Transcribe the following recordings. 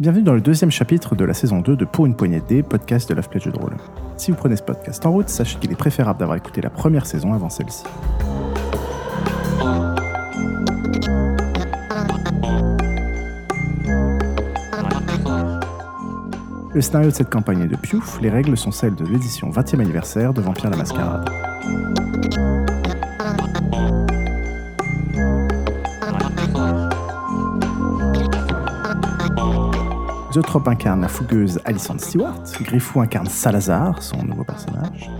Bienvenue dans le deuxième chapitre de la saison 2 de Pour une poignée de dés, podcast de Love Play Jeux de rôle. Si vous prenez ce podcast en route, sachez qu'il est préférable d'avoir écouté la première saison avant celle-ci. Le scénario de cette campagne est de Piouf, les règles sont celles de l'édition 20e anniversaire de Vampire la Mascarade. Zotrop incarne la fougueuse Alison Stewart, Griffou incarne Salazar, son nouveau personnage,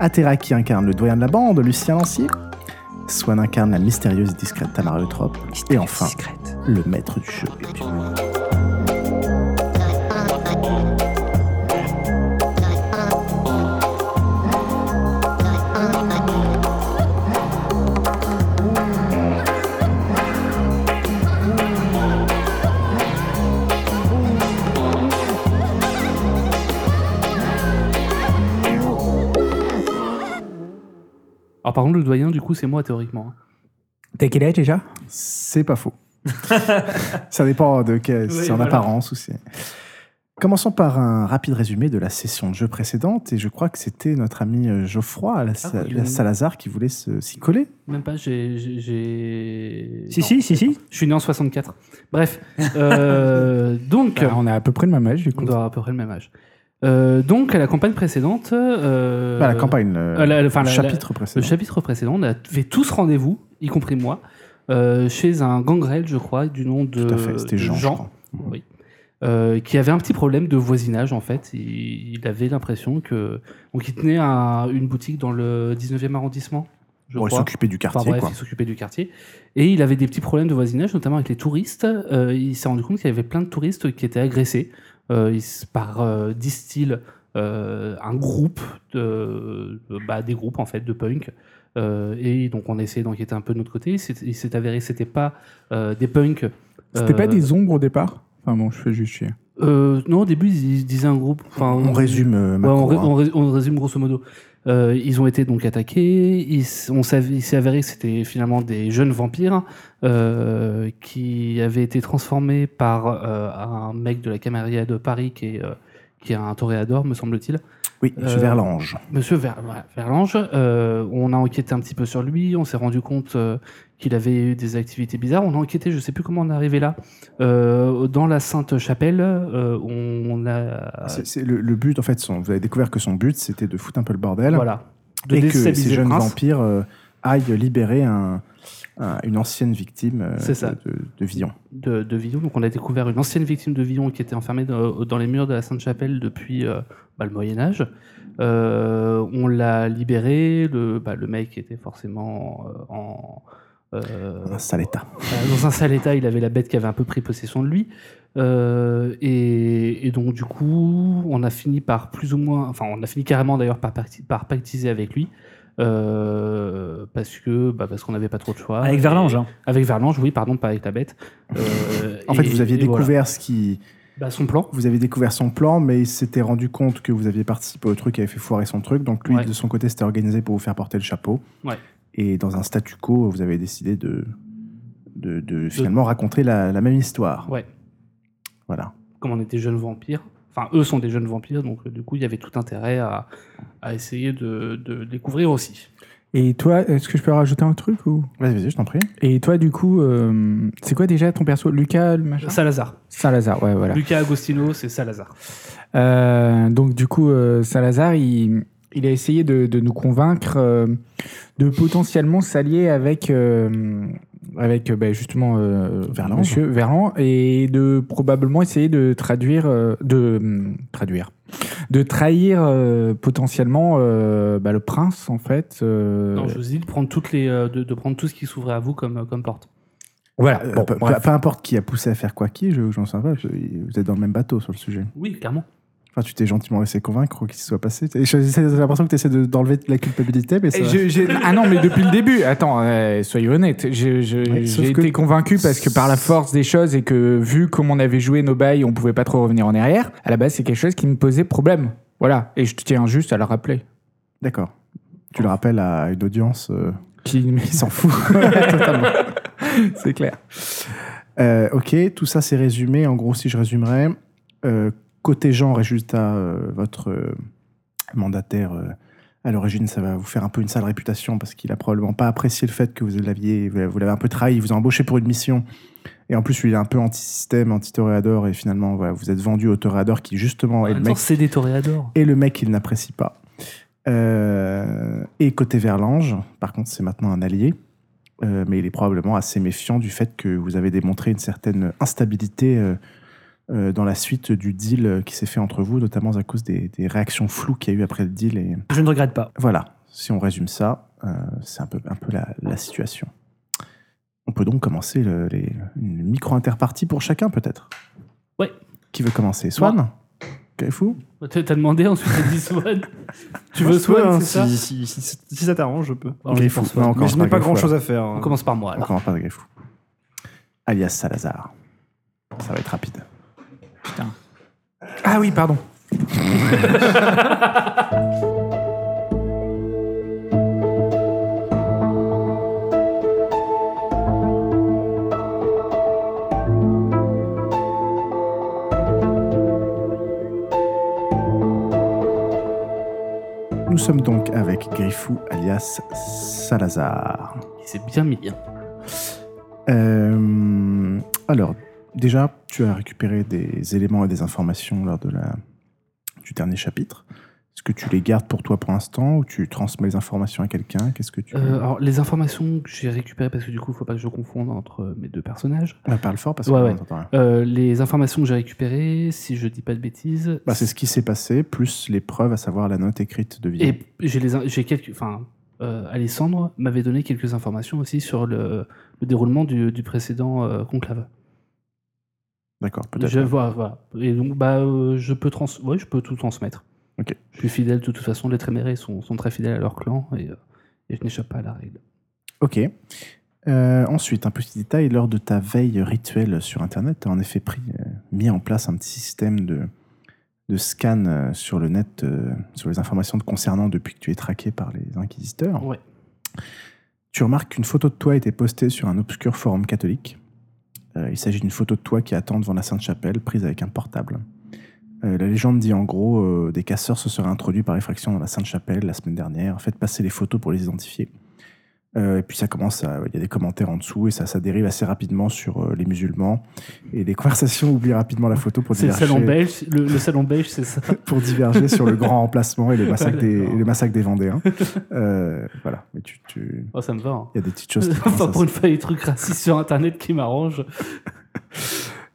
Ateraki incarne le doyen de la bande, Lucien Lancier, Swan incarne la mystérieuse et discrète Tamara Eutrope, et enfin Discrète. le maître du jeu. Et puis, Alors par contre, le doyen, du coup, c'est moi théoriquement. hein. T'as quel âge déjà C'est pas faux. Ça dépend de quel, Oui, c'est en voilà. apparence ou c'est. Commençons par un rapide résumé de la session de jeu précédente et je crois que c'était notre ami euh, Geoffroy à la, Sa- Ah, oui, la oui. Salazar qui voulait se- s'y coller. Même pas, j'ai- j'ai. j'ai- Si, Non. si, si, si. Je suis né en 64. Bref. euh, donc, Bah, on a à peu près le même âge, du on coup. doit avoir à peu près le même âge. Euh, donc, à la campagne précédente. euh, Bah, la campagne, le, euh, la- enfin, le la- chapitre Le précédent. chapitre précédent, on avait tous rendez-vous, y compris moi, euh, chez un gangrel, je crois, du nom de Tout à fait, c'était de Jean. je Jean crois. euh, qui avait un petit problème de voisinage en fait. Il, il avait l'impression que. Donc il tenait un- une boutique dans le 19e arrondissement, je Bon, il crois. s'occupait du Enfin quartier, bref, quoi. il s'occupait du quartier. Et il avait des petits problèmes de voisinage, notamment avec les touristes. Euh, il s'est rendu compte qu'il y avait plein de touristes qui étaient agressés euh, ils s- par, euh, disent-ils, euh, un groupe, de, de- bah, des groupes en fait de punk. Euh, et donc on a essayé d'enquêter un peu de notre côté. Il s'est- Il s'est avéré que c'était pas euh, des punks. C'était euh, pas des ombres au départ Enfin bon, je fais juste chier. euh, non, au début, ils ils disaient un groupe. Enfin, On résume, euh, Ouais, macro, on, ré- hein. on ré- on résume grosso modo. Euh, ils ont été donc attaqués. Ils, s- on sav- il s'est avéré que c'était finalement des jeunes vampires euh, qui avaient été transformés par euh, un mec de la Camarilla de Paris qui est, euh, qui est un toréador, me semble-t-il. Oui, Monsieur Euh, Verlange. Monsieur Ver- voilà, Verlange, euh, on a enquêté un petit peu sur lui, on s'est rendu compte euh, qu'il avait eu des activités bizarres. On a enquêté, je sais plus comment on est arrivé là, euh, dans la Sainte-Chapelle. euh, on a. Ah, C'est- c'est le, le but, en fait, son- vous avez découvert que son but, c'était de foutre un peu le bordel Voilà. De hein. et que déstabiliser ces le jeunes prince. vampires euh, aillent libérer un- un- une ancienne victime euh, C'est ça. de, de- de Villon. de, de Villon. Donc on a découvert une ancienne victime de Villon qui était enfermée dans, dans les murs de la Sainte-Chapelle depuis euh, bah, le Moyen Âge. Euh, on l'a libéré, le, bah, le mec était forcément euh, en... euh, Un sale état. euh, dans un sale état, il avait la bête qui avait un peu pris possession de lui. Euh, et, et donc, du coup, on a fini par plus ou moins, enfin, on a fini carrément d'ailleurs par, pacti- par pactiser avec lui. euh, parce que bah, parce qu'on n'avait pas trop de choix. Avec Et- Verlange. hein. Avec Verlange, oui, pardon, pas avec la bête. Euh, En fait, et- vous aviez et voilà. découvert ce qui, Bah, son plan. vous avez découvert son plan, mais il s'était rendu compte que vous aviez participé au truc, il avait fait foirer son truc. Donc lui, Ouais. de son côté, s'était organisé pour vous faire porter le chapeau. Ouais. Et dans un statu quo, vous avez décidé de, de, de finalement raconter la, la même histoire. Ouais. Voilà. Comme on était jeunes vampires, enfin, eux sont des jeunes vampires, donc euh, du coup, il y avait tout intérêt à, à essayer de, de découvrir aussi. Et toi, est-ce que je peux rajouter un truc ou... Vas-y, vas-y, je t'en prie. Et toi, du coup, euh, c'est quoi déjà ton perso Lucas, le machin Salazar. Saint-Lazare, ouais, voilà. Lucas Agostino, c'est Salazar. Euh, donc, du coup, euh, Saint-Lazare, il, il a essayé de, de nous convaincre euh, de potentiellement s'allier avec, euh, avec euh, bah, justement euh, Verlange. Monsieur Verlan et de probablement essayer de traduire, euh, de hum, traduire, de trahir euh, potentiellement euh, bah, le prince, en fait. euh, Non, je vous dis de prendre, toutes les, euh, de, de prendre tout ce qui s'ouvrait à vous comme, comme porte. Voilà, Euh, bon, peu, bref. peu- peu importe qui a poussé à faire quoi qui, je j'en sais pas. je- vous êtes dans le même bateau sur le sujet. Oui, clairement. Enfin, tu t'es gentiment laissé convaincre qu'il se soit passé. Et je- J'ai l'impression que tu essaies d'enlever de la culpabilité, mais ça. Et je- j'ai- ah non, mais depuis le début, attends, euh, soyez honnête, je- je- j'ai Ouais, sauf que- été convaincu parce que par la force des choses et que vu comme on avait joué nos bails, on pouvait pas trop revenir en arrière, à la base c'est quelque chose qui me posait problème. Voilà, et je tiens juste à le rappeler. D'accord. Tu Oh. le rappelles à une audience euh, Qui qui s'en fout. c'est clair. Euh, ok, tout ça c'est résumé. En gros, si je résumerais, euh, côté genre et résultat, euh, votre euh, mandataire euh, à l'origine, ça va vous faire un peu une sale réputation parce qu'il a probablement pas apprécié le fait que vous l'aviez, vous l'avez un peu trahi, il vous a embauché pour une mission. Et en plus, lui, il est un peu anti-système, anti-toréador, et finalement, voilà, vous êtes vendu au toréador qui, justement, est le Attends, mec c'est des toréadors. et le mec il n'apprécie pas. Euh, et côté Verlange, par contre, c'est maintenant un allié, Euh, mais il est probablement assez méfiant du fait que vous avez démontré une certaine instabilité euh, euh, dans la suite du deal qui s'est fait entre vous, notamment à cause des, des réactions floues qu'il y a eu après le deal. Et Je ne regrette pas. voilà, si on résume ça, euh, c'est un peu, un peu la, la situation. On peut donc commencer le- les- une micro-interpartie pour chacun, peut-être Ouais. Qui veut commencer Swan Kaifu Bah, T'as t'as demandé, ensuite t'as dit Swan. tu veux Soit, Swan, hein, c'est ça Bah, si, si, si, si ça t'arrange, je peux. Alors, je Griffou. pense Swan. Non, encore. commence Mais je n'ai par pas Griffou, grand chose à faire. On commence par moi. On alors. commence par de Griffou. Alias Salazar. Ça va être rapide. Ah oui, pardon. Nous sommes donc avec Griffou alias Salazar. Il s'est bien mis. hein. Euh, alors, déjà, tu as récupéré des éléments et des informations lors de la, du dernier chapitre. Est-ce que tu les gardes pour toi pour l'instant ou tu transmets les informations à quelqu'un Qu'est-ce que tu. Euh, alors, les informations que j'ai récupérées, parce que du coup, faut pas que je confonde entre euh, mes deux personnages. Ah, parle fort parce Ouais, qu'on ouais. n'entend rien. Euh, les informations que j'ai récupérées, si je dis pas de bêtises, Bah, c'est ce qui s'est passé, plus les preuves, à savoir la note écrite de Vivian. Et j'ai les in- j'ai quelques enfin euh, Alessandre m'avait donné quelques informations aussi sur le, le déroulement du, du précédent euh, conclave. D'accord, peut-être. Je vois voilà. Et donc bah euh, je peux trans ouais, je peux tout transmettre. Ok. Je suis fidèle de toute façon les Trémérés sont, sont très fidèles à leur clan et, euh, et je n'échappe pas à la règle. Ok. Euh, ensuite, un petit détail, lors de ta veille rituelle sur Internet, tu as en effet pris, euh, mis en place un petit système de, de scan euh, sur le net, euh, sur les informations te concernant depuis que tu es traqué par les inquisiteurs. Ouais. Tu remarques qu'une photo de toi a été postée sur un obscur forum catholique. Euh, il s'agit d'une photo de toi qui attend devant la Sainte-Chapelle, prise avec un portable. Euh, la légende dit en gros, euh, des casseurs se seraient introduits par effraction dans la Sainte-Chapelle la semaine dernière. Faites passer les photos pour les identifier. Euh, et puis ça commence, à- il y a des commentaires en dessous et ça, ça dérive assez rapidement sur euh, les musulmans. Et les conversations oublient rapidement la photo pour euh, C'est le salon diverger, belge, le, le salon belge c'est ça. pour diverger sur le grand emplacement et le massacre, des, d'accord. et le massacre des Vendéens. Euh, voilà, mais tu, tu- Oh, ça me va. hein. il y a des petites choses qui commencent enfin à pour une fois les trucs racistes sur internet qui m'arrangent.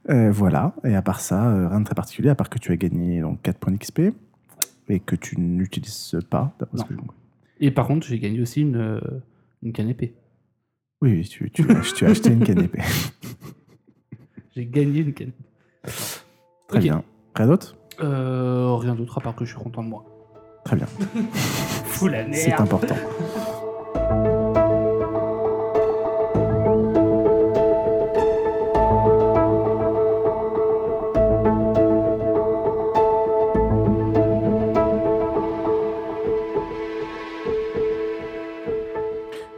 Euh, voilà, et à part ça, euh, rien de très particulier, à part que tu as gagné donc 4 points d'XP et que tu n'utilises pas, d'après ce Non. que j'ai compris. Et par contre j'ai gagné aussi une euh, une canne épée. Oui, oui, tu, tu, as- tu as acheté une canne épée. J'ai gagné une canne. Très Ok. bien. Rien d'autre Euh, rien d'autre à part que je suis content de moi. Très bien, Fous la c'est merde. important.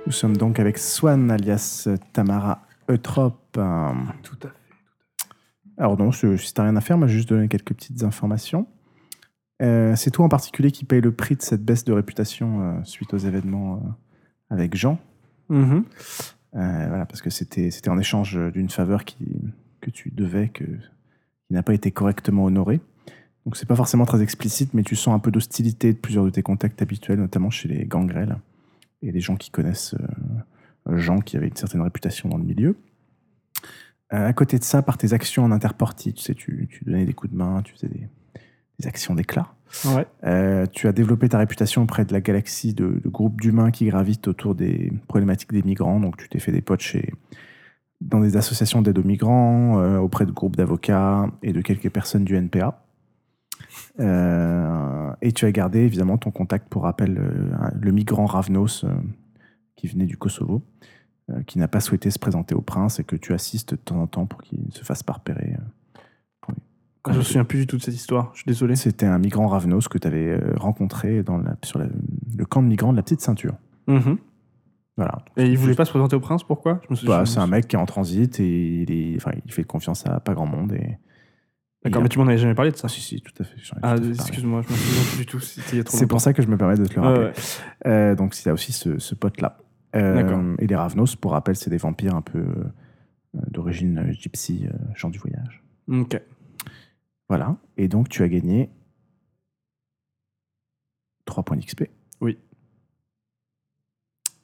Nous sommes donc avec Swan, alias Tamara Eutrop. Tout à fait. Alors non, je- si t'as rien à faire, moi je vais juste donner quelques petites informations. Euh, c'est toi en particulier qui paye le prix de cette baisse de réputation euh, suite aux événements euh, avec Jean. Mhm. Euh, voilà, parce que c'était c'était en échange d'une faveur qui, que tu devais, que, qui n'a pas été correctement honorée. Donc c'est pas forcément très explicite, mais tu sens un peu d'hostilité de plusieurs de tes contacts habituels, notamment chez les gangrels et les gens qui connaissent euh, Jean, qui avait une certaine réputation dans le milieu. Euh, à côté de ça, par tes actions en interportie, tu sais, tu, tu donnais des coups de main, tu faisais des, des actions d'éclat. Ouais. Euh, tu as développé ta réputation auprès de la galaxie de, de groupes d'humains qui gravitent autour des problématiques des migrants. Donc, tu t'es fait des potes chez, dans des associations d'aide aux migrants, euh, auprès de groupes d'avocats et de quelques personnes du NPA. Euh, et tu as gardé évidemment ton contact pour rappel, euh, le migrant Ravnos euh, qui venait du Kosovo, euh, qui n'a pas souhaité se présenter au prince et que tu assistes de temps en temps pour qu'il ne se fasse pas repérer. euh, pour- Je me souviens plus du tout de cette histoire. Je suis désolé. c'était un migrant euh, Ravenos que tu avais rencontré dans la- sur la- le camp de migrants de la Petite Ceinture. Mhm. Voilà. Et il voulait pas se présenter au prince, pourquoi Je me suis- Bah, je- c'est un mec qui est en transit et il, est, enfin, il fait confiance à pas grand monde. Et, D'accord, et- mais tu m'en avais jamais parlé de ça. Ah, si, si, tout à fait. j'en ai Ah, tout à fait parlé. excuse-moi, je m'en souviens plus du tout. C'était il y a trop C'est pour ça que je me permets de te le longtemps. rappeler. Ouais, ouais. Euh, donc il y a aussi ce, ce pote-là. Euh, D'accord. Et les Ravnos, pour rappel, c'est des vampires un peu euh, d'origine euh, gypsy, euh, gens du voyage. Ok. Voilà. Et donc tu as gagné 3 points d'XP. Oui.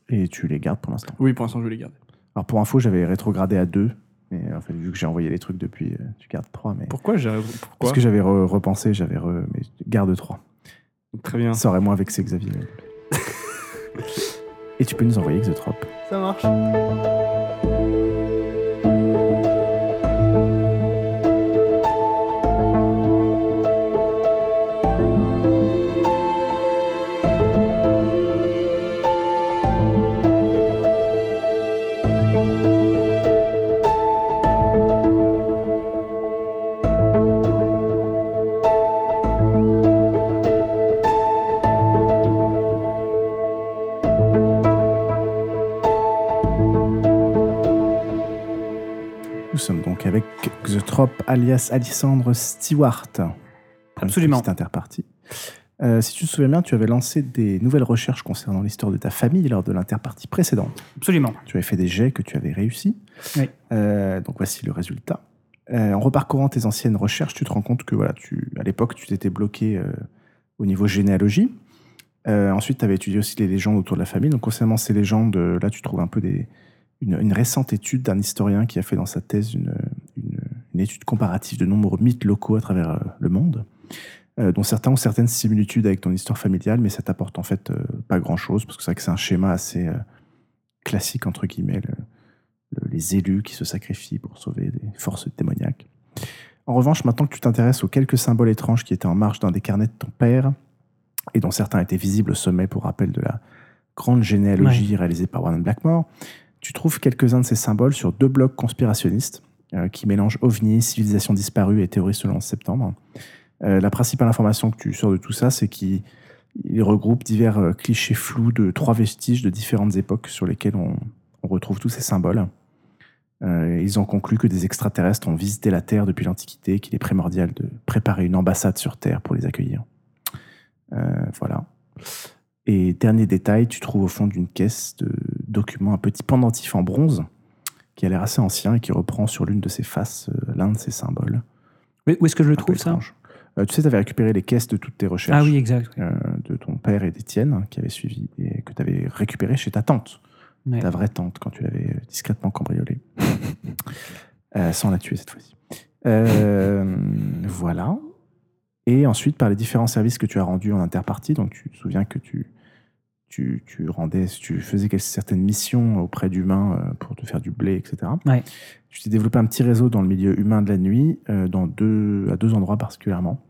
Et tu les gardes pour l'instant. Oui, pour l'instant, je vais les garder. Alors pour info, j'avais rétrogradé à 2. Mais en fait, vu que j'ai envoyé les trucs depuis, euh, tu gardes 3. Mais... Pourquoi j'ai. Pourquoi Parce que j'avais re- repensé, j'avais re... mais garde 3. Très bien. Ça aurait moins vexé Xavier. et tu peux nous envoyer Xetrope. Ça marche. Nous sommes donc avec Xeutrope alias Alessandre Stewart. pour une Absolument. Petite interpartie. Euh, si tu te souviens bien, tu avais lancé des nouvelles recherches concernant l'histoire de ta famille lors de l'interpartie précédente. Absolument. Tu avais fait des jets que tu avais réussi. Oui. Euh, donc voici le résultat. Euh, en reparcourant tes anciennes recherches, tu te rends compte que voilà, tu, à l'époque, tu t'étais bloqué euh, au niveau généalogie. Euh, ensuite, tu avais étudié aussi les légendes autour de la famille. Donc, concernant ces légendes, euh, là, tu trouves un peu des, une, une récente étude d'un historien qui a fait dans sa thèse une, une- une étude comparative de nombreux mythes locaux à travers euh, le monde, euh, dont certains ont certaines similitudes avec ton histoire familiale, mais ça t'apporte en fait euh, pas grand-chose, parce que c'est vrai que c'est un schéma assez euh, classique, entre guillemets, le- le- les élus qui se sacrifient pour sauver des forces démoniaques. En revanche, maintenant que tu t'intéresses aux quelques symboles étranges qui étaient en marche d'un des carnets de ton père, et dont certains étaient visibles au sommet pour rappel de la grande généalogie réalisée par Warren Blackmore, tu trouves quelques-uns de ces symboles sur deux blogs conspirationnistes euh, qui mélangent ovnis, civilisations disparues et théoristes le 11 septembre. Euh, la principale information que tu sors de tout ça, c'est qu'ils ils regroupent divers euh, clichés flous de trois vestiges de différentes époques sur lesquels on, on retrouve tous ces symboles. Euh, ils ont conclu que des extraterrestres ont visité la Terre depuis l'Antiquité et qu'il est primordial de préparer une ambassade sur Terre pour les accueillir. Euh, voilà. Et dernier détail, tu trouves au fond d'une caisse de documents un petit pendentif en bronze qui a l'air assez ancien et qui reprend sur l'une de ses faces euh, l'un de ses symboles. Où où est-ce que je le Un peu trouve, ça étrange. Euh, tu sais, tu avais récupéré les caisses de toutes tes recherches Ah oui, exact. euh, de ton père et des tiennes hein, qui avaient suivi et que tu avais récupéré chez ta tante, Ouais. ta vraie tante, quand tu l'avais euh, discrètement cambriolée, Euh, sans la tuer cette fois-ci. Euh, voilà. Et ensuite, par les différents services que tu as rendus en interpartie, donc tu te souviens que tu, tu, tu rendais, tu faisais quel- certaines missions auprès d'humains euh, pour te faire du blé, etc. Ouais. Tu t'es développé un petit réseau dans le milieu humain de la nuit, euh, dans deux, à deux endroits particulièrement.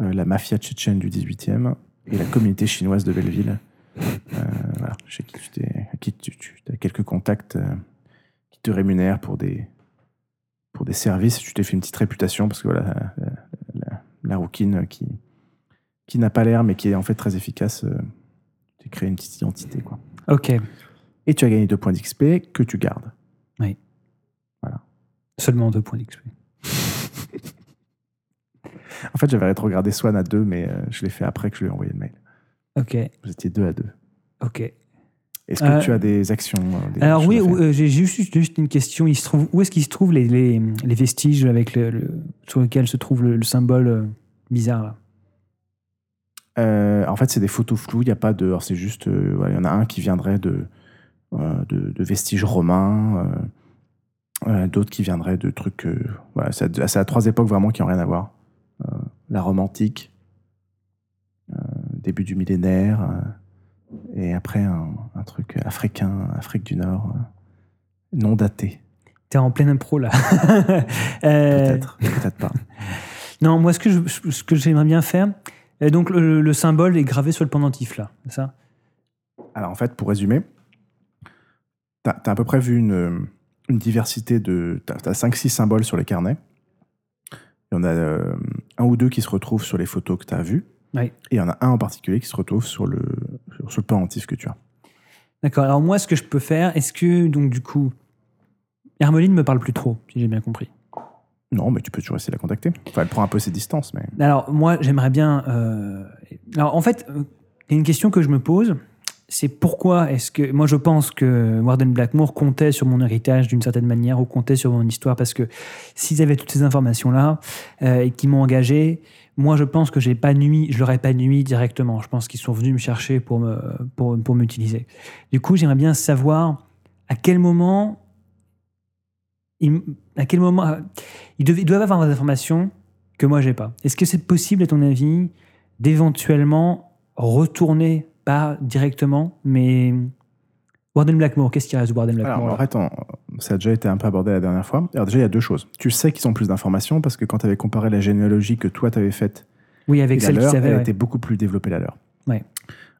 Euh, la mafia tchétchène du 18e et la communauté chinoise de Belleville. Euh, voilà, chez qui tu, t'es- à qui tu, tu- t'as quelques contacts euh, qui te rémunèrent pour des, pour des services. Tu t'es fait une petite réputation parce que voilà, la, la- la rouquine qui, qui n'a pas l'air mais qui est en fait très efficace, euh, tu t'es créé une petite identité. Quoi. Ok. Et tu as gagné deux points d'XP que tu gardes. Seulement deux points d'XP. En fait, j'avais rétrogradé Swan à deux, mais euh, je l'ai fait après que je lui ai envoyé le mail. Ok. Vous étiez deux à deux. Ok. Est-ce que Euh, tu as des actions euh, des Alors choses oui, à faire où- euh, j'ai juste, juste une question. Il se trouve, où est-ce qu'il se trouve les, les, les vestiges avec le, le- sur lequel se trouve le, le symbole euh, bizarre là Euh, en fait, c'est des photos floues. Il y a pas de. alors, c'est juste. euh, voilà, Il y en a un qui viendrait de euh, de, de vestiges romains. euh, euh, D'autres qui viendraient de trucs. euh, voilà, c'est à, c'est à trois époques vraiment qui n'ont rien à voir. Euh, la Rome antique, euh, début du millénaire, euh, et après un, un truc africain, Afrique du Nord, euh, non daté. T'es en pleine impro là. Euh, Peut-être, peut-être pas. Non, moi ce que je- ce que j'aimerais bien faire, euh, donc le, le symbole est gravé sur le pendentif là, c'est ça Alors en fait, pour résumer, t'as as à peu près vu une, une diversité de... T'as as, 5-6 symboles sur les carnets. Il y en a euh, un ou deux qui se retrouvent sur les photos que tu as vues. Oui. Et il y en a un en particulier qui se retrouve sur le, sur, sur le pendentif que tu as. D'accord. Alors moi, ce que je peux faire, est-ce que donc du coup, Hermeline me parle plus trop, si j'ai bien compris. Non, mais tu peux toujours essayer de la contacter. Enfin, elle prend un peu ses distances, mais. Alors moi, j'aimerais bien. euh, Alors en fait, euh, il y a une question que je me pose. C'est pourquoi est-ce que moi je pense que Warden Blackmore comptait sur mon héritage d'une certaine manière ou comptait sur mon histoire parce que s'ils avaient toutes ces informations là et qu'ils m'ont engagé, moi je pense que j'ai pas nuit, je leur ai pas nuit directement. Je pense qu'ils sont venus me chercher pour me pour, pour m'utiliser. Du coup, j'aimerais bien savoir à quel moment ils, à quel moment ils devaient- ils doivent avoir des informations que moi j'ai pas. Est-ce que c'est possible, à ton avis, d'éventuellement retourner pas directement, mais Warden Blackmore, qu'est-ce qui reste de Warden Alors, Blackmore en fait, on- ça a déjà été un peu abordé la dernière fois. Alors, déjà, il y a deux choses. Tu sais qu'ils ont plus d'informations parce que quand tu avais comparé la généalogie que toi, tu avais faite Oui, avec et la celle qui leur, elle savait. ouais. était beaucoup plus développée la leur. Ouais.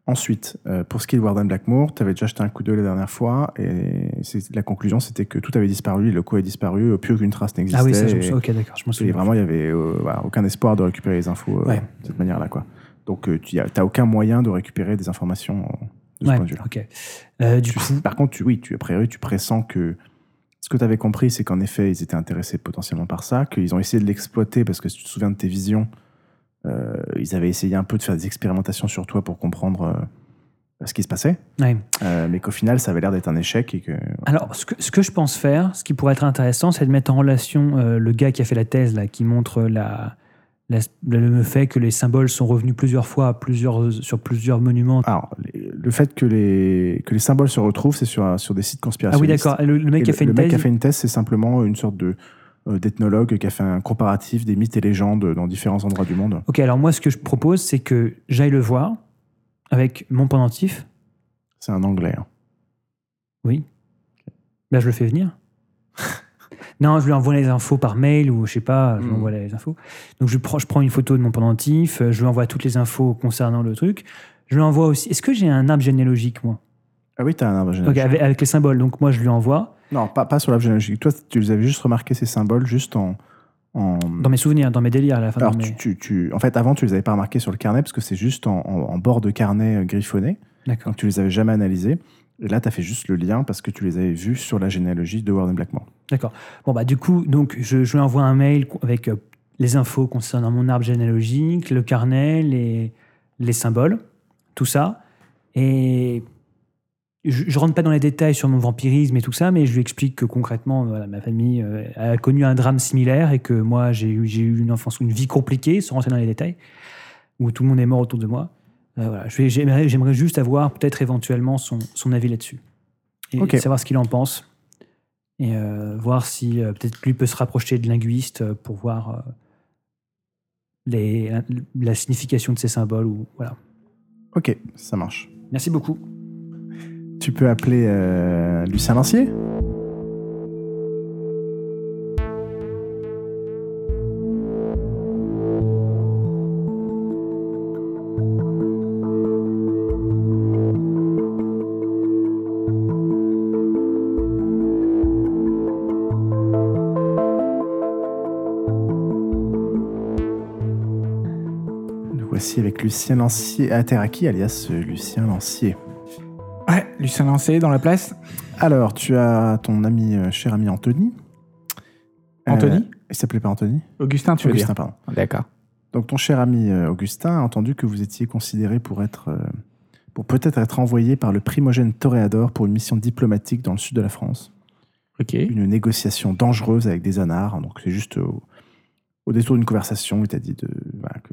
Ensuite, euh, pour ce qui est de Warden Blackmore, tu avais déjà jeté un coup d'œil la dernière fois et c'est- la conclusion, c'était que tout avait disparu, le coup avait disparu, euh, plus aucune trace n'existait. Ah oui, ça, je me et- souviens. Ok, d'accord, je m'en Et souviens. vraiment, il n'y avait euh, voilà, aucun espoir de récupérer les infos euh, Ouais. de cette manière-là. quoi. Donc, euh, tu n'as aucun moyen de récupérer des informations euh, de ce Ouais, point de vue-là. ok. Euh, du Tu- coup, par contre, tu- oui, tu, a priori, tu pressens que ce que tu avais compris, c'est qu'en effet, ils étaient intéressés potentiellement par ça, qu'ils ont essayé de l'exploiter parce que si tu te souviens de tes visions, euh, ils avaient essayé un peu de faire des expérimentations sur toi pour comprendre euh, ce qui se passait, ouais. Euh, mais qu'au final, ça avait l'air d'être un échec et que. Alors, ce que, ce que je pense faire, ce qui pourrait être intéressant, c'est de mettre en relation euh, le gars qui a fait la thèse, là, qui montre la, la- le fait que les symboles sont revenus plusieurs fois à plusieurs, sur plusieurs monuments. Ah Alors, les- le fait que les, que les symboles se retrouvent, c'est sur, un- sur des sites Ah oui, conspirationnistes. d'accord. Le, le mec Et qui a fait le une mec thèse. qui a fait une thèse, c'est simplement une sorte de euh, d'ethnologue qui a fait un comparatif des mythes et légendes dans différents endroits du monde. Ok, alors moi, ce que je propose, c'est que j'aille le voir avec mon pendentif. C'est un anglais. hein. Oui. Là, Ben, je le fais venir. non, je lui envoie les infos par mail ou je sais pas, Hmm. je lui Mm. envoie les infos. Donc, je prends, je prends une photo de mon pendentif, euh, je lui envoie toutes les infos concernant le truc. Je lui envoie aussi. Est-ce que j'ai un arbre généalogique, moi Ah oui, t'as un arbre Ok, généalogique. avec, avec les symboles. Donc, moi, je lui envoie Non, pas, pas sur l'arbre généalogique. Toi, tu les avais juste remarqué ces symboles juste en. en- dans mes souvenirs, dans mes délires à la fin. Alors, de mes- tu, tu- tu- en fait, avant, tu les avais pas remarqués sur le carnet parce que c'est juste en, en- en bord de carnet euh, griffonné. D'accord. Donc, tu les avais jamais analysés. Et là, tu as fait juste le lien parce que tu les avais vus sur la généalogie de Warden Blackmore. Bon, bah, du coup, donc, je, je lui envoie un mail co- avec euh, les infos concernant mon arbre généalogique, le carnet, les, les symboles, tout ça. Et je, je rentre pas dans les détails sur mon vampirisme et tout ça, mais je lui explique que concrètement, voilà, ma famille euh, a connu un drame similaire et que moi, j'ai eu, j'ai eu une enfance, une vie compliquée, sans rentrer dans les détails, où tout le monde est mort autour de moi. Euh, voilà, je vais- j'aimerais, j'aimerais juste avoir peut-être éventuellement son, son avis là-dessus. Et Ok. savoir ce qu'il en pense. Et euh, voir si euh, peut-être lui peut se rapprocher de linguiste euh, pour voir euh, les, la, la signification de ces symboles. Ou, voilà. Ok, ça marche. Merci beaucoup. Tu peux appeler euh, Lucien Lancier Nous Voici avec Lucien Lancier, Ateraki, alias euh, Lucien Lancier. Ouais, Lucien Lancé dans la place. Alors, tu as ton ami, euh, cher ami Anthony. Anthony Euh, Il s'appelait pas Anthony Augustin, tu veux Augustin, pardon. dire D'accord. Donc, ton cher ami euh, Augustin a entendu que vous étiez considéré pour être. euh, pour peut-être être envoyé par le primogène Toréador pour une mission diplomatique dans le sud de la France. Ok. Une négociation dangereuse avec des anards. Donc, c'est juste au, au détour d'une conversation, il t'a dit de, voilà, que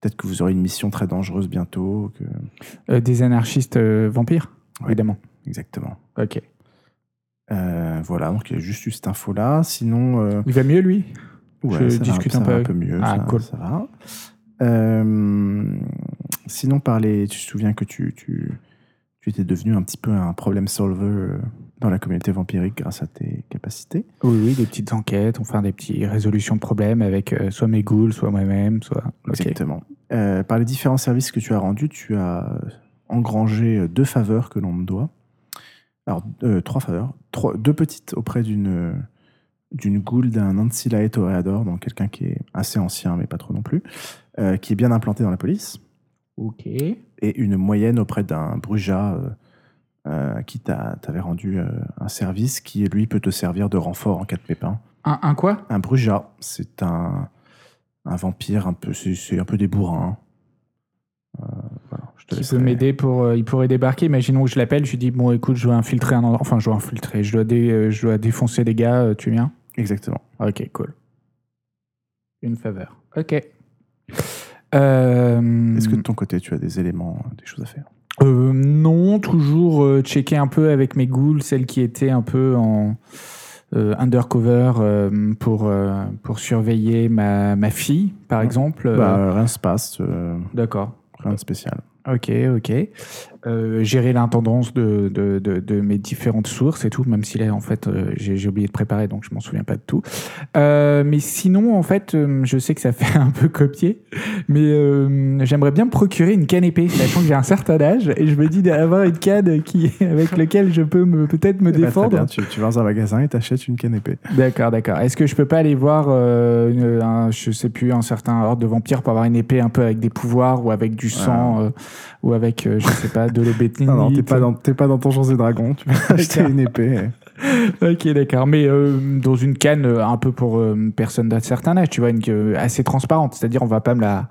peut-être que vous aurez une mission très dangereuse bientôt. que- Euh, des anarchistes euh, vampires, Ouais. évidemment. Exactement. Ok. Euh, voilà, donc il y a juste eu cette info-là. Sinon, euh, Il va mieux, lui Ouais, Je ça va- discute ça un va peu un avec- peu mieux. Ah, ça, cool. ça va. Euh, sinon, par les- tu te souviens que tu, tu, tu étais devenu un petit peu un problème solver euh, dans la communauté vampirique grâce à tes capacités. Oui, oui, des petites enquêtes, enfin des petites résolutions de problèmes avec euh, soit mes ghouls, soit moi-même, soit. Ok. Exactement. Euh, par les différents services que tu as rendus, tu as euh, engrangé euh, deux faveurs que l'on me doit. Alors, euh, trois faveurs. Trois- deux petites auprès d'une euh, d'une goule d'un Ancilae Toreador, donc quelqu'un qui est assez ancien, mais pas trop non plus, euh, qui est bien implanté dans la police. Ok. et une moyenne auprès d'un Bruja euh, euh, qui t'a- t'avait rendu euh, un service qui, lui, peut te servir de renfort en cas de pépin. Un, un quoi Un Bruja, c'est un, un vampire un peu, c'est- c'est un peu des bourrins. hein. Euh, voilà, je te Qui peut laisserai- m'aider pour. euh, il pourrait débarquer. Imaginons que je l'appelle, je lui dis Bon, écoute, je dois infiltrer un endroit. Enfin, je dois infiltrer. Je dois, dé- euh, je dois défoncer les gars. euh, Tu viens Exactement. Ok, cool. Une faveur. Ok. Euh, Est-ce que de ton côté, tu as des éléments, euh, des choses à faire Euh, non, toujours euh, checker un peu avec mes ghouls, celles qui étaient un peu en euh, undercover euh, pour, euh, pour surveiller ma, ma fille, par Ouais. exemple. Euh, Bah, Rien ne se passe, euh, D'accord. rien de spécial. Ok, ok. Euh, gérer l'intendance de, de, de, de mes différentes sources et tout, même si là, en fait, euh, j'ai j'ai oublié de préparer, donc je m'en souviens pas de tout. Euh, mais sinon, en fait, euh, je sais que ça fait un peu copier, mais euh, j'aimerais bien me procurer une canne épée, sachant que j'ai un certain âge, et je me dis d'avoir une canne qui, avec laquelle je peux me- peut-être me Eh ben, très défendre. bien, tu, tu vas dans un magasin et t'achètes une canne épée. D'accord, d'accord. Est-ce que je peux pas aller voir, euh, une- un, je sais plus, un certain horde de vampires pour avoir une épée un peu avec des pouvoirs ou avec du sang euh, ou avec, euh, je sais pas, de l'obétine Non, non, t'es pas, dans- t'es pas dans Donjons et Dragons, tu vas acheter une épée. Ok, d'accord. Mais euh, dans une canne euh, un peu pour euh, personne d'un certain âge, tu vois, une euh, assez transparente. C'est-à-dire, on va pas me la,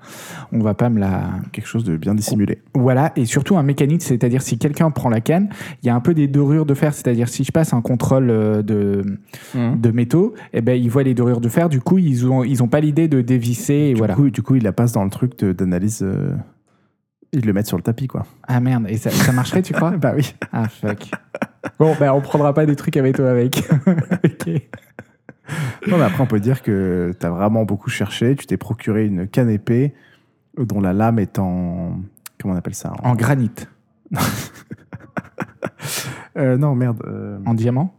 on va pas me la, et Quelque chose de bien dissimulé. Voilà, et surtout un mécanisme, c'est-à-dire si quelqu'un prend la canne, il y a un peu des dorures de fer, c'est-à-dire si je passe un contrôle euh, de, Mmh. Mhm. de métaux, eh ben, ils voient les dorures de fer, du coup ils ont, ils ont pas l'idée de dévisser, et du, voilà. coup, du coup, il la passe dans le truc de- d'analyse. euh, Ils le mettent sur le tapis, quoi. Ah merde, et ça, ça marcherait tu crois Bah oui. Ah fuck. Bon, ben on prendra pas des trucs avec toi avec. ok. Non, mais après, on peut dire que t'as vraiment beaucoup cherché. Tu t'es procuré une canne épée dont la lame est en. Comment on appelle ça en- En granit, Euh, Non, merde. euh, en diamant,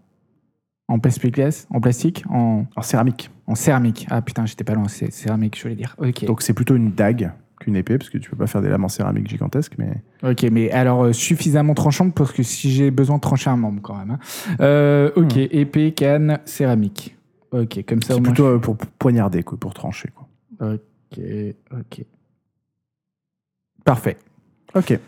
en perspicace, en plastique, en, En céramique. en céramique. Ah putain, j'étais pas loin, c'est céramique je voulais dire. Ok. Donc, c'est plutôt une dague qu'une épée, parce que tu peux pas faire des lames en céramique gigantesques, mais. Ok, mais alors euh, suffisamment tranchante parce que si j'ai besoin de trancher un membre quand même. hein. Euh, ok, épée, canne, céramique. Ok, comme ça au Hmm. C'est moins. plutôt euh, pour poignarder, quoi, pour trancher, quoi. je- Ok, ok. Parfait. Ok.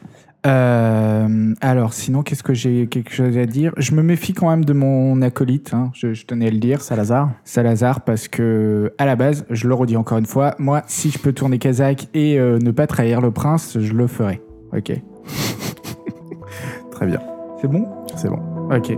Euh, alors, sinon, qu'est-ce que j'ai quelque chose à dire Je me méfie quand même de mon acolyte, hein, je, je tenais à le dire, Salazar Salazar, parce que à la base, je le redis encore une fois, moi, si je peux tourner Kazakh et euh, ne pas trahir le prince, je le ferai. Ok. Très bien. C'est bon C'est bon. Ok.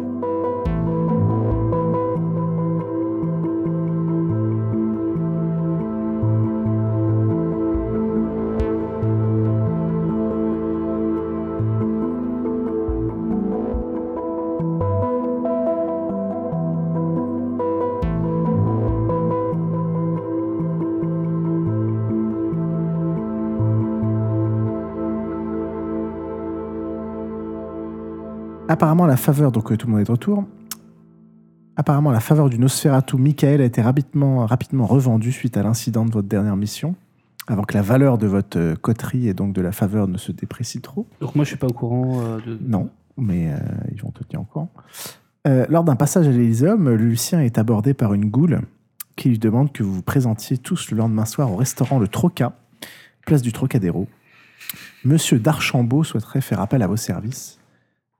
Apparemment, à la faveur, donc euh, tout le monde est de retour. Apparemment, à la faveur du Nosferatu, Michael a été rapidement, rapidement revendu suite à l'incident de votre dernière mission, avant que la valeur de votre euh, coterie et donc de la faveur ne se déprécie trop. Donc moi, je suis pas au courant euh, de. Non, mais euh, ils vont te tenir au courant. Euh, lors d'un passage à l'Elysium, Lucien est abordé par une goule qui lui demande que vous vous présentiez tous le lendemain soir au restaurant Le Troca, place du Trocadéro. Monsieur d'Archambault souhaiterait faire appel à vos services.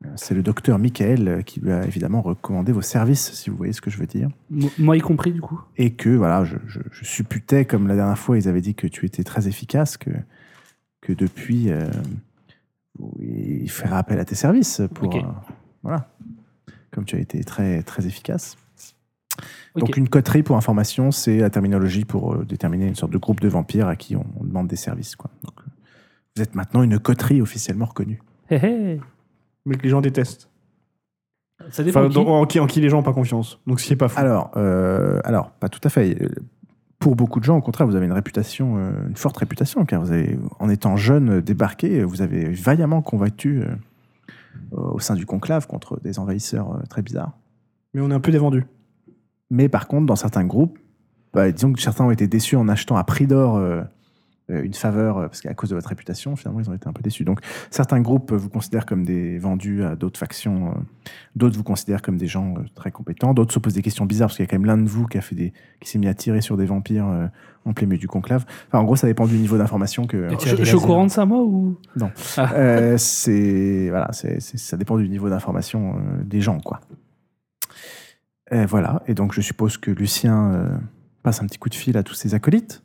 Euh, C'est le docteur Michael euh, qui lui a évidemment recommandé vos services, si vous voyez ce que je veux dire. Mo- Moi y compris, du coup. Et que, voilà, je, je- je supputais, comme la dernière fois, ils avaient dit que tu étais très efficace, que, que depuis, euh, il fera appel à tes services pour. Ok. euh, voilà. Comme tu as été très, très efficace. Ok. Donc, une coterie, pour information, c'est la terminologie pour euh, déterminer une sorte de groupe de vampires à qui on, on demande des services. Quoi. Donc, euh, vous êtes maintenant une coterie officiellement reconnue. Hé, hé. Mais que les gens détestent. Ça Enfin, dépend. qui. dans- en, qui, en qui les gens ont pas confiance. Donc, ce qui est pas fou. Alors, euh, alors, pas tout à fait. Euh, Pour beaucoup de gens, au contraire, vous avez une réputation, euh, une forte réputation, car vous avez, en étant jeune euh, débarqué, euh, vous avez vaillamment combattu euh, au sein du conclave contre des envahisseurs euh, très bizarres. Mais on est un peu dévendu. Mais par contre, dans certains groupes, bah, disons que certains ont été déçus en achetant à prix d'or euh, euh, une faveur, euh, parce qu'à cause de votre réputation, finalement, ils ont été un peu déçus. Donc, certains groupes euh, vous considèrent comme des vendus à d'autres factions, euh, d'autres vous considèrent comme des gens euh, très compétents, d'autres se posent des questions bizarres, parce qu'il y a quand même l'un de vous qui, a fait des, qui s'est mis à tirer sur des vampires euh, en plein milieu du conclave. Enfin, en gros, ça dépend du niveau d'information que... Et tu as Je, des je suis au lasers. courant de ça, moi ou... Euh, c'est voilà, c'est- c'est- ça dépend du niveau d'information euh, des gens, quoi. Euh, voilà, et donc je suppose que Lucien euh, passe un petit coup de fil à tous ses acolytes.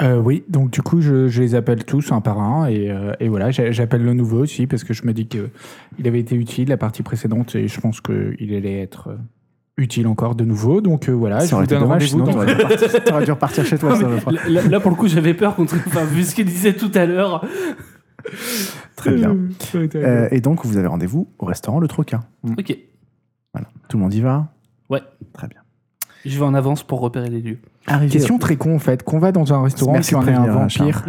Euh, oui, donc du coup, je, je les appelle tous un par un et, euh, et voilà, j'a- j'appelle le nouveau aussi parce que je me dis que il avait été utile la partie précédente et je pense qu'il allait être euh, utile encore de nouveau. Donc euh, voilà, je ça aurait vous été donne dommage, rendez-vous sinon dans- t'aurais dû, repartir- t'aurais dû repartir chez toi. Non, ça, mais je crois. là, là, pour le coup, j'avais peur contre. Enfin, vu ce qu'il disait tout à l'heure. Très bien. Euh, et donc vous avez rendez-vous au restaurant Le Troquin. Ok, Voilà. Tout le monde y va Ouais. Très bien. je vais en avance pour repérer les lieux. Arrivé Question très con en fait, qu'on va dans un restaurant Merci si de on est un prévenir, vampire.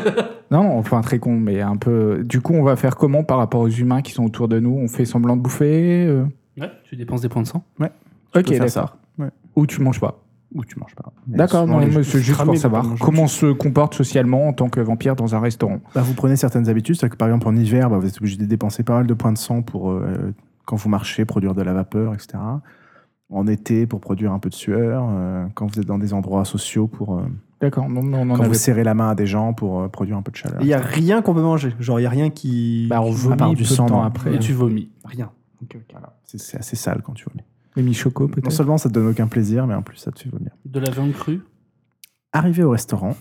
non, enfin très con, mais un peu. Du coup, on va faire comment par rapport aux humains qui sont autour de nous On fait semblant de bouffer euh Ouais, tu dépenses des points de sang. tu Ok, peux faire d'accord. ça. Ouais. Ou tu manges pas. Ou tu manges pas. Mais D'accord, souvent, non, les- mais c'est juste cramés pour de savoir pas manger. comment on se comporte socialement en tant que vampire dans un restaurant. Bah, vous prenez certaines habitudes, c'est-à-dire que par exemple en hiver, bah, vous êtes obligé de dépenser pas mal de points de sang pour euh, quand vous marchez, produire de la vapeur, etc. En été, pour produire un peu de sueur. euh, quand vous êtes dans des endroits sociaux, pour euh, D'accord, non, non, on en quand vous avait serrez la main à des gens, pour euh, produire un peu de chaleur. Il n'y a rien qu'on peut manger. Genre, il n'y a rien qui. Bah, on part vomit du du sang, sang temps non. après. Et tu vomis. Rien. C'est- C'est assez sale quand tu vomis. Les michoco Non peut-être. seulement ça te donne aucun plaisir, mais en plus ça te fait vomir. De la viande crue. Arrivé au restaurant,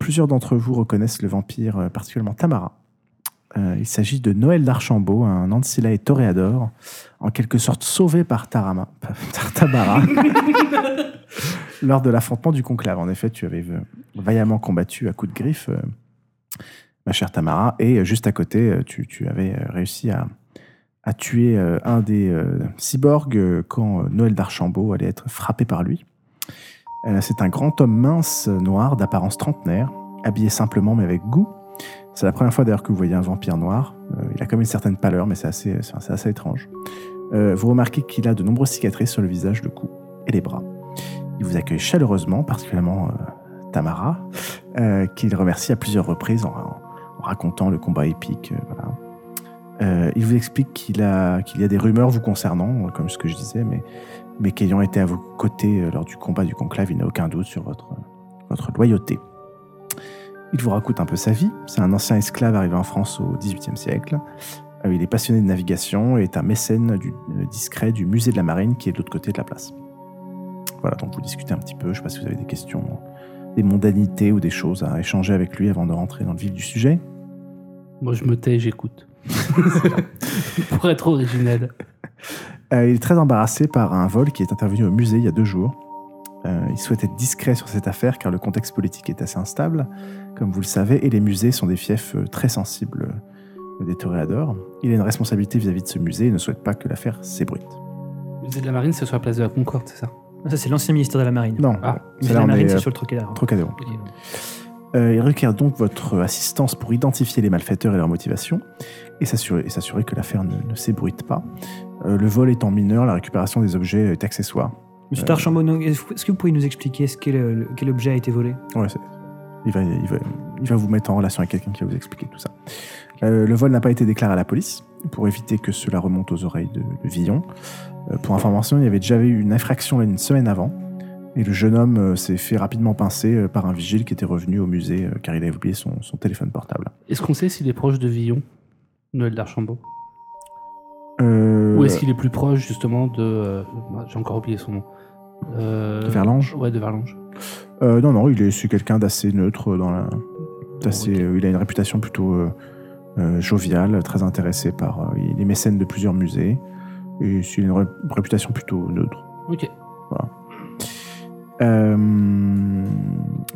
plusieurs d'entre vous reconnaissent le vampire, euh, particulièrement Tamara. Euh, il s'agit de Noël d'Archambault, un Ancilae toréador, en quelque sorte sauvé par Tarama, par Tamara, lors de l'affrontement du conclave. En effet, tu avais euh, vaillamment combattu à coups de griffe, euh, ma chère Tamara, et euh, juste à côté, euh, tu, tu avais euh, réussi à, à tuer euh, un des euh, cyborgs euh, quand euh, Noël d'Archambault allait être frappé par lui. Euh, C'est un grand homme mince, euh, noir, d'apparence trentenaire, habillé simplement mais avec goût. C'est la première fois d'ailleurs que vous voyez un vampire noir. Euh, il a comme une certaine pâleur, mais c'est assez, c'est- c'est assez étrange. Euh, vous remarquez qu'il a de nombreuses cicatrices sur le visage, le cou et les bras. Il vous accueille chaleureusement, particulièrement euh, Tamara, euh, qu'il remercie à plusieurs reprises en, en racontant le combat épique. euh, voilà. Euh, il vous explique qu'il a- qu'il y a des rumeurs vous concernant, euh, comme ce que je disais, mais mais qu'ayant été à vos côtés euh, lors du combat du conclave, il n'a aucun doute sur votre, euh, votre loyauté. Il vous raconte un peu sa vie. C'est un ancien esclave arrivé en France au XVIIIe siècle. Euh, Il est passionné de navigation et est un mécène du, euh, discret du musée de la marine qui est de l'autre côté de la place. Voilà, donc vous discutez un petit peu. Je ne sais pas si vous avez des questions, euh, des mondanités ou des choses à échanger avec lui avant de rentrer dans le vif du sujet. Moi, je me tais, j'écoute. pour être original. Euh, il est très embarrassé par un vol qui est intervenu au musée il y a deux jours. Euh, il souhaite être discret sur cette affaire car le contexte politique est assez instable, comme vous le savez, et les musées sont des fiefs euh, très sensibles euh, des toréadors. Il a une responsabilité vis-à-vis de ce musée et ne souhaite pas que l'affaire s'ébruite. Musée de la Marine, c'est sur la place de la Concorde, c'est ça Ça, c'est l'ancien ministère de la Marine. Non, Ah, Mais c'est la là on Marine, est c'est euh, sur le Trocadéro. Trocadéro. Euh, il requiert donc votre assistance pour identifier les malfaiteurs et leurs motivations et s'assurer, et s'assurer que l'affaire ne, ne s'ébruite pas. Euh, le vol étant mineur, la récupération des objets est accessoire. Monsieur Euh, Tarchambault, non, est-ce est-ce que vous pouvez nous expliquer ce qu'est le- le- quel objet a été volé Ouais, c'est- il, va, il, va, il va vous mettre en relation avec quelqu'un qui va vous expliquer tout ça. Euh, le vol n'a pas été déclaré à la police pour éviter que cela remonte aux oreilles de, de Villon. Euh, pour information, il y avait déjà eu une infraction là, une semaine avant. Et le jeune homme euh, s'est fait rapidement pincer euh, par un vigile qui était revenu au musée euh, car il avait oublié son, son téléphone portable. Est-ce qu'on sait s'il est proche de Villon, Noël d'Archambault Euh, Ou est-ce qu'il est plus proche, justement, de. euh, J'ai encore oublié son nom. Euh, Verlange Ouais, de Verlange. Euh, Non, non, il est, c'est quelqu'un d'assez neutre dans la, d'assez- Ok. euh, il a une réputation plutôt euh, euh, joviale, très intéressé par. euh, il est mécène de plusieurs musées. Et c'est une ré- réputation plutôt neutre. Ok. Euh,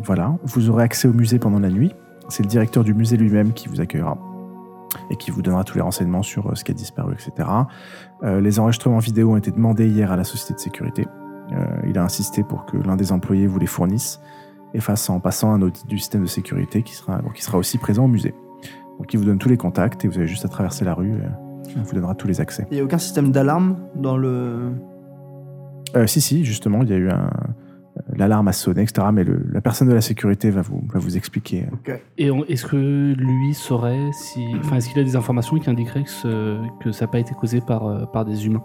voilà. Vous aurez accès au musée pendant la nuit. C'est le directeur du musée lui-même qui vous accueillera et qui vous donnera tous les renseignements sur euh, ce qui a disparu, etc. Euh, les enregistrements vidéo ont été demandés hier à la société de sécurité. Euh, il a insisté pour que l'un des employés vous les fournisse et fasse en passant un audit du système de sécurité qui sera, qui sera aussi présent au musée. Donc il vous donne tous les contacts et vous avez juste à traverser la rue. euh, il vous donnera tous les accès. Il n'y a aucun système d'alarme dans le. Euh, si, si, justement, il y a eu un. euh, l'alarme a sonné, etc. Mais le- la personne de la sécurité va vous, va vous expliquer. euh, Et on- est-ce que lui saurait si. Enfin, est-ce qu'il a des informations qui indiqueraient que, ce- que ça n'a pas été causé par, euh, par des humains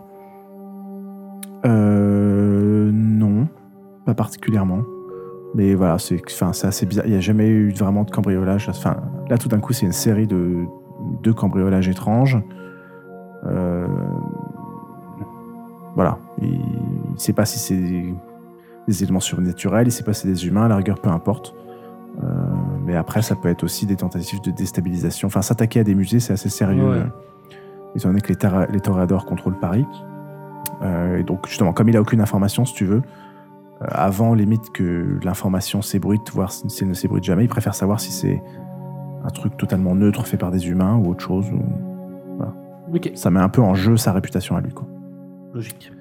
Euh, non, pas particulièrement. Mais voilà, c'est enfin, c'est assez bizarre. Il n'y a jamais eu vraiment de cambriolage. Enfin, là, tout d'un coup, c'est une série de, de cambriolages étranges. Euh, voilà. Il ne sait pas si c'est des, des éléments surnaturels, il ne sait pas si c'est des humains, à la rigueur, peu importe. Euh, mais après, ça peut être aussi des tentatives de déstabilisation. Enfin, s'attaquer à des musées, c'est assez sérieux. Ouais. euh, Étant donné que les, tara- les toréadors contrôlent Paris. Euh, et donc, justement, comme il a aucune information, si tu veux, euh, avant limite que l'information s'ébruite, voire si si elle ne s'ébruite jamais, il préfère savoir si c'est un truc totalement neutre fait par des humains ou autre chose. ou- Ok, Ça met un peu en jeu sa réputation à lui. Quoi. logique.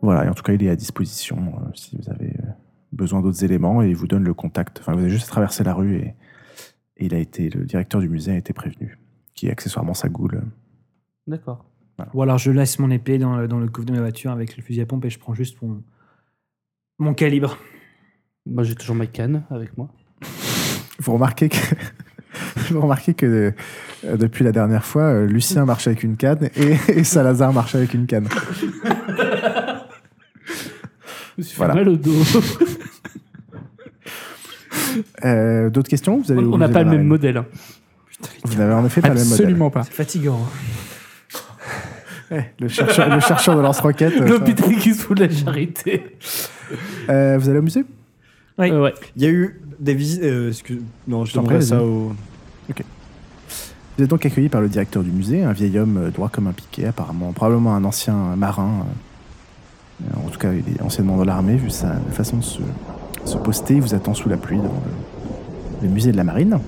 Voilà, et en tout cas, il est à disposition euh, si vous avez euh, besoin d'autres éléments et il vous donne le contact. Enfin, vous avez juste à traverser la rue et, et il a été, le directeur du musée a été prévenu, qui est accessoirement sa goule. D'accord. Ou alors je laisse mon épée dans le, dans le coffre de ma voiture avec le fusil à pompe et je prends juste mon, mon calibre. Moi, j'ai toujours ma canne avec moi. Vous remarquez que, vous remarquez que euh, depuis la dernière fois, euh, Lucien marche avec une canne et, et Salazar marche avec une canne. Je me suis fait Voilà. mal au dos. Euh, D'autres questions Vous allez au on n'a musée pas le même Mandarin. modèle. hein. Vous n'avez en effet pas le même modèle. Absolument pas. C'est fatigant. hein. Eh, Le chercheur, le chercheur de lance-roquette. euh, L'hôpital qui se fout de la charité. ça. Euh, vous allez au musée Oui. Euh, ouais. Il y a eu des visites. euh, excuse- Non, je T'en demanderai prie, ça vas-y. au. Vous êtes donc accueilli par le directeur du musée, un vieil homme euh, droit comme un piquet, apparemment, probablement un ancien euh, marin. euh, euh, en tout cas, il est anciennement dans l'armée, vu sa façon de se, se poster. Il vous attend sous la pluie devant le, le musée de la marine.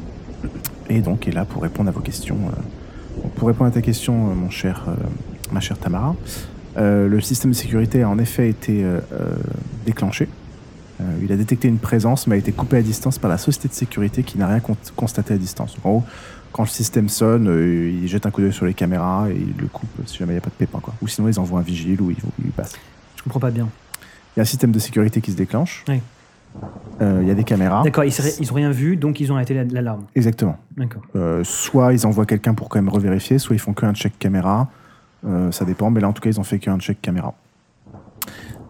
Et donc, est là pour répondre à vos questions. euh. Pour répondre à ta question, euh, mon cher, euh, ma chère Tamara, euh, le système de sécurité a en effet été euh, euh, déclenché. Euh, il a détecté une présence, mais a été coupé à distance par la société de sécurité qui n'a rien con- constaté à distance. En gros, quand le système sonne, euh, ils jettent un coup d'œil sur les caméras et ils le coupent si jamais il n'y a pas de pépin. Quoi. Ou sinon, ils envoient un vigile ou ils, ils passent. Je comprends pas bien. Il y a un système de sécurité qui se déclenche. Euh, Oui. Il y a des caméras. D'accord, ils, seraient- ils ont rien vu, donc ils ont arrêté la- l'alarme. Exactement. D'accord. Euh, soit ils envoient quelqu'un pour quand même revérifier, soit ils font qu'un check caméra. Euh, ça dépend, mais là, en tout cas, ils ont fait qu'un check caméra.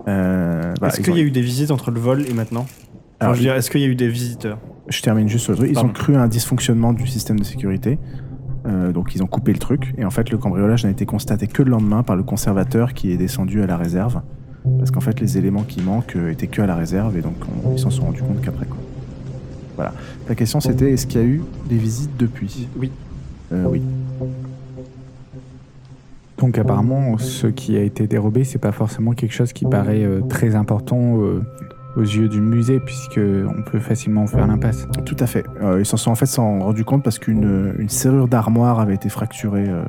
Euh, voilà, est-ce ils qu'il ont- y a eu des visites entre le vol et maintenant Alors, Bah, Alors, je veux dire, est-ce qu'il y a eu des visiteurs Je termine juste sur le truc. Ils Pardon. ont cru à un dysfonctionnement du système de sécurité. Euh, donc ils ont coupé le truc. Et en fait, le cambriolage n'a été constaté que le lendemain par le conservateur qui est descendu à la réserve. Parce qu'en fait, les éléments qui manquent euh, étaient que à la réserve. Et donc on- ils s'en sont rendus compte qu'après. quoi. Voilà. La question c'était est-ce qu'il y a eu des visites depuis Oui. Euh, oui. Donc apparemment, ce qui a été dérobé, c'est pas forcément quelque chose qui paraît euh, très important euh, aux yeux du musée, puisque on peut facilement faire l'impasse. Tout à fait. Euh, ils s'en sont en fait s'en rendu compte parce qu'une une serrure d'armoire avait été fracturée euh,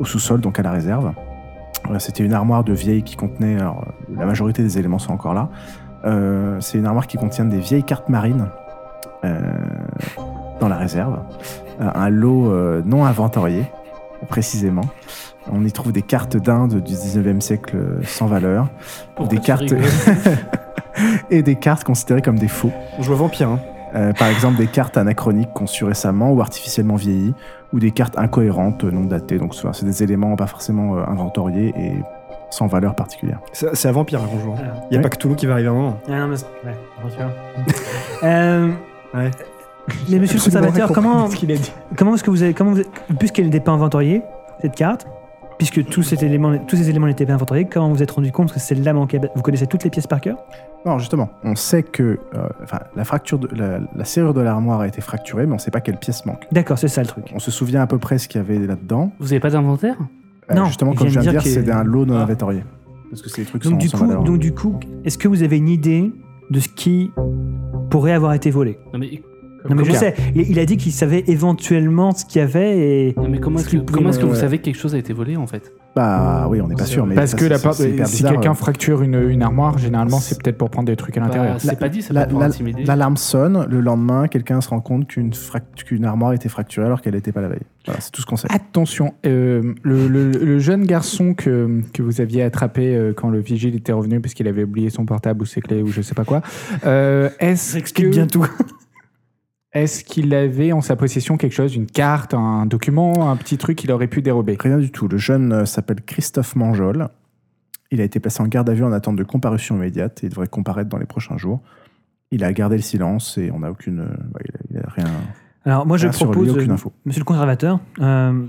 au sous-sol, donc à la réserve. Voilà, C'était une armoire de vieille qui contenait, alors, euh, la majorité des éléments sont encore là. Euh, C'est une armoire qui contient des vieilles cartes marines euh, dans la réserve, Euh, un lot euh, non inventorié précisément. On y trouve des cartes d'Inde du 19e siècle euh, sans valeur Pourquoi Des tu cartes. rigoles et des cartes considérées comme des faux. On joue à vampire, hein. Euh, par exemple, des cartes anachroniques conçues récemment ou artificiellement vieillies, ou des cartes incohérentes euh, non datées. Donc, c'est c'est des éléments pas forcément euh, inventoriés et sans valeur particulière. C'est c'est à vampire hein, qu'on joue. hein. Ah. Il n'y a Ouais. pas que Toulouse qui va arriver à un moment. Ah non, mais c'est- ouais, attention. Euh, Ouais. Mais monsieur le conservateur, comment, qu'il a dit comment est-ce que vous avez. Comment vous, puisqu'elle n'était pas inventoriée, cette carte, puisque tous, cet élément, tous ces éléments n'étaient pas inventoriés, comment vous vous êtes rendu compte que celle-là manquait Vous connaissez toutes les pièces par cœur Non, justement, on sait que euh, enfin, la, fracture de, la, la serrure de l'armoire a été fracturée, mais on sait pas quelle pièce manque. D'accord, c'est ça le truc. On se souvient à peu près ce qu'il y avait là-dedans. Vous avez pas d'inventaire Euh, Non, justement, il comme je viens vient de de dire, dire que- c'est un lot non Ah. inventorié. Parce que c'est des trucs Donc sans, du, sans coup, valeur. donc du coup, est-ce que vous avez une idée de ce qui pourrait avoir été volé Non, mais, Non mais je Combien sais, il, il a dit qu'il savait éventuellement ce qu'il y avait et... non, mais comment est-ce Est-ce que, que vous pouvez comment est-ce que me- vous savez que quelque chose a été volé en fait Bah oui, on n'est pas C'est- sûr. Mais Parce ça, que c'est- la c'est porte- hyper si bizarre, quelqu'un euh. fracture une, une armoire, généralement, c'est peut-être pour prendre des trucs à l'intérieur. Bah, c'est La- pas dit, ça peut la- être pour la- intimider. L'alarme sonne, le lendemain, quelqu'un se rend compte qu'une fract- qu'une armoire était fracturée alors qu'elle n'était pas la veille. Voilà, c'est tout ce qu'on sait. Attention, euh, le, le- le jeune garçon que, que vous aviez attrapé euh, quand le vigile était revenu parce qu'il avait oublié son portable ou ses clés ou je sais pas quoi, euh, est-ce que- bientôt. est-ce qu'il avait en sa possession quelque chose, une carte, un document, un petit truc qu'il aurait pu dérober Rien du tout. Le jeune euh, s'appelle Christophe Manjol. Il a été placé en garde à vue en attente de comparution immédiate et devrait comparaître dans les prochains jours. Il a gardé le silence et on n'a aucune. euh, bah, il, a, il a rien. Alors moi je rien sur lui, propose, aucune euh, info. Monsieur le conservateur, euh,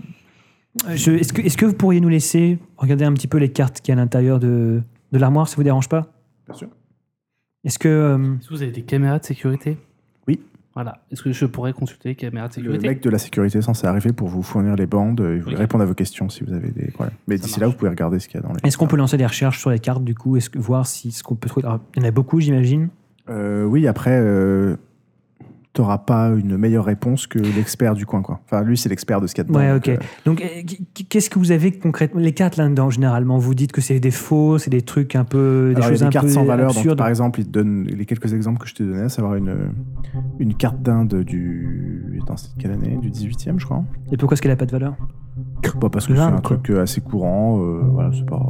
je- est-ce que, est-ce que vous pourriez nous laisser regarder un petit peu les cartes qu'il y a à l'intérieur de, de l'armoire, ça vous dérange pas Bien sûr. Est-ce que... euh, Est-ce que vous avez des caméras de sécurité Oui. Voilà. Est-ce que je pourrais consulter les caméras de Le sécurité mec de la sécurité censé arriver pour vous fournir les bandes euh, et vous Ok. répondre à vos questions si vous avez des problèmes. Mais Ça d'ici là, marche. vous pouvez regarder ce qu'il y a dans les. est-ce qu'on peut lancer des recherches sur les cartes du coup Est-ce que voir si ce qu'on peut trouver Alors, Il y en a beaucoup, j'imagine. Euh, oui, après, euh, t'auras pas une meilleure réponse que l'expert du coin, quoi. Enfin, lui, c'est l'expert de ce qu'il y a dedans. Ouais, donc, ok. euh, Donc, euh, qu- qu'est-ce que vous avez concrètement Les cartes là-dedans, généralement, vous dites que c'est des faux, c'est des trucs un peu, alors, il des y a choses des un cartes peu sans valeur. donc, absurdes. par exemple, il te donne les quelques exemples que je t'ai donnés, à savoir une, une carte d'Inde du. Attends, c'est de quelle année Du 18e, je crois. Et pourquoi est-ce qu'elle a pas de valeur Bah, parce que c'est L'Inde, un quoi. truc euh, assez courant. euh, voilà, c'est pas.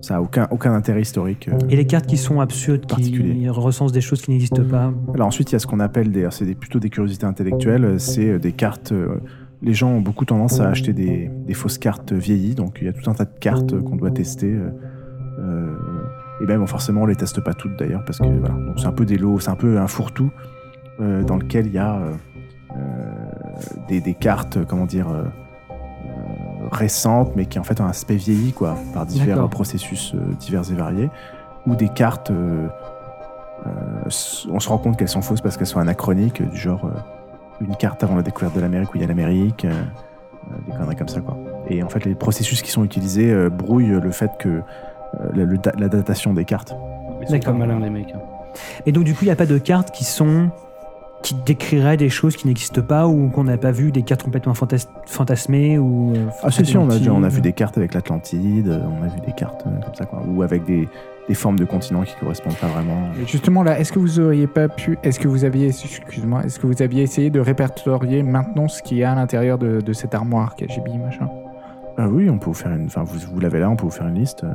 Ça a aucun, aucun intérêt historique. euh. Et les cartes qui sont absurdes, qui Particulier. recensent des choses qui n'existent pas. Alors ensuite, il y a ce qu'on appelle des, c'est des- plutôt des curiosités intellectuelles, euh, c'est euh, des cartes. euh, Les gens ont beaucoup tendance à acheter des, des fausses cartes vieillies, donc il y a tout un tas de cartes euh, qu'on doit tester. euh, euh, et ben bon, forcément, on les teste pas toutes d'ailleurs, parce que voilà, donc c'est un peu des lots, c'est un peu un fourre-tout euh, dans lequel il y a euh, euh, des, des cartes, euh, comment dire, euh, euh, récentes, mais qui en fait ont un aspect vieilli, quoi, par divers D'accord. processus euh, divers et variés, ou des cartes. euh, s- on se rend compte qu'elles sont fausses parce qu'elles sont anachroniques, euh, du genre euh, une carte avant la découverte de l'Amérique où il y a l'Amérique, euh, euh, des conneries comme ça quoi. Et en fait, les processus qui sont utilisés euh, brouillent le fait que euh, la, le da- la datation des cartes. Ils sont D'accord. pas malins, les mecs. hein. Et donc, du coup, il n'y a pas de cartes qui sont. qui décriraient des choses qui n'existent pas ou qu'on n'a pas vu, des cartes complètement fantas- fantasmées ou. euh, Ah si, si, on a, fantasmatiques. déjà- on a vu des cartes avec l'Atlantide, euh, on a vu des cartes euh, comme ça quoi, ou avec des, des formes de continents qui correspondent pas vraiment. Et Justement là, est-ce que vous auriez pas pu, est-ce que vous aviez, excuse-moi, est-ce que vous aviez essayé de répertorier maintenant ce qu'il y a à l'intérieur de, de cette armoire KGB machin Ah oui, on peut vous faire une, enfin vous, vous l'avez là, on peut vous faire une liste. euh.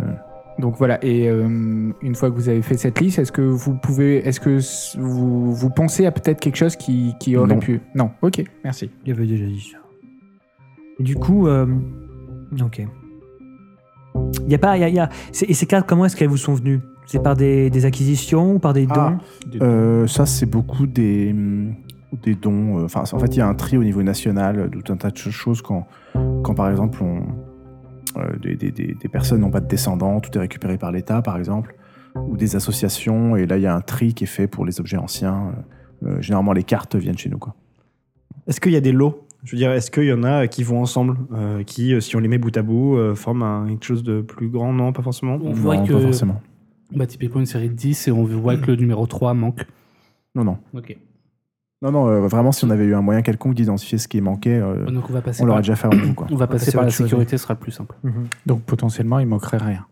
Donc voilà, et euh, une fois que vous avez fait cette liste, est-ce que vous pouvez, est-ce que s- vous, vous pensez à peut-être quelque chose qui, qui aurait Non. pu Non, ok, merci. Il avait déjà dit ça. Et du coup, euh, ok. Il y a pas, il y a, il y a- c'est- et ces cartes, comment est-ce qu'elles vous sont venues C'est par des, des acquisitions ou par des dons Ah. Euh, ça, c'est beaucoup des, hum, des dons. euh, Enfin, en fait, il y a un tri au niveau national, euh, tout un tas de cho- choses. Quand, quand par exemple, on, euh, des, des- des- des personnes n'ont pas de descendants, tout est récupéré par l'État, par exemple, ou des associations. Et là, il y a un tri qui est fait pour les objets anciens. Euh, euh, généralement, les cartes viennent chez nous. Quoi. Est-ce qu'il y a des lots Je veux dire, est-ce qu'il y en a qui vont ensemble euh, Qui, euh, si on les met bout à bout, euh, forment un- quelque chose de plus grand Non, pas forcément. On voit Non, que. pas forcément. Bah, typiquement une série de 10 et on voit que le numéro 3 manque. Non, non. Ok. Non, non, euh, vraiment, si on avait eu un moyen quelconque d'identifier ce qui manquait, euh, Donc on va passer on par, l'aurait déjà fait avant vous. Quoi. on va passer passer par à la autre chose, sécurité, ce sera le plus simple. Mhm. Donc potentiellement, il manquerait rien.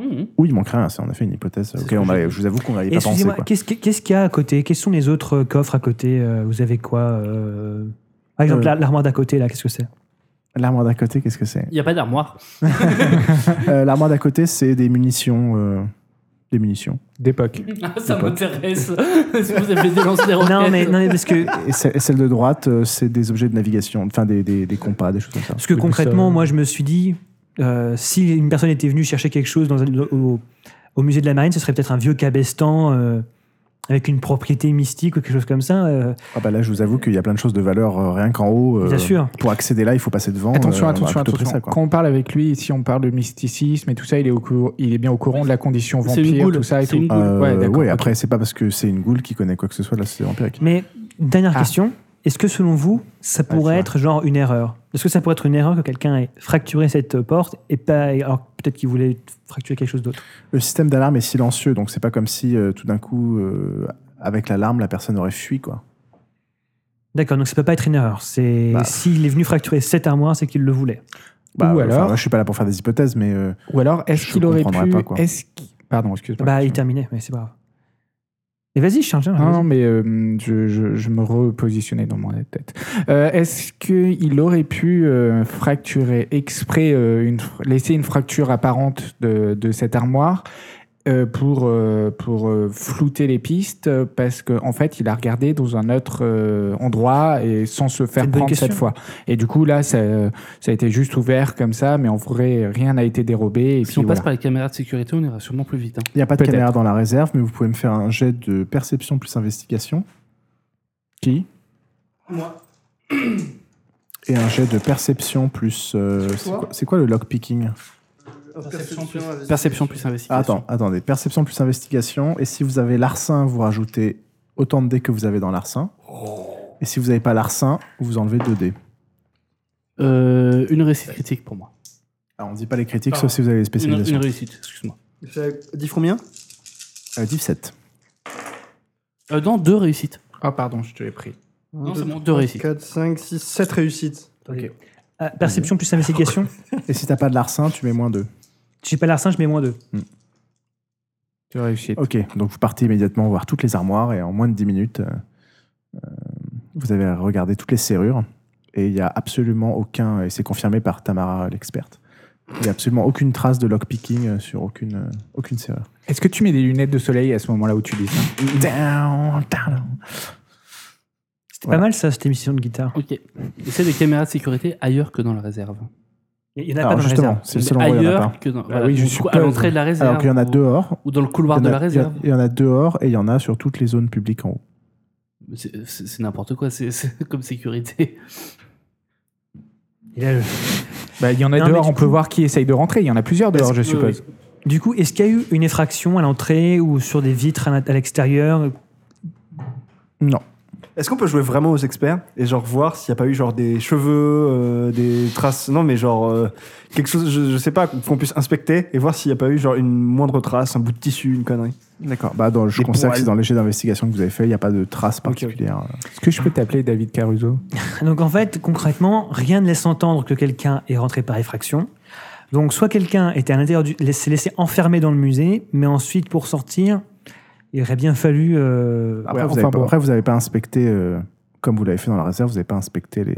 Oui, il manquerait rien, c'est en effet une hypothèse. ce Ok, que on j'ai m'avait- dit. je vous avoue qu'on n'avait Et pas pensé. Excusez-moi, Quoi. qu'est-ce qui- qu'est-ce qu'il y a à côté Quels sont les autres euh, coffres à côté Euh, Vous avez quoi euh, Par exemple, Euh. la- l'armoire d'à côté, là, qu'est-ce que c'est L'armoire d'à côté, qu'est-ce que c'est Il n'y a pas d'armoire. Euh, L'armoire d'à côté, c'est des munitions. euh, des munitions. D'époque. Ah, ça m'intéresse. Est-ce que vous avez des lancers non mais, non, mais parce que, Et, ce- et celle de droite, euh, c'est des objets de navigation, enfin des, des, des compas, des choses comme ça. parce que Oui, mais concrètement, ça- moi, je me suis dit, euh, si une personne était venue chercher quelque chose dans un- au, au musée de la marine, ce serait peut-être un vieux cabestan euh, avec une propriété mystique ou quelque chose comme ça. euh, Ah bah là, je vous avoue qu'il y a plein de choses de valeur euh, rien qu'en haut. euh, Bien sûr. Pour accéder là, il faut passer devant. attention, euh, attention, à tout près attention. ça, quoi. Quand on parle avec lui, ici, on parle de mysticisme et tout ça, il est au cour- il est bien au courant de la condition C'est une vampire, boule, tout ça et c'est tout. une boule. Euh, Ouais, d'accord, ouais, ok. après, c'est pas parce que c'est une goule qui connaît quoi que ce soit, là, c'est empirique. Mais dernière Ah. question, est-ce que selon vous, ça c'est pourrait vrai. être genre une erreur Est-ce que ça pourrait être une erreur que quelqu'un ait fracturé cette euh, porte et pas alors peut-être qu'il voulait fracturer quelque chose d'autre Le système d'alarme est silencieux, donc c'est pas comme si euh, tout d'un coup, euh, avec l'alarme, la personne aurait fui, quoi. D'accord, donc ça peut pas être une erreur. C'est Bah. s'il est venu fracturer cette armoire, c'est qu'il le voulait. Ou euh, alors- enfin, là, je suis pas là pour faire des hypothèses, mais euh, Ou alors, est-ce Je qu'il aurait comprendrais pu. pas, quoi. est-ce qu'il- Pardon, excuse-moi. Bah, il terminait, mais c'est pas grave. Et vas-y, je change. hein, Non, vas-y. non, mais euh, je, je- je me repositionnais dans ma tête. Euh, Est-ce qu'il aurait pu euh, fracturer exprès, euh, une fr- laisser une fracture apparente de, de cette armoire euh, pour, euh, pour euh, flouter les pistes euh, Parce qu'en en fait, il a regardé dans un autre euh, endroit et sans se C'est faire une bonne prendre cette question. fois. Et du coup, là, ça, ça a été juste ouvert comme ça, mais en vrai, rien n'a été dérobé. Et Si puis on passe voilà. par les caméras de sécurité, on ira sûrement plus vite. hein. il n'y a pas de Peut-être. caméra dans la réserve, mais vous pouvez me faire un jet de perception plus investigation. Qui Et un jet de perception plus. euh, c'est quoi, c'est quoi le lockpicking Perception plus investigation. Attends, attendez. Perception plus investigation. Et si vous avez l'arcin, vous rajoutez autant de dés que vous avez dans l'arcin. Et si vous n'avez pas l'arcin, vous enlevez 2 dés. Euh, une réussite critique pour moi. Alors, on ne dit pas les critiques, Ah. sauf si vous avez les Une, spécialisations. une réussite, excuse-moi. Dis combien Euh, 17. Euh, non, deux réussites. Ah, pardon, je te l'ai pris. Non, c'est bon, deux réussites. 4, 5, 6, 7 réussites. Ah, perception plus investigation. Et si t'as pas de l'arcin, tu mets moins 2. J'ai pas l'arcin, je mets moins 2. Tu as réussi. Ok, donc vous partez immédiatement voir toutes les armoires et en moins de 10 minutes, euh, euh, vous avez regardé toutes les serrures et il n'y a absolument aucun, et c'est confirmé par Tamara l'experte, il n'y a absolument aucune trace de lockpicking euh, sur aucune, euh, aucune serrure. Est-ce que tu mets des lunettes de soleil à ce moment-là où tu dis ça Down, down. C'était Voilà. pas mal ça, cette émission de guitare. Ok. Et c'est des caméras de sécurité ailleurs que dans la réserve. Il y en a pas Alors dans la justement, réserve. c'est le seul endroit où il y en a ailleurs pas. que dans. Bah oui, je donc, suppose. à l'entrée de la réserve. Alors qu'il y en a ou- dehors. Ou dans le il y en couloir a- de la il y en a- réserve. Il y en a dehors et il y en a sur toutes les zones publiques en haut. C'est c'est- c'est n'importe quoi, c'est c'est comme sécurité. Il y a- Bah, Il y en a Non, mais dehors, du on peut coup- voir qui essaye de rentrer. Il y en a plusieurs dehors, Est-ce je que- suppose. Du coup, est-ce qu'il y a eu une effraction à l'entrée ou sur des vitres à l'int- à l'extérieur Non. Est-ce qu'on peut jouer vraiment aux experts et genre voir s'il n'y a pas eu genre des cheveux, euh, des traces, non mais genre euh, quelque chose, je, je sais pas, qu'on puisse inspecter et voir s'il n'y a pas eu genre une moindre trace, un bout de tissu, une connerie. D'accord. Bah, dans- je Des constate que c'est poils. dans les jets d'investigation que vous avez fait, il n'y a pas de traces particulières. Est-ce que je peux t'appeler David Caruso Donc en fait, concrètement, rien ne laisse entendre que quelqu'un est rentré par effraction. Donc soit quelqu'un était à l'intérieur du... s'est laissé enfermer dans le musée, mais ensuite pour sortir, il aurait bien fallu... euh, Après, Ouais, vous n'avez enfin pas, bon. après, vous avez pas inspecté, euh, comme vous l'avez fait dans la réserve, vous n'avez pas inspecté les,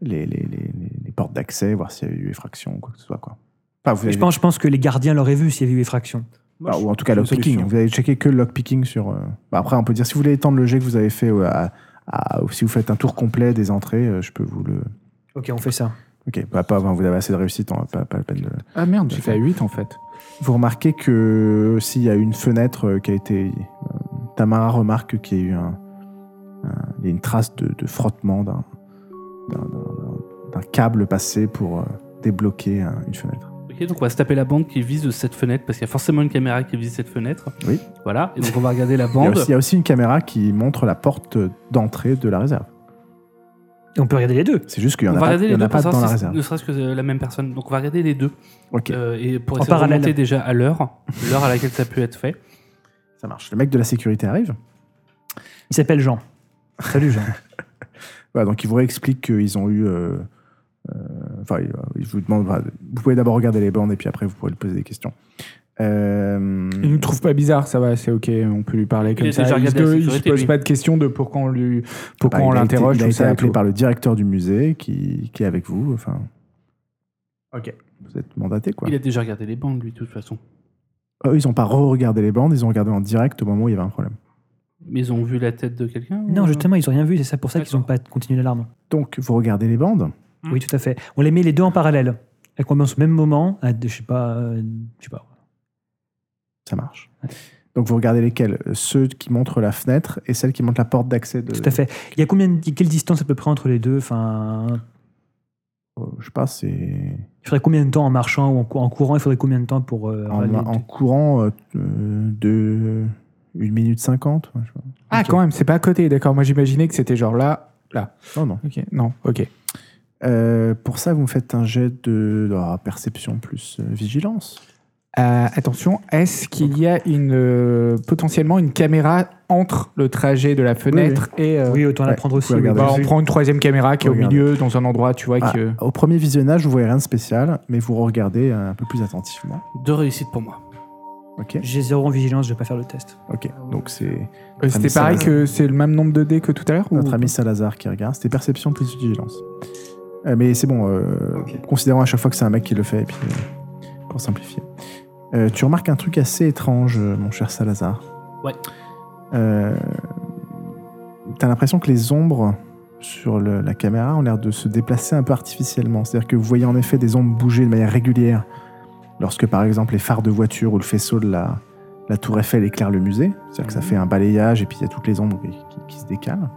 les, les, les- les- les portes d'accès, voir s'il y a eu effraction ou quoi que ce soit. Quoi. Enfin, vous je, avez- pense, je pense que les gardiens l'auraient vu s'il y avait eu effraction. bah, ou en tout cas, lockpicking. Vous avez checké que le lockpicking sur. euh, bah, après, on peut dire, si vous voulez étendre le jet que vous avez fait, euh, à- à- ou si vous faites un tour complet des entrées, euh, je peux vous le. Ok, on fait ça. Ok, bah, pas, vous avez assez de réussite, on va pas, pas la peine de. Ah merde, j'ai fait à 8 en fait. Vous remarquez que s'il y a une fenêtre euh, qui a été. euh, Tamara remarque qu'il y a eu un, un- il y a une trace de, de frottement d'un, d'un, d'un- d'un câble passé pour euh, débloquer un- une fenêtre. Ok, donc on va se taper la bande qui vise de cette fenêtre, parce qu'il y a forcément une caméra qui vise cette fenêtre. Oui. Voilà, et donc on va regarder la Il y, a bande. aussi, il y a aussi une caméra qui montre la porte d'entrée de la réserve. Et on peut regarder les deux. C'est juste qu'il on n'y en va a pas, regarder il y les en deux a pas pour dans la savoir si c'est réserve. ne serait-ce que euh, la même personne. Donc on va regarder les deux. Ok, Euh, et pour En essayer de remonter parallèle. déjà à l'heure, l'heure à laquelle ça a pu être fait. ça marche. Le mec de la sécurité arrive. Il s'appelle Jean. Salut Jean. Voilà, donc il vous réexplique qu'ils ont eu. euh, euh, Enfin, il- il vous demande. enfin, Vous pouvez d'abord regarder les bandes et puis après vous pourrez lui poser des questions. Euh, Il ne trouve pas bizarre, ça va, c'est ok, on peut lui parler comme Mm. a ça. déjà Il se, regardé la il se sécurité, pose lui. pas de questions de pourquoi on lui, pourquoi Bah, on il a été- l'interroge. Il a tout été ça et appelé tout. par le directeur du musée qui, qui est avec vous. Enfin, Ok. vous êtes mandaté quoi. Il a déjà regardé les bandes, lui, de toute façon. Eux, ils n'ont pas re-regardé les bandes, ils ont regardé en direct au moment où il y avait un problème. Mais ils ont vu la tête de quelqu'un Non, ou- euh, justement, ils ont rien vu, c'est ça pour ça qu'ils n'ont D'accord. pas continué l'alarme. Donc, vous regardez les bandes. Oui, tout à fait. On les met les deux en parallèle. Elles commencent au même moment, à, je sais pas, euh, je sais pas. Ça marche. Donc, vous regardez lesquelles Ceux qui montrent la fenêtre et celles qui montrent la porte d'accès de. Tout à fait. Il y a combien, de- quelle distance à peu près entre les deux Enfin, Euh, je sais pas, c'est. il faudrait combien de temps en marchant ou en, cou- en courant Il faudrait combien de temps pour euh, En, aller- en courant euh, euh, de. 1 minute 50 ouais, je sais pas. Ah, quand même, c'est pas à côté, d'accord. Moi j'imaginais que c'était genre là. Oh, Non, non. Ok, non, ok. Euh, pour ça, vous me faites un jet de, de perception plus euh, vigilance. Euh, attention, est-ce qu'il y a une, euh, potentiellement une caméra entre le trajet de la fenêtre et. euh, Oui, autant la ouais, prendre vous aussi. pouvez oui. regarder. bah, on prend une troisième caméra qui est au Regardez. milieu, dans un endroit, tu vois, euh, Ah, que. Au premier visionnage, vous voyez rien de spécial, mais vous regardez euh, un peu plus attentivement. Deux réussites pour moi. Ok, J'ai zéro en vigilance, je vais pas faire le test. ok. Donc c'est Euh, ami C'était pareil Salazar. que c'est le même nombre de dés que tout à l'heure ou- notre ami Salazar qui regarde. C'était perception plus vigilance. Euh, mais c'est bon, euh, considérons à chaque fois que c'est un mec qui le fait, et puis euh, pour simplifier. Euh, tu remarques un truc assez étrange, euh, mon cher Salazar. Ouais. Euh, T'as l'impression que les ombres sur le- la caméra ont l'air de se déplacer un peu artificiellement. C'est-à-dire que vous voyez en effet des ombres bouger de manière régulière lorsque, par exemple, les phares de voiture ou le faisceau de la, la tour Eiffel éclaire le musée. C'est-à-dire Mhm. que ça fait un balayage et puis il y a toutes les ombres qui- qui- qui se décalent.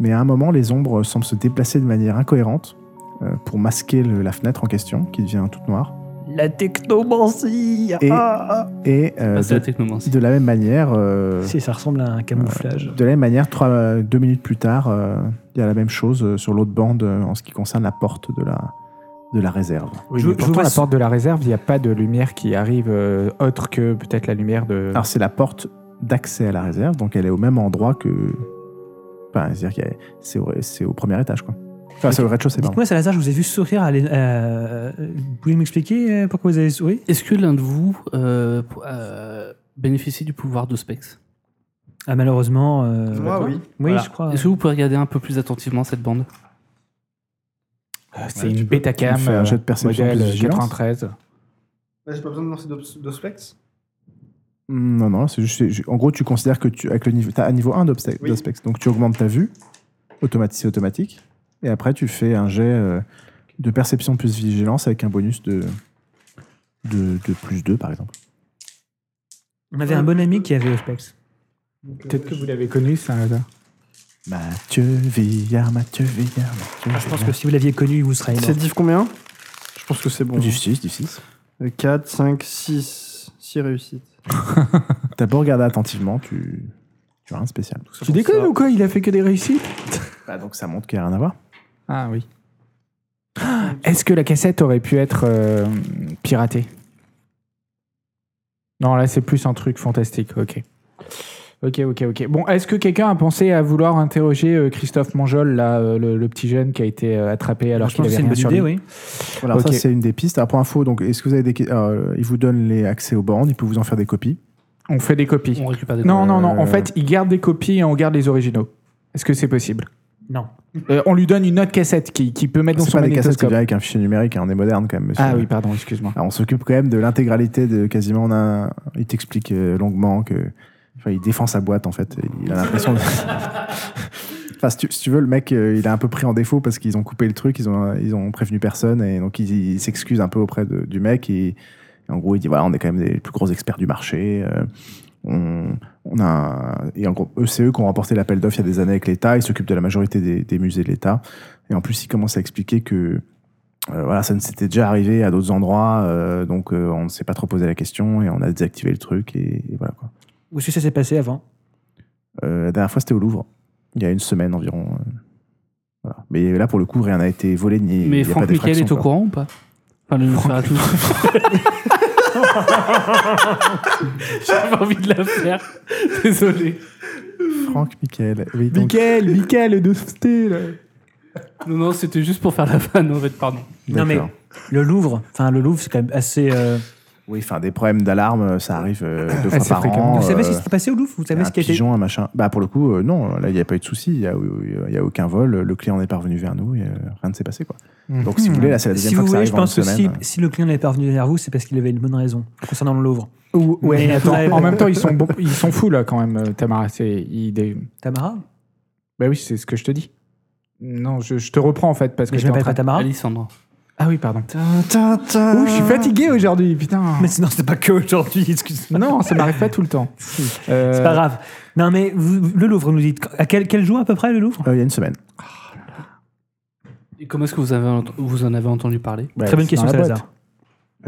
Mais à un moment, les ombres semblent se déplacer de manière incohérente euh, pour masquer le- la fenêtre en question, qui devient toute noire. La technomancie Et- ah, Et euh, Passe de la de, technomancie. de la même manière, euh, Si, Ça ressemble à un camouflage. de la même manière, trois, euh, deux minutes plus tard, euh, il y a la même chose euh, sur l'autre bande euh, en ce qui concerne la porte de la, de la réserve. Oui, Je- mais je pourtant, vois la ce- porte de la réserve, il n'y a pas de lumière qui arrive euh, autre que peut-être la lumière de. Alors c'est la porte d'accès à la réserve, donc elle est au même endroit que... Enfin, c'est-à-dire qu'il y a- c'est au, c'est au premier étage, quoi. Enfin, c'est au rez-de-chaussée, pardon. Dites-moi, Salazar, je vous ai vu sourire. à l'é- euh, vous pouvez m'expliquer euh, pourquoi vous avez souri Est-ce que l'un de vous euh, pour- euh, bénéficie du pouvoir de Specs Ah, malheureusement. euh, Moi, oui. Oui, Voilà. je crois. Est-ce que vous pouvez regarder un peu plus attentivement cette bande Euh, c'est Ouais, tu une peux- Betacam. tu me fais un jet de euh, perception modèle plus vigilance. 93. Bah, J'ai pas besoin de lancer d'Osplex Mm, Non, non, c'est juste. c'est ju- En gros, tu considères que tu, avec le niveau, as un niveau 1 d'obspe- Oui. d'Ospex. Donc tu augmentes ta vue, automati- c'est automatique. Et après, tu fais un jet euh, de perception plus vigilance avec un bonus de, de, de plus 2, par exemple. On avait un bon ami qui avait Ospex. euh, Peut-être que vous l'avez connu, c'est un hasard. Mathieu Villard, Mathieu Villard, Mathieu je pense que si vous l'aviez connu, vous seriez mort. C'est diff combien Euh, Je pense que c'est bon. Du 6, du 6. 4, 5, 6. 6 réussites. T'as beau regarder attentivement, tu. Tu as rien de spécial. Tu déconnes ou quoi Il a fait que des réussites Bah, donc ça montre qu'il n'y a rien à voir. Ah oui. Ah, Est-ce que la cassette aurait pu être euh, piratée Non, là c'est plus un truc fantastique, ok. Ok, ok, ok. Bon, est-ce que quelqu'un a pensé à vouloir interroger euh, Christophe Manjol, là, euh, le, le petit jeune qui a été euh, attrapé alors je qu'il pense que avait c'est une rien sur bonne idée, lui oui. Voilà, Ok. ça c'est une des pistes. Alors pour info, donc est-ce que vous avez des, que- euh, il vous donne les accès aux bandes, il peut vous en faire des copies. On fait des copies. On récupère des Non, non, non. Euh, En fait, il garde des copies et on garde les originaux. Est-ce que c'est possible Non. Euh, On lui donne une autre cassette qui, qui peut mettre dans Ah, C'est son pas des cassettes qui magnétoscope. viennent avec un fichier numérique, hein, on est moderne quand même. Monsieur. Ah oui, pardon, excuse-moi. Alors, on s'occupe quand même de l'intégralité de quasiment. On a, il t'explique euh, longuement que. Enfin, il défend sa boîte en fait. Il a l'impression. De... enfin, si tu, si tu veux, le mec, euh, il a un peu pris en défaut parce qu'ils ont coupé le truc, ils ont, ils ont prévenu personne et donc il, il s'excuse un peu auprès de- du mec et, et en gros il dit voilà, on est quand même les plus gros experts du marché. euh, on, on a un- et en gros, eux, c'est eux qui ont remporté l'appel d'offres il y a des années avec l'État. Ils s'occupent de la majorité des, des musées de l'État. Et en plus, ils commencent à expliquer que euh, voilà, ça ne s'était déjà arrivé à d'autres endroits, euh, donc euh, on ne s'est pas trop posé la question et on a désactivé le truc et, et voilà quoi. Où est-ce que ça s'est passé avant Euh, la dernière fois c'était au Louvre, il y a une semaine environ. euh, voilà. Mais là pour le coup rien n'a été volé ni. il y Mais a pas Franck Michael d'effraction, est au quoi. courant ou pas Enfin, le faire à tous. J'avais envie de la faire. Désolé. Franck Michael, oui. donc- Michael, Michael de Sté, là. Non, non, c'était juste pour faire la vanne, en fait, pardon. Non, mais D'accord. le Louvre, enfin, le Louvre, c'est quand même assez. euh, Oui, enfin des problèmes d'alarme, ça arrive euh, deux fois Assez par fréquemment. an. Ah, Vous savez euh, ce qui s'est passé au Louvre Vous il y savez a ce un qui a été. pigeon, un machin. Bah pour le coup, euh, non, là il n'y a pas eu de souci, il n'y a, il y a aucun vol, le client n'est pas revenu vers nous, et, euh, rien ne s'est passé quoi. Mm. Donc si vous voulez, là c'est la deuxième Mhm. Si fois vous que ça voulez, je arrive en pense que une si, semaine. si le client n'est pas revenu vers vous, c'est parce qu'il avait une bonne raison concernant le Louvre. Ou- ouais, Mais mais attends, après- euh, en même temps, ils sont, bon- ils sont fous là quand même, euh, Tamara. C'est, ils dé- Tamara Bah oui, c'est ce que je te dis. Non, je, je te reprends en fait parce Mais que je t'es en m'appelle pas train- Tamara. Alissandre. Ah oui, pardon. Ouh, Ouh, je suis fatigué aujourd'hui, putain. Mais sinon, c'est pas que aujourd'hui, excuse-moi. Non, ça m'arrive pas tout le temps. Euh, C'est pas grave. Non, mais vous- le Louvre, vous nous dites. À quel, quel jour à peu près, le Louvre Euh, Il y a une semaine. Et comment est-ce que vous, avez ent- vous en avez entendu parler Bah, Très bonne c'est dans question, la boîte. Salazar.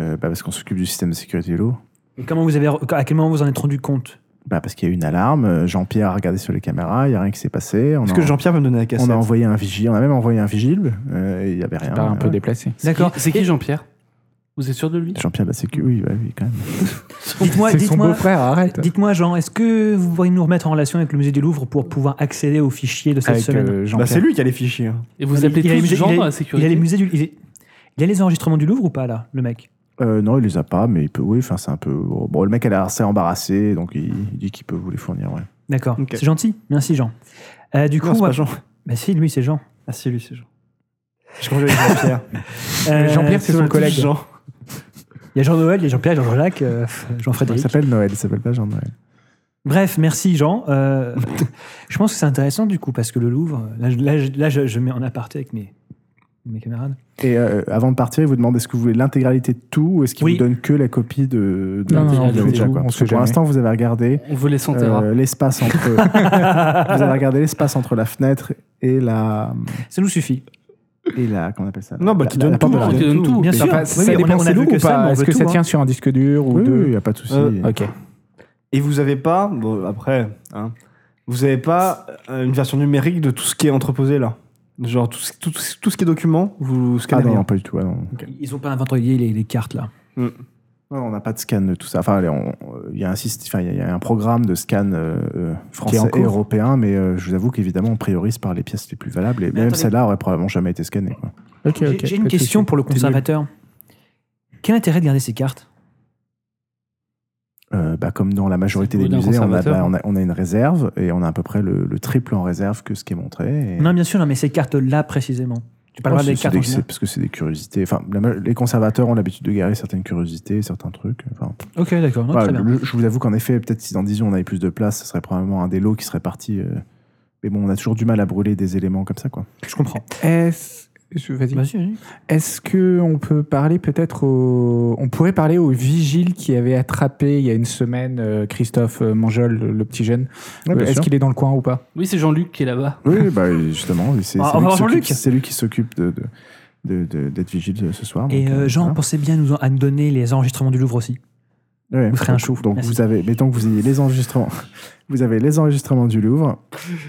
Euh, bah, Parce qu'on s'occupe du système de sécurité de l'eau. Comment vous avez, à quel moment vous en êtes rendu compte Bah, parce qu'il y a eu une alarme, euh, Jean-Pierre a regardé sur les caméras, il n'y a rien qui s'est passé. On Est-ce a, que Jean-Pierre peut me donner la cassette on a envoyé un vigile, on a même envoyé un vigile, euh, et il n'y avait rien. Par un peu Ouais. déplacé. D'accord. C'est qui Jean-Pierre Vous êtes sûr de lui Jean-Pierre de la Sécu, oui, bah oui, quand même. Dites-moi, C'est son dites-moi, beau-frère, arrête. dites-moi, Jean, est-ce que vous pourriez nous remettre en relation avec le musée du Louvre pour pouvoir accéder aux fichiers de cette Avec, semaine euh, Bah, Jean-Pierre. c'est lui qui a les fichiers. hein. Et vous Il a- appelez il a les tous musées- gens il a- dans la Il sécurité a les musées du, il, est- il a les enregistrements du Louvre ou pas là, le mec Euh, non, il les a pas, mais il peut. Oui, enfin, c'est un peu. oh, Bon, le mec a l'air assez embarrassé, donc il, il dit qu'il peut vous les fournir. Ouais. D'accord. Ok. C'est gentil. Merci Jean. Euh, du coup, Non, c'est on va- pas Jean. bah si, lui, c'est Jean. Ah, c'est lui, c'est Jean. Je confonds avec Jean-Pierre. Euh, Jean-Pierre, c'est son collègue. Jean. Il y a Jean-Noël, il y a Jean-Pierre, Jean-Jacques, euh, Il Jean-Frédéric. s'appelle Noël, il s'appelle pas Jean-Noël. Bref, merci Jean. Euh, je pense que c'est intéressant du coup parce que le Louvre, là, je- là, je- là, je, je mets en aparté avec mes, mes camarades. Et euh, avant de partir, il vous demande est-ce que vous voulez l'intégralité de tout ou est-ce qu'il Oui. vous donne que la copie de. de Non, non, de- non, de- on fait déjà, tout, quoi. on Parce sait que Pour jamais. l'instant, vous avez regardé On veut les Santera. euh, l'espace entre. vous avez regardé l'espace entre la fenêtre et la. Ça nous suffit. Et la. Comment on appelle ça Non, bah, La- qui la- donne la tout, porte de la hein, on fenêtre. te donne tout. Bien sûr. Enfin, Oui, ça oui, on a- dépend, on a c'est vu lourd que ou ça, mais pas on Est-ce veut que tout, ça hein. tient sur un disque dur ou Oui, deux oui, il n'y a pas de souci. Ah Euh, Ok. Et vous avez pas, bon, après, hein, vous avez pas euh, une version numérique de tout ce qui est entreposé là. Genre tout, ce- tout, ce- tout ce qui est document, vous Ah scannez non, rien. non, pas du tout. ah non. Ils ont pas inventorié les, les cartes là. Ouais, on n'a pas de scan de tout ça. Enfin, allez, on- il y, a un syst- enfin, il y a- il y a un programme de scan euh, euh, Qui est en français cours. et européen, mais euh, je vous avoue qu'évidemment, on priorise par les pièces les plus valables. Et même attendez. celle-là aurait probablement jamais été scannée. quoi. Ok, J'ai- ok, J'ai pas une de question souci. pour le T'es nul. conservateur. Quel intérêt de garder ces cartes Euh, bah, comme dans la majorité C'est des le goût d'un musées, on a, conservateur. bah, on a- on a une réserve et on a à peu près le, le triple en réserve que ce qui est montré. et- Non, bien sûr, non, mais ces cartes là précisément. Non, Tu parles c'est- des c'est cartes. des- en c'est général. parce que c'est des curiosités. Enfin, la ma- les conservateurs ont l'habitude de garder certaines curiosités, certains trucs. Enfin, Ok, d'accord. Non, voilà, très bien. le- je vous avoue qu'en effet, peut-être si dans 10 ans on avait plus de place, ce serait probablement un des lots qui serait parti. euh, Mais bon, on a toujours du mal à brûler des éléments comme ça, quoi. Je comprends. Est-ce je- vas-y. Vas-y, vas-y. Est-ce que on peut parler peut-être au... On pourrait parler au vigile qui avait attrapé il y a une semaine euh, Christophe euh, Mangeol, le, le petit jeune. Ouais, bien Euh, Est-ce sûr. qu'il est dans le coin ou pas Oui, c'est Jean-Luc qui est là-bas. Oui, bah, justement, c'est- c'est Ah, on lui va qui voir Jean-Luc. s'occupe- c'est lui qui s'occupe de- de- de- de- d'être vigile ce soir. Et donc, euh, euh, Jean, voilà. pensez bien nous en- à nous donner les enregistrements du Louvre aussi. Ouais, vous ferez un donc- chou. Donc Merci. vous avez, mettons que vous ayez les enregistrements, vous avez les enregistrements du Louvre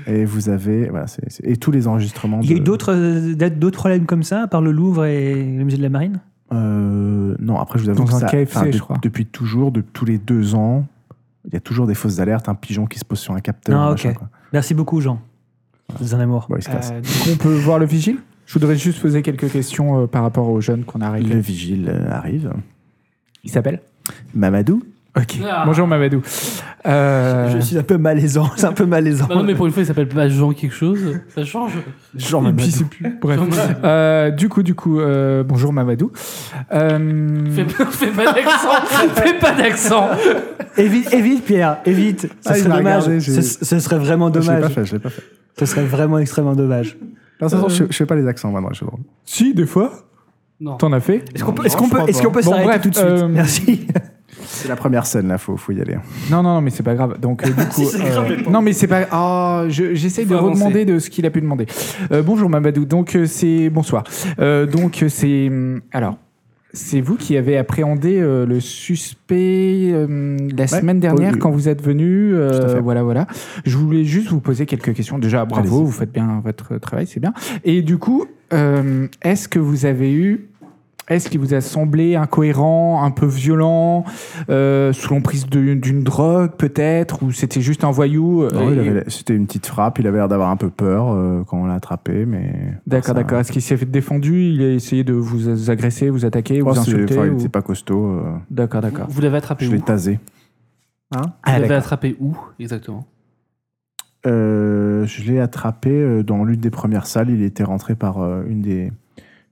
et vous avez voilà, c'est- c'est- et tous les enregistrements. Il y a eu de- d'autres euh, d'autres problèmes comme ça, à part le Louvre et le musée de la Marine Euh, non, après je vous avoue Dans que un ça- KFC, enfin, de- je crois. depuis toujours, de tous les deux ans, il y a toujours des fausses alertes, un pigeon qui se pose sur un capteur. Ah, machin, ok. quoi. Merci beaucoup, Jean. Vous êtes un amour. Bon, il se casse. Euh, donc On peut voir le vigile Je voudrais juste poser quelques questions euh, par rapport au jeune qu'on a arrêté. Le vigile euh, arrive. Il s'appelle Mamadou. Ok. Ah. Bonjour Mamadou. Euh, Je suis un peu malaisant, c'est un peu malaisant. Bah non, mais pour une fois, il s'appelle pas Jean quelque chose. Ça change. Jean et Bah, Mamadou. puis c'est plus. Bref. Jean Mamadou. Euh, du coup, du coup, euh, bonjour Mamadou. Euh, Fais pas, fais pas d'accent. fais pas d'accent. Évite, évite, Pierre, évite. Ce Ah, il serait m'a dommage. regardé, j'ai- ce, ce serait vraiment Je l'ai pas dommage. fait, je l'ai pas fait. Ce serait vraiment extrêmement dommage. Non, ça, je, je fais pas les accents, moi, non, je suis drôle. Si, des fois, Non. t'en as fait. Est-ce qu'on peut, Non, est-ce qu'on je peut, crois est-ce qu'on peut pas. Bon, s'arrêter bref, tout de suite euh, Merci. C'est la première scène, là, faut, faut y aller. Non, non, non, mais c'est pas grave. Donc, euh, du coup, c'est euh, grave, mais non, mais c'est pas. Ah, je- j'essaye Faut de avancer. redemander de ce qu'il a pu demander. Euh, bonjour Mamadou. Donc, euh, c'est bonsoir. Euh, donc, euh, c'est hum, alors. C'est vous qui avez appréhendé euh, le suspect euh, la semaine dernière Oui. quand vous êtes venu. euh, Tout à fait. voilà, voilà. Je voulais juste vous poser quelques questions. Déjà, bravo, Allez-y. vous faites bien votre travail, c'est bien. Et du coup, euh, est-ce que vous avez eu est-ce qu'il vous a semblé incohérent, un peu violent, euh, sous l'emprise de- d'une drogue peut-être, ou c'était juste un voyou euh, Non, Oh, il et- avait- C'était une petite frappe, il avait l'air d'avoir un peu peur euh, quand on l'a attrapé, mais. D'accord, ça- d'accord. Est-ce qu'il s'est fait défendu Il a essayé de vous agresser, vous attaquer, Je vous pense que Oh, c'est- insulter enfin, il ou- était pas costaud. euh, D'accord, d'accord. Vous l'avez attrapé je où l'ai tasé. Ah, Vous l'avez d'accord. attrapé où exactement Euh, je l'ai attrapé euh, dans l'une des premières salles. Il était rentré par euh, une des,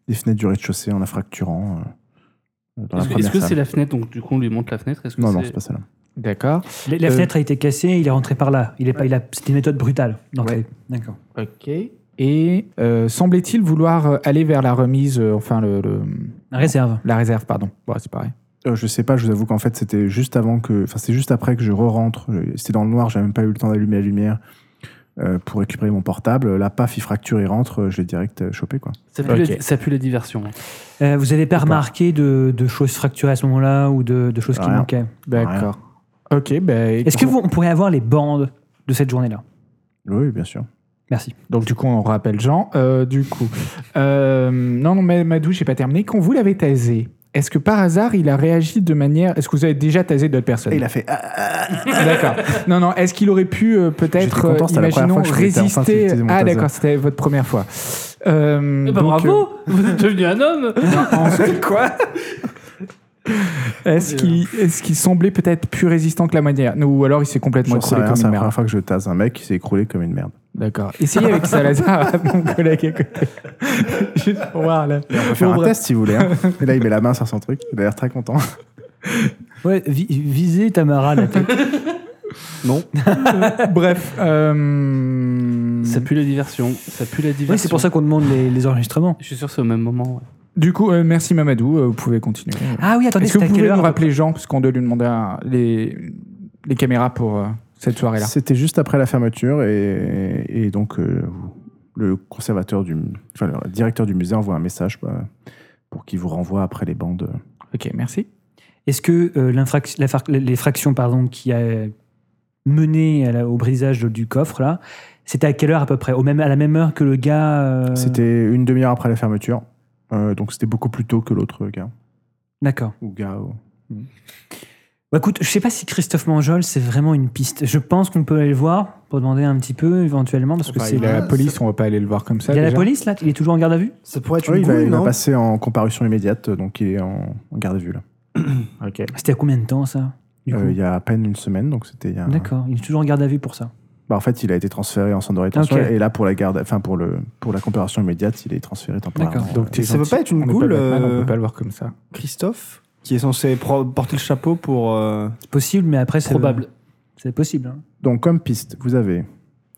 des fenêtres du rez-de-chaussée en la fracturant. euh, dans la Est-ce que- première est-ce que c'est salle. la fenêtre Donc, du coup, on lui montre la fenêtre. Est-ce que Non, non, c'est- c'est pas ça. là D'accord. La, la Euh, fenêtre a été cassée, il est rentré par là. Il est pas, il a, c'était une méthode brutale d'entrée. D'accord. Ok. Et euh, semblait-il vouloir euh, aller vers la remise, euh, enfin le, le- La réserve. la réserve, pardon. Bon, c'est pareil. Euh, je sais pas, je vous avoue qu'en fait, c'était juste avant que. Enfin, c'est juste après que je re-rentre. Je- C'était dans le noir, j'avais même pas eu le temps d'allumer la lumière euh, pour récupérer mon portable. La paf, il fracture, il rentre, euh, je l'ai direct euh, chopé, quoi. ça pue, Ok. la, ça pue la diversion. hein. Euh, vous n'avez pas Ou pas. remarqué de, de choses fracturées à ce moment-là ou de, de choses qui Rien. manquaient D'accord. Ok, ben. Est-ce que vous, on pourrait avoir les bandes de cette journée-là Oui, bien sûr. Merci. Donc du coup, on rappelle Jean. Euh, du coup, euh, non, non, mais Madou, j'ai pas terminé. Quand vous l'avez tasé, Est-ce que par hasard, il a réagi de manière. Est-ce que vous avez déjà tasé d'autres personnes Et il a fait. ah, D'accord. Non, non. Est-ce qu'il aurait pu euh, peut-être, J'étais content, c'était la première imaginons, fois que je faisais ça, enfin, résister c'était mon Ah, taser. d'accord. C'était votre première fois. Euh, Eh donc, euh, ben, bravo Vous êtes devenu un homme Quoi Est-ce qu'il est-ce qu'il semblait peut-être plus résistant que la manière Ou alors il s'est complètement j'en sais écroulé rien, comme c'est une la merde. première fois que je tase un mec qui s'est écroulé comme une merde. D'accord. Essayez avec Salazar, mon collègue à côté. Juste pour voir là. On peut faire Bon, un bref. test si vous voulez. hein. Et là, il met la main sur son truc. Il a l'air très content. Ouais, vi- viser Tamara la tête. Non. Bref. euh, Ça pue la diversion. Ça pue la diversion. Oui, c'est pour ça qu'on demande les, les enregistrements. Je suis sûr que c'est au même moment. ouais. Du coup, euh, merci Mamadou, euh, vous pouvez continuer. Ah oui, attendez, Est-ce que c'était vous à quelle pouvez nous heure rappeler Jean, parce qu'on doit lui demander euh, les, les caméras pour euh, cette soirée-là C'était juste après la fermeture et, et donc euh, le conservateur du, enfin, le directeur du musée envoie un message bah, pour qu'il vous renvoie après les bandes. Euh. Ok, merci. Est-ce que euh, l'infrac- la far- les fractions pardon, qui a mené à la- au brisage du coffre, là, c'était à quelle heure à peu près au même, À la même heure que le gars euh, C'était une demi-heure après la fermeture, Euh, donc c'était beaucoup plus tôt que l'autre gars D'accord. ou gars. ou- Bah, écoute, je sais pas si Christophe Manjol, c'est vraiment une piste. Je pense qu'on peut aller le voir pour demander un petit peu éventuellement, parce que Enfin, c'est. il a la Ah, police, on va pas aller le voir comme ça. Il y a la déjà. police là Il est toujours en garde à vue Ça pourrait être une Oui, il, va, couille, il va non passer en comparution immédiate, donc il est en, en garde à vue là. Ok. C'était à combien de temps ça du coup Euh, il y a à peine une semaine, donc c'était. il y a- D'accord, il est toujours en garde à vue pour ça. Bah, en fait, il a été transféré en centre de rétention Ok. et là pour la garde, enfin pour le pour la comparution immédiate, il est transféré temporairement. D'accord. Donc, t'es Ça peut gentil. pas être une On est goule, Batman, On euh, peut pas le voir comme ça. Christophe, qui est censé pro- porter le chapeau pour. euh, C'est possible, mais après c'est. Probable. C'est possible. hein. Donc, comme piste, vous avez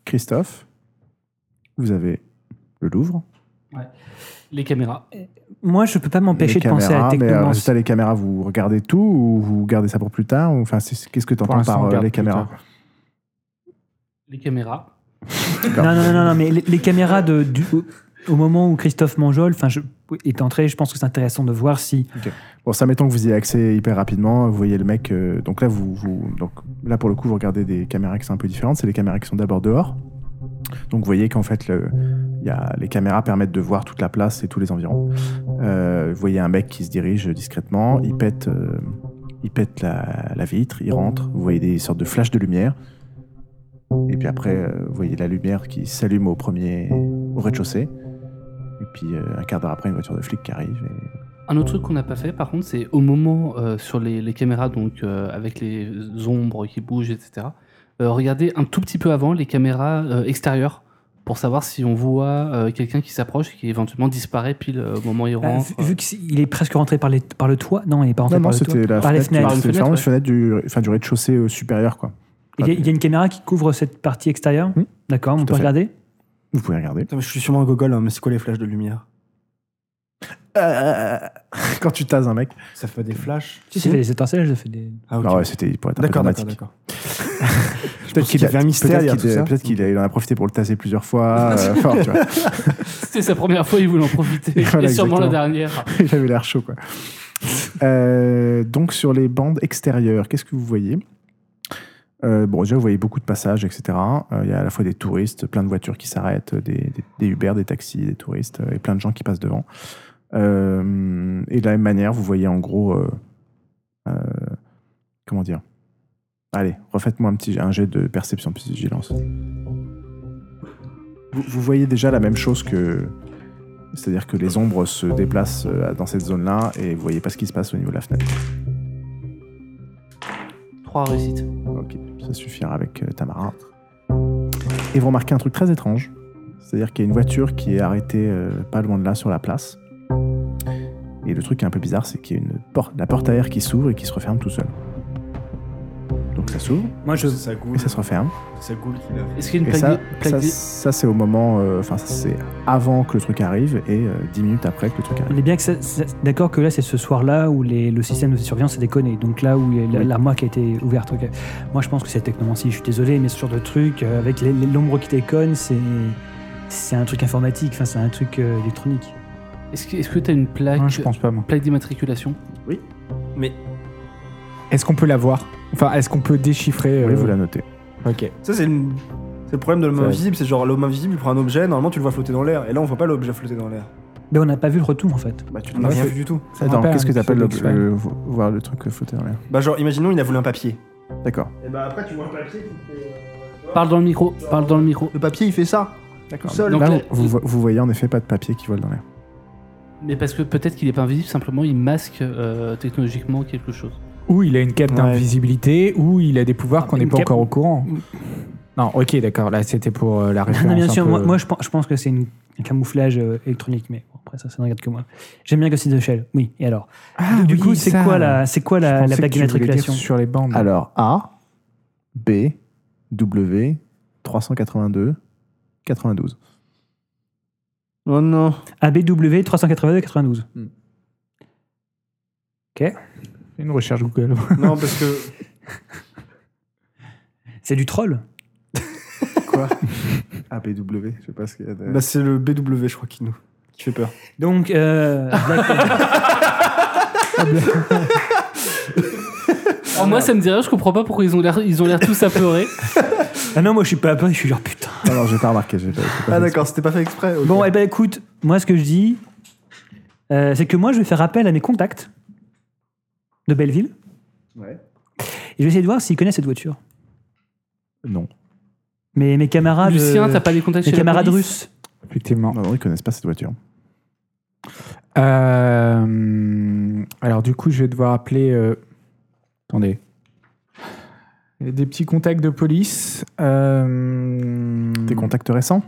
Christophe, vous avez le Louvre, Les caméras. Moi, je peux pas m'empêcher les de penser à caméras, mais euh, Technomance. résultat, les caméras, vous regardez tout ou vous gardez ça pour plus tard ou, Enfin, c'est- qu'est-ce que tu Pour entends l'instant, on par euh, regarde les plus caméras tard. Les caméras. Non, non, non, non, non, mais les, les caméras de, du, au- au moment où Christophe Manjol enfin, je- est entré, je pense que c'est intéressant de voir si. Bon, ça, mettons que vous y ayez accès hyper rapidement, vous voyez le mec. euh, donc là, vous, vous- donc là pour le coup, vous regardez des caméras qui sont un peu différentes. C'est les caméras qui sont d'abord dehors. Donc vous voyez qu'en fait, le, il y a, les caméras permettent de voir toute la place et tous les environs. Euh, vous voyez un mec qui se dirige discrètement. Il pète, euh, il pète la, la vitre. Il rentre. Vous voyez des sortes de flashs de lumière. Et puis après, euh, vous voyez la lumière qui s'allume au premier, au rez-de-chaussée. Et puis euh, un quart d'heure après, une voiture de flic qui arrive. et- Un autre truc qu'on n'a pas fait, par contre, c'est au moment euh, sur les, les caméras, donc euh, avec les ombres qui bougent, etc. euh, regardez un tout petit peu avant les caméras euh, extérieures pour savoir si on voit euh, quelqu'un qui s'approche et qui éventuellement disparaît pile euh, au moment où Bah, il Ah, rentre. vu- vu qu'il est presque rentré par, les, par le toit, non, il est pas rentré Non, non, par le toit. c'était la Par les fenêtre, fenêtres. c'était Par une vraiment une fenêtre fenêtre, du, enfin, du rez-de-chaussée euh, supérieur, quoi. Ah, Il y, a, il y a une caméra qui couvre cette partie extérieure Hmm. D'accord, on Tout peut à fait. regarder Vous pouvez regarder. Putain, mais je suis sûrement un gogol, hein, mais c'est quoi les flashs de lumière Quand tu tases un mec. Ça fait des flashs Si, ça fait des étincelles, ça fait des. Ah, ok. Non, ouais, c'était pour être un peu D'accord, d'accord, dramatique. d'accord. Peut-être qu'il y avait un mystère, il y a Peut-être tout ça. qu'il peut-être qu'il a- il en a profité pour le taser plusieurs fois. euh, fort, tu vois. C'était sa première fois, il voulait en profiter. Voilà, et sûrement la exactement. dernière. Il avait l'air chaud, quoi. Euh, donc, sur les bandes extérieures, qu'est-ce que vous voyez Euh, bon, déjà, vous voyez beaucoup de passages, etc. Euh, Il y a à la fois des touristes, plein de voitures qui s'arrêtent, des, des- des Uber, des taxis, des touristes, euh, et plein de gens qui passent devant. Euh, et de la même manière, vous voyez en gros. euh, euh, comment dire Allez, refaites-moi un petit un jet de perception puis vigilance. Vous, vous voyez déjà la même chose que. C'est-à-dire que les ombres se déplacent euh, dans cette zone-là et vous voyez pas ce qui se passe au niveau de la fenêtre. Trois réussites. Ok, ça suffira avec euh, Tamara. Et vous remarquez un truc très étrange. C'est-à-dire qu'il y a une voiture qui est arrêtée euh, pas loin de là sur la place. Et le truc qui est un peu bizarre, c'est qu'il y a une porte, la porte à air qui s'ouvre et qui se referme tout seul. Donc ça s'ouvre Moi, je. C'est sa et goule. ça se referme. C'est sa goule qu'il a. Est-ce qu'il y a Et une ça, plaque de- ça, plaque de- ça, c'est au moment, euh, enfin ça, c'est avant que le truc arrive et euh, 10 minutes après que le truc On arrive. est bien que ça- ça- d'accord que là, c'est ce soir-là où les- le système de surveillance est déconné. Donc là où il y a la- Oui. l'armoire qui a été ouverte. ok. Moi, je pense que c'est technomancie. Je suis désolé, mais ce genre de truc, euh, avec les- les- l'ombre qui déconne, c'est c'est un truc informatique. Enfin, c'est un truc euh, électronique. Est-ce que- est-ce que tu as une plaque, Ouais, je pense pas, moi. plaque d'immatriculation Mais Est-ce qu'on peut la voir Enfin, est-ce qu'on peut déchiffrer Oui, euh, vous la notez. Ok. ça, c'est une- c'est le problème de l'homme Ouais. invisible. C'est genre l'homme invisible, il prend un objet, normalement tu le vois flotter dans l'air. Et là, on voit pas l'objet flotter dans l'air. Mais on n'a pas vu le retour en fait. Bah, tu On n'as a rien fait- vu du tout. Ça Attends, rappelle qu'est-ce que un t'appelles le, épisode d'X-Men. le- voir le truc flotter en l'air Bah, genre, imaginons, il a voulu un papier. D'accord. Et bah, après, tu vois un papier Parle dans le micro, parle dans le micro. Le papier, il fait ça. D'accord. Tout seul. Là, Donc, vous, vous- vous voyez en effet pas de papier qui vole dans l'air. Mais parce que peut-être qu'il est pas invisible, simplement il masque euh, technologiquement quelque chose. Ou il a une cape Ouais. d'invisibilité, ou il a des pouvoirs qu'on Une n'est pas cape- encore au courant. Non, ok, d'accord. Là, c'était pour euh, la référence. Non, bien un sûr, peu- moi, moi, je, pense, je pense que c'est une- un camouflage euh, électronique, mais bon, après ça, ça ne regarde que moi. J'aime bien Ghost in the Shell, oui, et alors Ah, Du oui, coup, c'est ça. quoi la, c'est quoi Je la, pensais la plaque que tu voulais d'immatriculation dire sur les bandes Alors, A, B, W, 382, 92. Oh non. ABW 382-92. Une recherche Google. Non, parce que. C'est du troll Quoi A, B, W, je sais pas ce qu'il y a de... Bah, c'est le BW, je crois, qui nous. qui fait peur. Donc, euh, Black- Alors moi ça me dirait, je comprends pas pourquoi ils ont l'air, ils ont l'air tous apeurés. ah non, moi je suis pas peur, je suis genre putain. Bah, Alors, j'ai pas remarqué. j'ai pas- j'ai pas Ah, fait d'accord, c'était pas fait exprès. ok. Bon, eh ben écoute, moi ce que je dis, euh, c'est que moi je vais faire appel à mes contacts de Belleville. Ouais. Et je vais essayer de voir s'ils connaissent cette voiture. exprès. Non. Mais mes camarades, Lucien, euh, t'as pas les contacts mes chez camarades la police russes. Effectivement. Non, non, ils connaissent pas cette voiture. Euh, alors, du coup, je vais devoir appeler. euh, Attendez. Il y a Des petits contacts de police. Euh, Tes contacts récents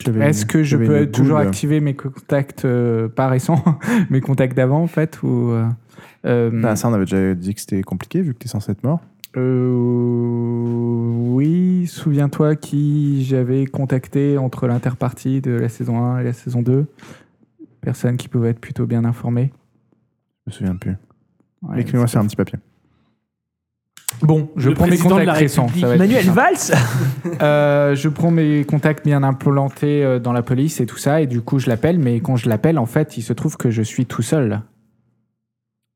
J'avais Est-ce une- que je j'avais peux une toujours boule. activer mes contacts euh, pas récents, mes contacts d'avant en fait ou euh, euh, Ah, ça, on avait déjà dit que c'était compliqué vu que t'es censé être mort. euh, Oui, souviens-toi qui j'avais contacté entre l'interpartie de la saison 1 et la saison 2. Personne qui pouvait être plutôt bien informée. Je me souviens plus. Ouais, Écris-moi sur un petit papier. Bon, je Le prends mes président de contacts la récents. République. ça va être plus Manuel simple. Valls Euh, je prends mes contacts bien implantés euh, dans la police et tout ça, et du coup je l'appelle, mais quand je l'appelle, en fait, il se trouve que je suis tout seul.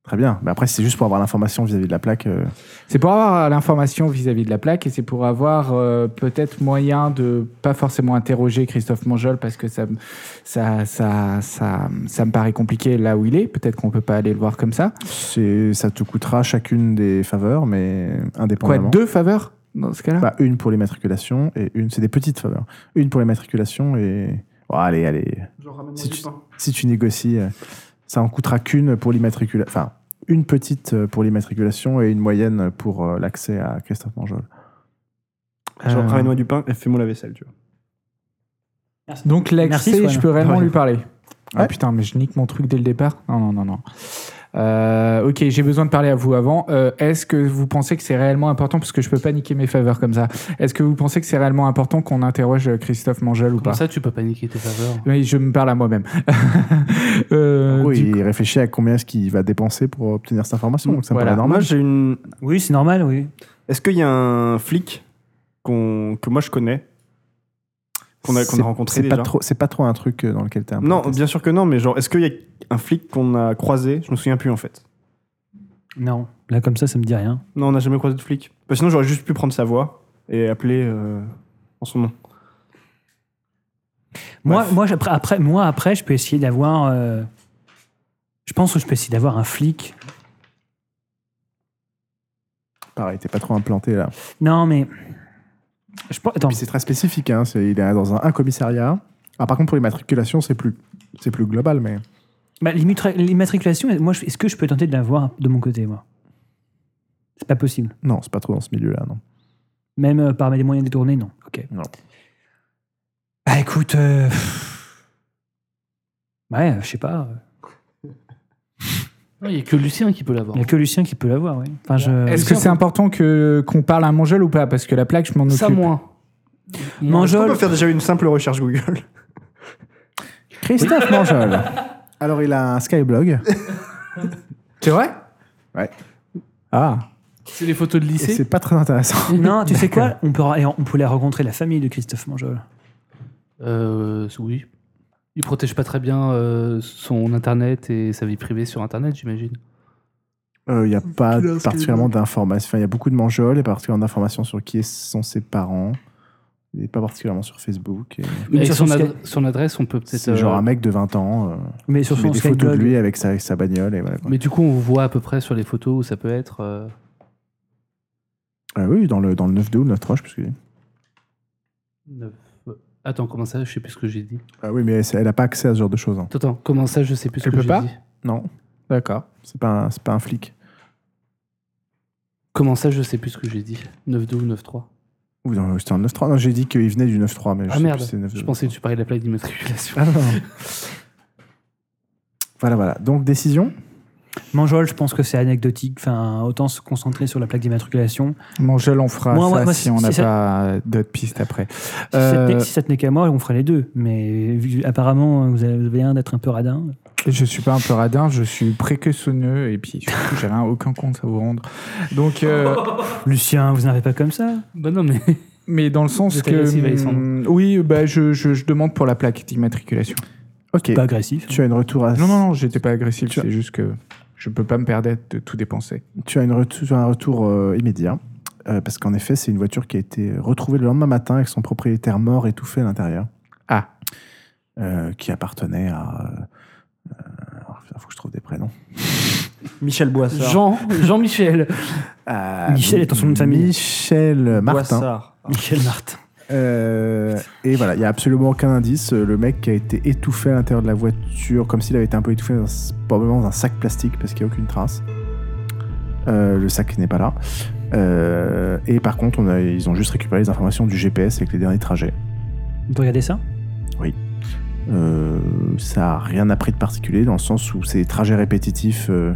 Très bien. Mais après, c'est juste pour avoir l'information vis-à-vis de la plaque. euh, C'est pour avoir l'information vis-à-vis de la plaque et c'est pour avoir euh, peut-être moyen de pas forcément interroger Christophe Mongeol parce que ça, me- ça, ça, ça, ça me paraît compliqué là où il est. Peut-être qu'on peut pas aller le voir comme ça. c'est- ça te coûtera chacune des faveurs, mais Quoi, indépendamment. deux faveurs dans ce cas-là Bah, une pour l'immatriculation et une. C'est des petites faveurs. Une pour l'immatriculation et. Oh, allez, allez. Genre, ramène-moi Si du tu- pain. Si tu négocies, euh, ça en coûtera qu'une pour l'immatriculation. Enfin, une petite euh, pour l'immatriculation et une moyenne pour euh, l'accès à Christophe Mangeol. Genre, Euh, ramène-moi du pain et fais-moi la vaisselle, tu vois. Donc Merci, l'accès, Swan. je peux réellement Ouais. lui parler. Ah Ouais. putain, mais je nique mon truc dès le départ. Non, non, non, non. Euh, ok, j'ai besoin de parler à vous avant. Euh, Est-ce que vous pensez que c'est réellement important parce que je peux pas niquer mes faveurs comme ça Est-ce que vous pensez que c'est réellement important qu'on interroge euh, Christophe Mangel ou Comme pas ça tu peux paniquer tes faveurs. Mais je me parle à moi-même. Euh, En gros, du il coup, réfléchit à combien est-ce qu'il va dépenser pour obtenir cette information. Donc, ça me Voilà. paraît Alors, moi, bah, normal. j'ai une. Oui, c'est normal, oui. Est-ce qu'il y a un flic qu'on- que moi je connais Qu'on a, qu'on a C'est- rencontré c'est déjà Pas trop, c'est pas trop un truc euh, dans lequel t'es un peu Non, intéressé. bien sûr que non, mais genre, est-ce qu'il y a un flic qu'on a croisé Je me souviens plus en fait. Non, là comme ça, ça me dit rien. Non, on n'a jamais croisé de flic. Parce que sinon, j'aurais juste pu prendre sa voix et appeler euh, en son nom. Moi, Bref. moi, après, après, moi, après, je peux essayer d'avoir. euh, je pense que je peux essayer d'avoir un flic. Pareil, t'es pas trop implanté là. Non, mais. Je pense, attends, Puis c'est très spécifique. Hein, c'est- il est dans un, un commissariat. Ah, par contre, pour l'immatriculation, c'est plus, c'est plus global, mais bah, l'immutra- l'immatriculation, moi, je- est-ce que je peux tenter de l'avoir de mon côté, moi C'est pas possible. non, c'est pas trop dans ce milieu-là, non. Même euh, par des moyens détournés, non. Ok. Non. Bah écoute. euh, Ouais, je sais pas. Non, Il y a que Lucien qui peut Il l'avoir. n'y a que Lucien qui peut l'avoir, oui. Enfin, je... Est-ce que c'est important que qu'on parle à Mangel ou pas Parce que la plaque, je m'en occupe. Ça moins. Moins. On peut Mangeol faire déjà une simple recherche Google. Christophe Mangeol. Alors, il a un Skyblog. C'est vrai Ouais. Ah. C'est les photos de Et lycée. c'est pas très intéressant. Non, tu sais quoi on peut, on peut aller rencontrer la famille de Christophe Mangeol. Euh, oui. Il protège pas très bien euh, son internet et sa vie privée sur internet, j'imagine. Euh, Il n'y a pas particulièrement d'informations. Enfin, il y a beaucoup de Mangeol et particulièrement d'informations sur qui sont ses parents. Et pas particulièrement sur Facebook. et Et sur son, son adre- Skype. son adresse, on peut peut-être. C'est genre euh, un mec de 20 ans. euh, Mais sur il met son des photos de Skyblog, lui avec sa, sa bagnole. Et voilà, quoi. Mais du coup, on voit à peu près sur les photos où ça peut être. euh, Ah oui, dans le, dans le 9-2 ou le 9-3, je sais plus ce que c'est. neuf- Attends, comment ça Je sais plus ce que j'ai dit. Ah oui, mais elle- elle n'a pas accès à ce genre de choses. hein. Attends, comment ça Je sais plus ce Elle que peut j'ai pas dit. Non, D'accord. c'est pas, un- c'est pas un flic. Comment ça Je sais plus ce que j'ai dit. 9-2 ou 9-3 Ou dans- c'était un 9-3. Non, j'ai dit qu'il venait du 9-3, mais je Ah sais merde plus si c'est 9-2. Je pensais que tu parlais de la plaque d'immatriculation. Ah non, non. voilà, voilà. Donc, décision. Manjol, je pense que c'est anecdotique. Enfin, autant se concentrer sur la plaque d'immatriculation. Mangel, on fera Moi, ça moi, moi, si on n'a c'est ça. pas d'autres pistes après. Si, ça Euh, tenait, si ça tenait qu'à moi, on ferait les deux. Mais vu- apparemment, vous avez l'air d'être un peu radin. Je suis pas un peu radin, je suis précautionneux et puis surtout, j'ai rien, aucun compte à vous rendre. Donc, euh, Lucien, vous n'avez pas comme ça bah non, mais. mais dans le Vous sens êtes que hum, agressif, Alexandre. oui, bah je, je, je demande pour la plaque d'immatriculation. Ok. Pas agressif. tu as une retour Ah, à. Non non non, j'étais pas agressif, Tu- c'est juste que je peux pas me perdre de tout dépenser. Tu as, une retou- tu as un retour euh, immédiat. euh, parce qu'en effet, c'est une voiture qui a été retrouvée le lendemain matin avec son propriétaire mort étouffé à l'intérieur. Ah. Euh, qui appartenait à. euh, alors, putain, faut que je trouve des prénoms. Michel Boissard. Jean, Jean-Michel À Michel est dans son nom de famille. Euh, Michel Martin. Boissard. Michel Martin. Euh, et voilà, il n'y a absolument aucun indice. Euh, Le mec qui a été étouffé à l'intérieur de la voiture, comme s'il avait été un peu étouffé, dans, un- probablement dans un sac plastique, parce qu'il n'y a aucune trace. Euh, le sac n'est pas là. Euh, et par contre, on a- ils ont juste récupéré les informations du GPS avec les derniers trajets. Vous regardez ça Euh, ça n'a rien appris de particulier, dans le sens où c'est des trajets répétitifs. euh,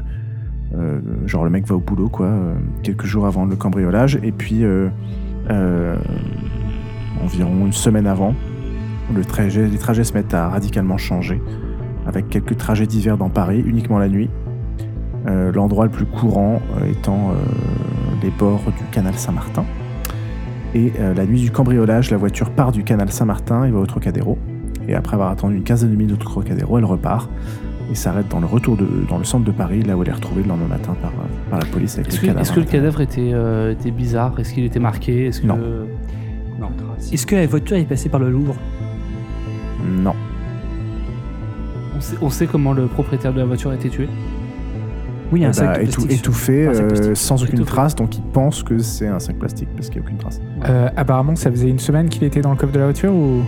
euh, genre le mec va au boulot, quoi, euh, quelques jours avant le cambriolage, et puis euh, euh, environ une semaine avant, le trajet, les trajets se mettent à radicalement changer, avec quelques trajets divers dans Paris, uniquement la nuit. Euh, L'endroit le plus courant euh, étant euh, les bords du canal Saint-Martin. Et euh, la nuit du cambriolage, la voiture part du canal Saint-Martin et va au Trocadéro. Et après avoir attendu une quinzaine de minutes au Trocadéro, elle repart et s'arrête dans le retour de, dans le centre de Paris, là où elle est retrouvée le lendemain matin par, euh, par la police avec Est-ce le que, cadavre. est-ce que le cadavre était, euh, était bizarre Est-ce qu'il était marqué Est-ce que... Non. Non. Est-ce que la voiture est passée par le Louvre Non. On sait, on sait comment le propriétaire de la voiture a été tué Oui, il y a un Eh sac bah, de étou- plastique. étouffé, un sac euh, plastique. sans aucune Étouffé. trace, donc il pense que c'est un sac plastique parce qu'il n'y a aucune trace. Euh, apparemment, ça faisait une semaine qu'il était dans le coffre de la voiture ou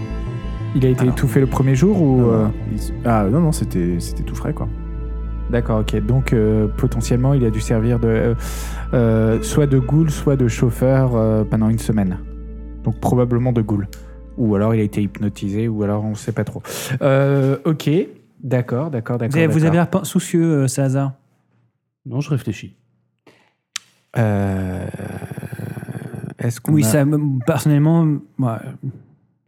il a été Alors. étouffé le premier jour ou Non, euh, non, il- Ah non, non, c'était c'était tout frais, quoi. D'accord, ok. Donc euh, potentiellement, il a dû servir de euh, euh, soit de goule, soit de chauffeur euh, pendant une semaine. Donc probablement de goule. Ou alors il a été hypnotisé, ou alors on ne sait pas trop. Euh, ok, d'accord, d'accord, Vous d'accord. avez- Vous avez d'accord. l'air pas soucieux, euh, Salazar. Non, je réfléchis. Euh, Est-ce qu'on Oui, a- ça, me- personnellement, moi,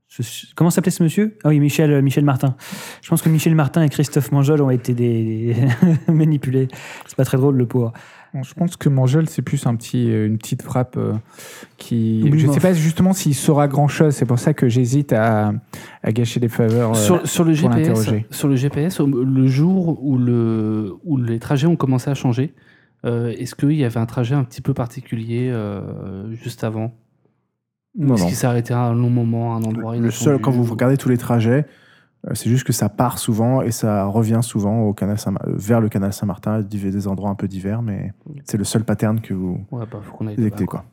je- comment s'appelait ce monsieur Ah oui, Michel, euh, Michel Martin. Je pense que Michel Martin et Christophe Manjol ont été des... des- manipulés. C'est pas très drôle, le pauvre. Bon, Je pense que Mangel, c'est plus un petit, euh, une petite frappe euh, qui. Oui, je ne mais- sais pas justement s'il saura grand chose. C'est pour ça que j'hésite à, à gâcher des faveurs. euh, sur, sur le pour GPS, l'interroger. sur le GPS, au- le jour où, le, où les trajets ont commencé à changer, euh, est-ce qu'il y avait un trajet un petit peu particulier euh, juste avant Non, Est-ce non. qu'il s'est arrêté à un long moment, à un endroit Le seul, inattendu quand vous regardez tous les trajets, euh, c'est juste que ça part souvent et ça revient souvent au canal Saint euh, vers le canal Saint-Martin, à div- des endroits un peu divers, mais c'est le seul pattern que vous Ouais, bah, faut qu'on aille là-bas. détectez, quoi.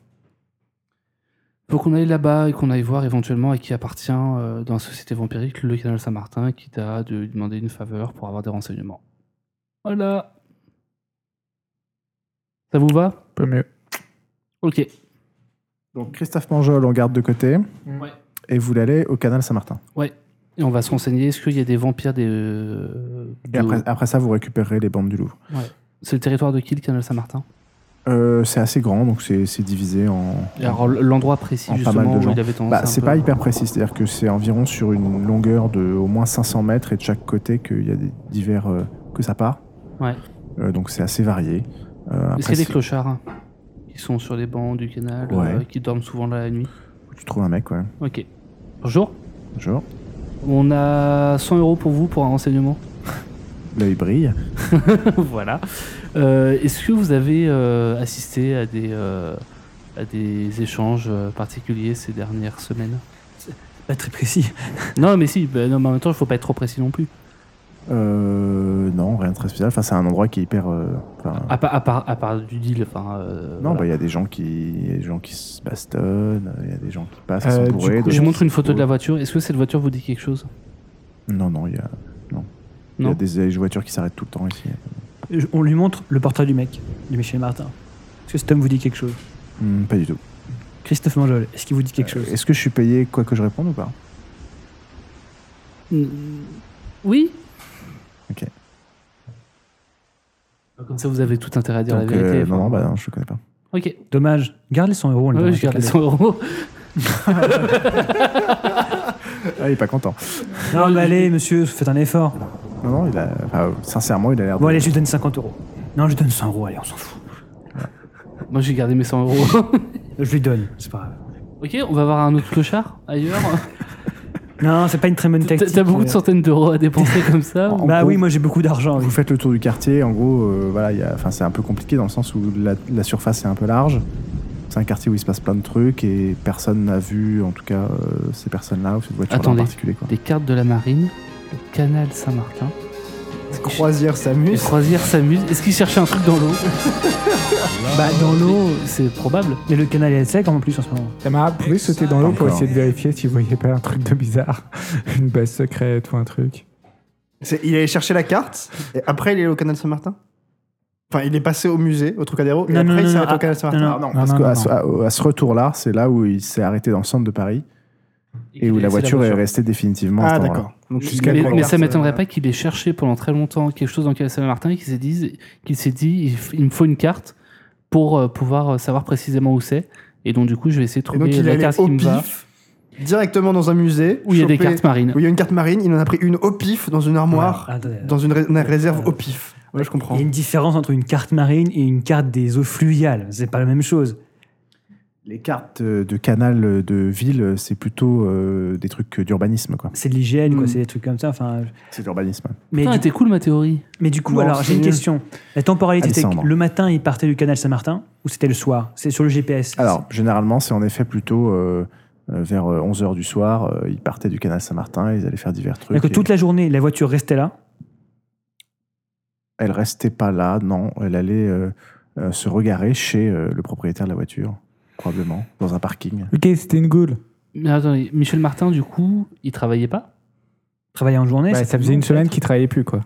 Faut qu'on aille là-bas et qu'on aille voir éventuellement à qui appartient euh, dans la société vampirique le canal Saint-Martin, quitte à de lui demander une faveur pour avoir des renseignements. Voilà. Ça vous va un peu mieux. Ok. Donc Christophe Mangeol, on garde de côté. Ouais. Et vous l'allez au canal Saint-Martin. Et on va se renseigner, est-ce qu'il y a des vampires des... euh, Et de- après, après ça, vous récupérez les bandes du Louvre. C'est le territoire de qui le canal Saint-Martin Euh, c'est assez grand, donc c'est c'est divisé en. Et Alors l- l'endroit précis En pas mal justement de où gens. il avait tendance Bah, à un c'est peu- pas hyper précis, c'est-à-dire que c'est environ sur une longueur de au moins 500 mètres et de chaque côté qu'il y a des divers euh, que ça part. Ouais. Euh, donc c'est assez varié. Euh, après, Est-ce qu'il y a si des clochards hein, qui sont sur les bancs du canal, Ouais. euh, qui dorment souvent là la nuit tu trouves un mec, ouais. Ok. Bonjour. Bonjour. On a 100 euros pour vous pour un renseignement. L'œil brille. voilà. Euh, Est-ce que vous avez euh, assisté à des, euh, à des échanges euh, particuliers ces dernières semaines pas très précis. Non, mais si, bah, non, mais en même temps, il faut pas être trop précis non plus. Euh, non, rien de très spécial. Enfin, c'est un endroit qui est hyper. euh, enfin, À, part- à part, à part du deal, enfin. euh, non, bah, il voilà. y a des gens qui, il y a des gens qui se bastonnent, il y a des gens qui passent, qui Euh, sont du bourrés. coup, d'autres Je qui montre une se photo de la posent. voiture. Est-ce que cette voiture vous dit quelque chose Oh, Non, non, il y a, non. Il y Non. a des, des voitures qui s'arrêtent tout le temps ici. Je- On lui montre le portrait du mec, de Michel Martin. Est-ce que cet homme vous dit quelque chose Hmm, pas du tout. Christophe Manjol, est-ce qu'il vous dit quelque Euh, chose Est-ce que je suis payé quoi que je réponde ou pas Oui. Ok. Ah, Comme ça, vous avez tout intérêt à dire Donc, la vérité. euh, non, non, enfin. bah, non, je le connais pas. Ok. Dommage. Garde les 100 euros. on les Ouais, donnera je garde les à 100 euros. Ah, il est pas content. quelqu'un. Non, mais allez, monsieur, faites un effort. Non, non, il a, enfin, euh, sincèrement, il a l'air. Bon, de- allez, je lui donne 50 euros. Non, je lui donne 100 euros, allez, on s'en fout. Moi, j'ai gardé mes 100 euros. Je lui donne, c'est pas grave. ok, on va voir un autre clochard ailleurs. Non, c'est pas une très bonne T'as- tactique. euh. T'as beaucoup de centaines d'euros à dépenser comme ça. En Bah gros, oui, moi j'ai beaucoup d'argent. oui. Vous faites le tour du quartier, en gros, euh, voilà, il y a- enfin, c'est un peu compliqué dans le sens où la, la surface est un peu large. C'est un quartier où il se passe plein de trucs et personne n'a vu, en tout cas, euh, ces personnes-là ou cette voiture en Attendez. particulier. Quoi. Des cartes de la marine, le canal Saint-Martin, Croisière les s'amuse. croisières s'amusent. Est-ce qu'ils cherchaient un truc dans l'eau Bah, dans l'eau, c'est probable. Mais le canal est sec en plus en ce moment. Tamara, vous pouvez Ah, sauter dans l'eau pour Encore. essayer de vérifier si vous voyez pas un truc de bizarre, une base secrète ou un truc. C'est- Il allait chercher la carte, et après il est au canal Saint-Martin. Enfin, il est passé au musée, au Trocadéro, et Non, non, après il non, s'est non, arrêté ah, au canal Saint-Martin. non, Ah non, Non, parce non, qu'à non, ce, à- à ce retour-là, c'est là où il s'est arrêté dans le centre de Paris et où la voiture est restée définitivement. à Ah, cet endroit-là. d'accord. Donc, Jusqu'à il Mais, a la mais carte, ça m'étonnerait euh, pas qu'il ait cherché pendant très longtemps quelque chose dans le canal Saint-Martin et qu'il s'est dit, qu'il s'est dit il, f- il me faut une carte pour euh, pouvoir euh, savoir précisément où c'est. Et donc, du coup, je vais essayer de Et trouver donc il est la allé carte au qui me va. pif, directement dans un musée. Où il y a des choper- cartes marines. Où il y a une carte marine, il en a pris une au pif dans une armoire, Ah, attendez, dans une, ré- une réserve au pif. Ouais, je Il comprends. y a une différence entre une carte marine et une carte des eaux fluviales. C'est pas la même chose. Les cartes euh, de canal euh, de ville, c'est plutôt euh, des trucs euh, d'urbanisme, quoi. C'est de l'hygiène, Mm. Hmm. quoi. C'est des trucs comme ça. Enfin, je- C'est de l'urbanisme. mais, Putain, du, était cool ma théorie. mais du coup, Non, alors c'est j'ai une mieux. question. La temporalité, À c'était décembre. le matin, il partait du canal Saint-Martin ou c'était le soir C'est sur le GPS. Alors, généralement, c'est en effet plutôt euh, euh, vers 11h du soir. euh, ils partaient du canal Saint-Martin, ils allaient faire divers trucs. Donc, et toute la journée, la voiture restait là. Elle restait pas là, non. Elle allait euh, euh, se regarer chez euh, le propriétaire de la voiture, probablement, dans un parking. Ok, c'était une goule. Mais attendez, Michel Martin, du coup, il travaillait pas Travaillait en journée. Bah, c'est- ça faisait une semaine qu'il travaillait plus, quoi.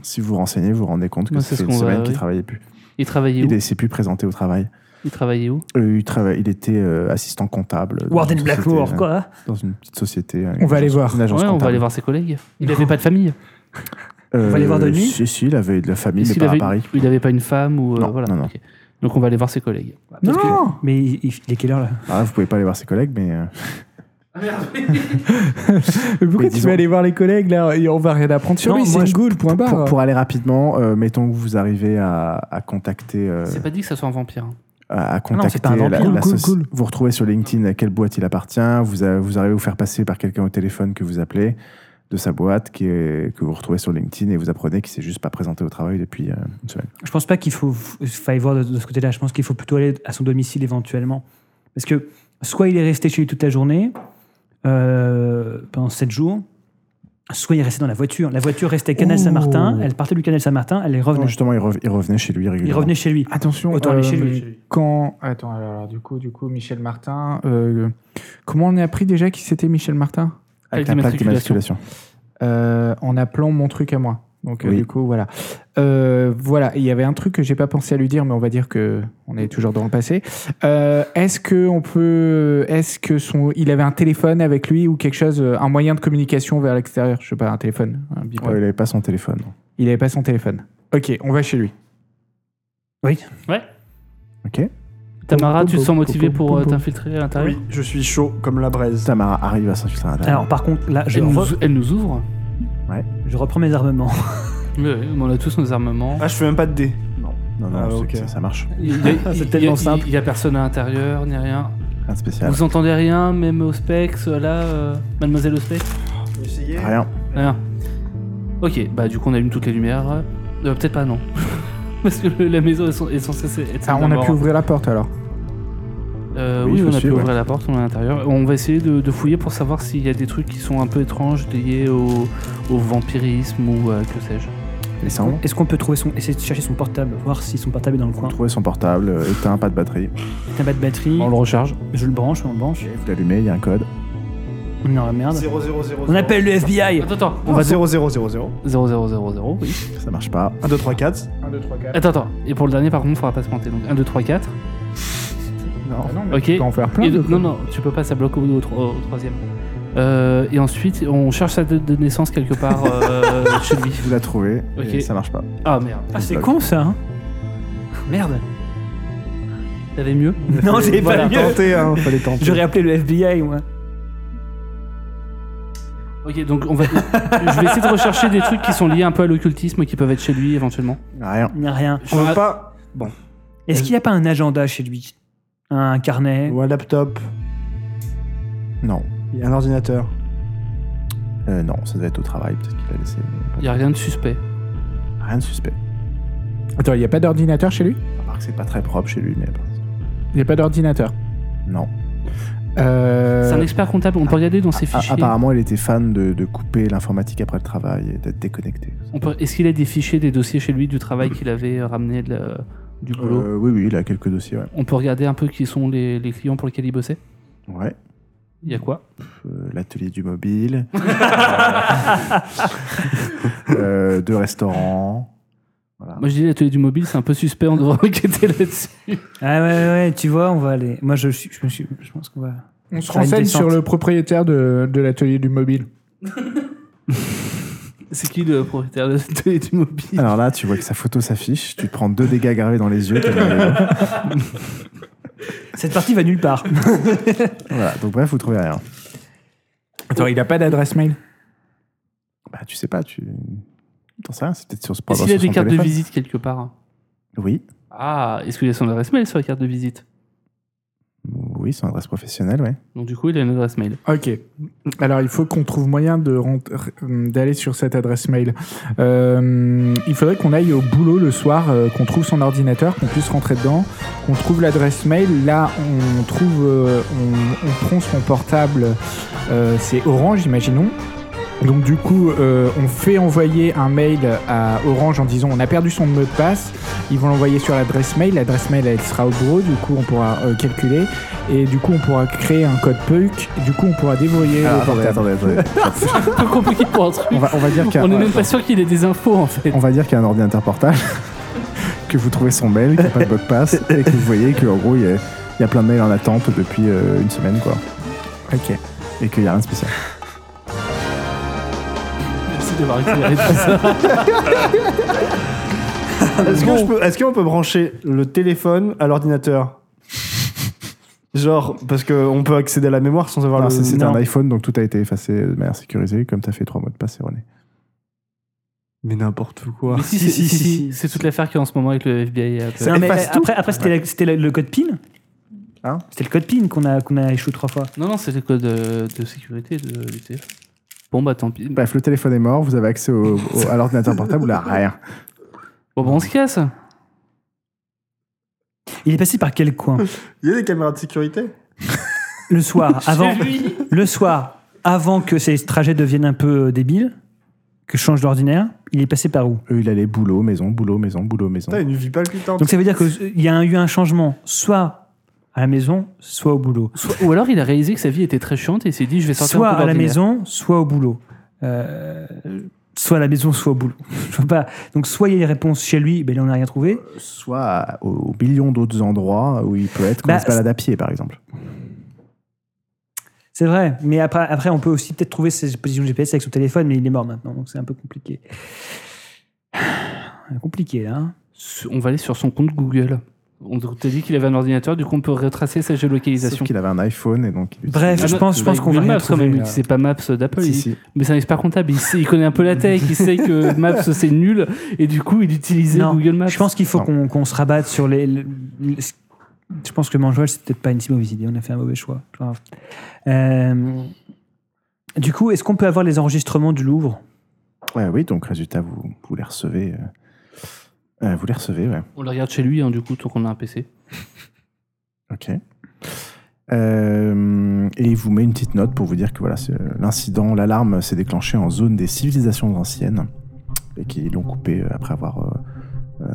Si vous vous renseignez, vous vous rendez compte que Ouais, c'est c'est ce une qu'on va- semaine oui. qu'il travaillait plus. Il travaillait Il où ne s'est plus présenté au travail. Il travaillait où Euh, il, trava- il était euh, assistant comptable. dans Warden une Blackmore, société, euh, quoi. Dans une petite société. euh, On va aller voir. Une agence Ouais, on va comptable. aller voir ses collègues. Il n'avait pas de famille. Euh, va aller voir de nuit Si, si, il avait de la famille, mais Est-ce qu'il pas avait- à Paris. Il n'avait pas une femme ou euh, Non, voilà. non, non. ok. Donc on va aller voir ses collègues. Non Mais il, il- il est quelle heure là Ah, vous pouvez pas aller voir ses collègues, mais. euh, Mais pourquoi Mais tu disons- vas aller voir les collègues, là et On va rien apprendre sur Non, lui, moi, c'est une je- goule, point Pour, barre. pour aller rapidement, euh, mettons que vous arrivez à, à contacter, euh, C'est pas dit que ça soit un vampire. hein. à, à Ah non, c'est contacter pas un la, vampire, la cool, soci- cool. Vous retrouvez sur LinkedIn à quelle boîte il appartient. Vous, a- vous arrivez à vous faire passer par quelqu'un au téléphone que vous appelez de sa boîte qui est, que vous retrouvez sur LinkedIn et vous apprenez qu'il s'est juste pas présenté au travail depuis euh, une semaine. Je pense pas qu'il faut faille voir de, de ce côté-là. Je pense qu'il faut plutôt aller à son domicile éventuellement. Parce que soit il est resté chez lui toute la journée, euh, pendant 7 jours, soit il est resté dans la voiture. La voiture restait Canal Ouh. Saint-Martin, elle partait du Canal Saint-Martin, elle est Non, revenue. justement, il, rev- il revenait chez lui Il régulièrement. revenait chez lui. Attention, Autant aller chez lui, mais chez lui. quand... Attends, alors, alors, du coup, du coup, Michel Martin... euh, Comment on a appris déjà qui c'était Michel Martin avec Plaque la plaque d'immatriculation. Euh, En appelant mon truc à moi. Donc, euh, Oui. du coup, voilà. Euh, voilà, il y avait un truc que j'ai pas pensé à lui dire, mais on va dire que on est toujours dans le passé. Euh, est-ce que on peut... Est-ce que son... Il avait un téléphone avec lui ou quelque chose, euh, un moyen de communication vers l'extérieur Je sais pas, un téléphone, un bip. Ouais, il avait pas son téléphone. Il avait pas son téléphone. Ok, on va chez lui. Ok. Tamara, tu te sens pou, motivée pou, pour pou, euh, pou. t'infiltrer à l'intérieur Oui, je suis chaud comme la braise. Tamara arrive à s'infiltrer à l'intérieur. Alors par contre, là, je, elle, nous, re- elle nous ouvre. je reprends mes armements. Oui, oui, mais on a tous nos armements. Ah, je fais même pas de dé. Non, non, Ah, c'est ok. que ça, ça marche. Il y a- il y a- c'est il y a- tellement simple. Il n'y a personne à l'intérieur, ni rien. Rien de spécial. Vous entendez rien, même au specs, là, euh, mademoiselle au specs Essayez. Rien. Rien. Ok, bah du coup on allume toutes les lumières. Euh, Peut-être pas, non. Parce que le- la maison est, censée être... Ah, on a pu ouvrir la porte alors. Euh, Oui, oui, il faut on a pu suivre, ouvrir la porte, on est à l'intérieur. On va essayer de, de fouiller pour savoir s'il y a des trucs qui sont un peu étranges liés au, au vampirisme ou euh, que sais-je. Les cendres. Est-ce qu'on peut trouver son, essayer de chercher son portable, voir si son portable est dans le coin Trouver son portable, euh, éteint, pas de batterie. T'as pas de batterie, On le recharge. je le branche, on le branche. Vous l'allumez, il y a un code. On est dans la merde. 0, 0, 0, On appelle le FBI Attends, attends, on On va va 0, 0, 0, 0. 0000, oui. Ça marche pas. 1, 2, 3, 4. 1, 2, 3, 4. Attends, attends. Et pour le dernier, par contre, faudra pas se planter. Donc 1, 2, 3, 4. Non, Ah non, mais Ok. tu peux en faire plein. Et de de- codes. non, non, tu peux pas, ça bloque au, au tro- au troisième. Euh, et ensuite, on cherche sa date de naissance quelque part euh, chez lui. Vous la trouvez, Ok. et ça marche pas. Ah merde. Ah, c'est con ça hein Merde T'avais mieux Non, j'ai pas Voilà. le mieux Tentez, hein, fallait tenter. J'aurais appelé le FBI, moi. Ok, donc on va. je vais essayer de rechercher des trucs qui sont liés un peu à l'occultisme qui peuvent être chez lui éventuellement. Rien. Il n'y a rien. On veut pas. Est-ce qu'il n'y a pas un agenda chez lui Un carnet Ou un laptop. Non. Il y a un ordinateur. Euh, non, ça devait être au travail, peut-être qu'il l'a laissé. mais Il y a rien de suspect. pas- Rien de suspect. Attends, il n'y a pas d'ordinateur chez lui À part que c'est pas très propre chez lui, mais. Il n'y a pas d'ordinateur. Non. Euh, C'est un expert comptable, on peut regarder dans ses Ah, fichiers. apparemment, il était fan de, de couper l'informatique après le travail et d'être déconnecté. On peut- Est-ce qu'il a des fichiers, des dossiers chez lui du travail qu'il avait euh, ramené de la- du boulot Euh, oui, oui, il a quelques dossiers, ouais. On peut regarder un peu qui sont les, les clients pour lesquels il bossait Ouais. Il y a quoi Euh, L'atelier du mobile. euh, deux restaurants. Voilà. Moi je dis l'atelier du mobile, c'est un peu suspect, on devrait enquêter là-dessus. Ah ouais, ouais, ouais, tu vois, on va aller. Moi, je, suis- je, me suis- je pense qu'on va. On se Faire une renseigne sur descente. le propriétaire de, de l'atelier du mobile. C'est qui le propriétaire de l'atelier du mobile Alors là, tu vois que sa photo s'affiche, tu te prends deux dégâts gravés dans les yeux. t'as mal au dos. Cette partie va nulle part. voilà, donc bref, vous trouvez rien. Attends, il n'a pas d'adresse mail Bah, tu sais pas, tu. T'en sais rien, c'est peut-être sur ce sur Est-ce qu'il a des son cartes de téléphone. visite quelque part Oui, Ah, est-ce qu'il a son adresse mail sur la carte de visite oui, son adresse professionnelle, ouais. Donc du coup, il a une adresse mail. Ok. Alors, il faut qu'on trouve moyen de rent- d'aller sur cette adresse mail. Euh, il faudrait qu'on aille au boulot le soir, euh, qu'on trouve son ordinateur, qu'on puisse rentrer dedans, qu'on trouve l'adresse mail. Là, on trouve, euh, on, on prend son portable, euh, c'est Orange, imaginons. Donc du coup, euh, on fait envoyer un mail à Orange en disant on a perdu son mot de passe. Ils vont l'envoyer sur l'adresse mail. L'adresse mail elle sera au bureau. Du coup, on pourra euh, calculer et du coup, on pourra créer un code PUC. Du coup, on pourra dévoyer Euh, Ah, le attendez, portable. attendez, attendez. Un peu compliqué pour un truc. on, va, on va dire qu'il y a, On n'est même attends, pas sûr qu'il ait des infos en fait. on va dire qu'il y a un ordinateur portable, que vous trouvez son mail, qu'il n'y a pas de mot de passe, et que vous voyez qu'en gros, il y, a, il y a plein de mails en attente depuis euh, une semaine, quoi. Ok. Et qu'il n'y a rien de spécial. Merci d'avoir éclairé tout ça. Est-ce que je peux- est-ce qu'on peut brancher le téléphone à l'ordinateur Genre, parce qu'on peut accéder à la mémoire sans Oh, avoir Alors, le. c'est- c'était un non. iPhone, donc tout a été effacé de manière sécurisée, comme tu as fait trois mots de passe erronés. Mais n'importe quoi. Mais si, si, si, si, c'est toute l'affaire qu'il y a en ce moment avec le FBI. et Apple. Non, mais efface tout. après, après c'était la- c'était la- le code PIN. Hein c'était le code PIN qu'on a, qu'on a échoué trois fois. Non, non, c'est le code euh, de sécurité de l'UTF. Bon, bah tant pis. Bref, le téléphone est mort, vous avez accès au- au- à l'ordinateur portable, ou à rien. Bon, bah on se casse. Il est passé par quel coin Il y a des caméras de sécurité Le soir, avant, lui. le soir, avant que ces trajets deviennent un peu euh, débiles, que je change d'ordinaire, il est passé par où Eux, il allait boulot, maison, boulot, maison, boulot, maison. Putain, il ne vit pas le putain. Donc ça veut dire qu'il y a un- eu un changement, soit à la maison, soit au boulot. Soit- ou alors il a réalisé que sa vie était très chiante et il s'est dit je vais sortir soit un peu de à la l'ordinaire. maison, soit au boulot. Euh, soit à la maison, soit au boulot. Je vois pas. Donc soit il y a des réponses chez lui, ben là on n'a rien trouvé. Euh, soit à- au, au billion d'autres endroits où il peut être quand Bah, il se balade à pied, par exemple. C'est vrai, mais après, après on peut aussi peut-être trouver ses positions GPS avec son téléphone, mais il est mort maintenant, donc c'est un peu compliqué. Compliqué là. hein. On va aller sur son compte Google. On t'a dit qu'il avait un ordinateur, du coup on peut retracer sa Sauf géolocalisation. qu'il avait un iPhone et donc. Il Bref, Ah, je non, pense, je pense avec qu'on va Google rien Maps quand même, trouver. vu que c'est pas Maps d'Apple. Si, il- si. Mais c'est un expert comptable, il, sait- il connaît un peu la tech, il sait que Maps c'est nul et du coup il utilisait Non, Google Maps. Je pense qu'il faut Non. qu'on qu'on se rabatte sur les. le- le- je pense que Manjoel, c'est peut-être pas une si mauvaise idée. On a fait un mauvais choix. C'est pas grave. Euh, du coup, est-ce qu'on peut avoir les enregistrements du Louvre Ouais, oui, donc résultat, vous, vous les recevez. euh, euh, vous les recevez, ouais. On le regarde chez lui, hein, du coup, tant qu'on a un PC. Ok. Euh, et il vous met une petite note pour vous dire que voilà, c'est- euh, l'incident, l'alarme s'est déclenchée en zone des civilisations anciennes et qu'ils l'ont coupé euh, après avoir. euh, euh,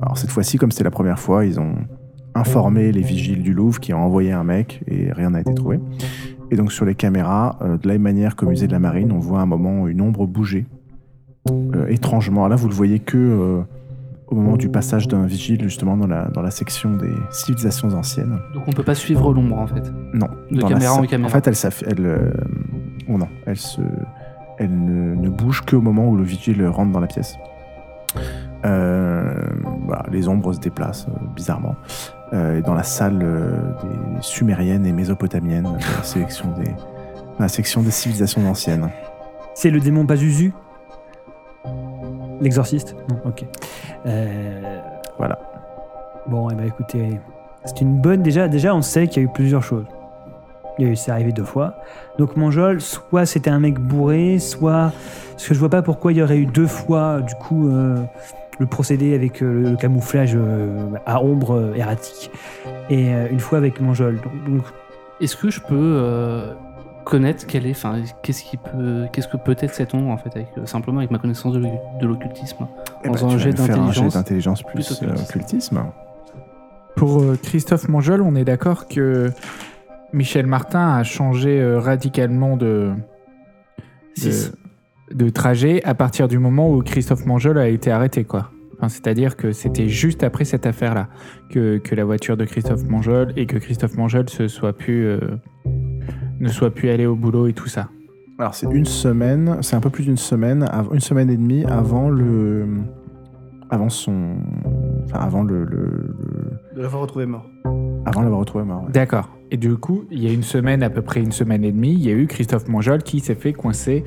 alors cette fois-ci, comme c'était la première fois, ils ont informé les vigiles du Louvre qui ont envoyé un mec et rien n'a été trouvé. Et donc sur les caméras, euh, de la même manière qu'au musée de la Marine, on voit à un moment une ombre bouger euh, étrangement. Là, vous le voyez que euh, au moment du passage d'un vigile justement dans la, dans la section des civilisations anciennes. Donc on peut pas suivre l'ombre en fait. Non. De dans caméra la- en caméra. En fait, elle, s'aff- elle, euh, oh non, elle, se, elle ne, ne bouge qu'au moment où le vigile rentre dans la pièce. Euh, voilà, les ombres se déplacent euh, bizarrement. Euh, et dans la salle euh, des sumériennes et mésopotamiennes, euh, la, sélection des, dans la section des civilisations anciennes. C'est le démon Pazuzu L'exorciste Non, ok. Euh, Voilà. Bon, eh ben, écoutez, c'est une bonne. Déjà, déjà, on sait qu'il y a eu plusieurs choses. Il y a eu, c'est arrivé deux fois. Donc, Manjol, soit c'était un mec bourré, soit. Parce que je vois pas pourquoi il y aurait eu deux fois, du coup, euh, le procédé avec euh, le, le camouflage euh, à ombre euh, erratique. Et euh, une fois avec Manjol. Donc, donc, Est-ce que je peux euh, connaître quelle est, enfin, qu'est-ce qui peut, qu'est-ce que peut être cette ombre en fait, avec, euh, simplement avec ma connaissance de l'oc- de l'occultisme. Eh En ben, faisant tu un vas jet me faire un jet d'intelligence d'intelligence plus plus euh, occultisme. occultisme. Pour euh, Christophe Mangeol, on est d'accord que Michel Martin a changé euh, radicalement de, de, Six. de trajet à partir du moment où Christophe Mangeol a été arrêté, quoi. Enfin, C'est-à-dire que c'était juste après cette affaire-là que, que la voiture de Christophe Mangeol et que Christophe Mangeol se soit pu, euh, ne soit pu aller au boulot et tout ça. Alors c'est une semaine, c'est un peu plus d'une semaine, av- une semaine et demie avant le, avant son, enfin avant le, le- le- De l'avoir retrouvé mort. avant l'avoir retrouvé mort. ouais. D'accord. Et du coup, il y a une semaine, à peu près une semaine et demie, il y a eu Christophe Mangeol qui s'est fait coincer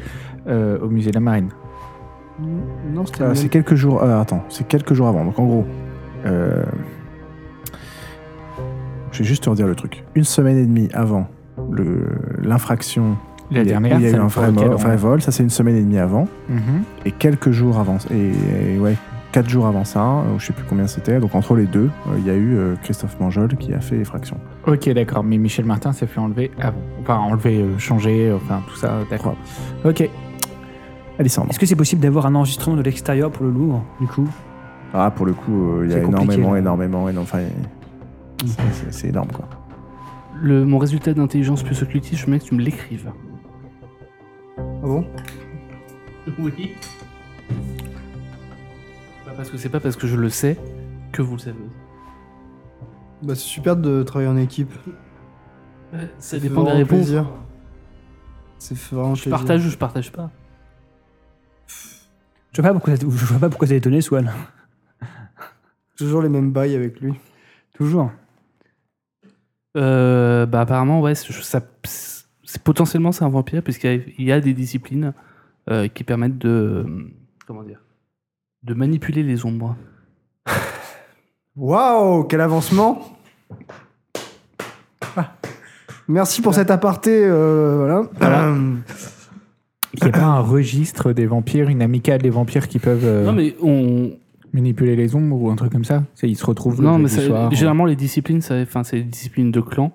euh, au musée de la Marine. Mm, Non, c'était Ah, Euh, c'est quelques jours, euh, attends, c'est quelques jours avant. Donc en gros, euh, je vais juste te redire le truc. Une semaine et demie avant le l'infraction, La où il y a- dernière, où il y a eu celle un pour vrai, laquelle mo- on- vrai vol, ça c'est une semaine et demie avant. Mhm. et quelques jours avant et, et ouais quatre jours avant ça euh, je sais plus combien c'était donc entre les deux euh, il y a eu euh, Christophe Manjol qui a fait effraction Ok, d'accord. Mais Michel Martin s'est fait enlever avant. Enfin, enlever, euh, changer, euh, enfin, tout ça, d'accord. Ok. Alessandre est-ce que c'est possible d'avoir un enregistrement de l'extérieur pour le Louvre, du coup ah pour le coup euh, il y C'est a compliqué, énormément là. Mm. énormément énorme- enfin c'est- c'est- c'est énorme quoi Le, mon résultat d'intelligence plus occultisme, je veux bien que tu me l'écrives. Ah bon Oui. parce que c'est pas parce que je le sais que vous le savez. Bah, c'est super de travailler en équipe. Ça Euh, fait dépend des vraiment réponses. plaisir. C'est vraiment Je partage ou je partage pas. Je vois pas pourquoi, je vois pas pourquoi t'es étonné, Swan. Toujours les mêmes bails avec lui. Toujours. Euh, bah apparemment ouais, c'est- ça- c'est potentiellement c'est un vampire puisqu'il y a- il y a des disciplines euh, qui permettent de euh, comment dire de manipuler les ombres. Waouh, quel avancement Ah. Merci pour cet aparté. euh, voilà. Il n'y a pas un registre des vampires, une amicale des vampires qui peuvent euh, Non mais on manipuler les ombres ou un truc comme ça C'est- Ils se retrouvent non le mais jeudi ça- soir. hein. euh, généralement les disciplines ça- enfin c'est des disciplines de clan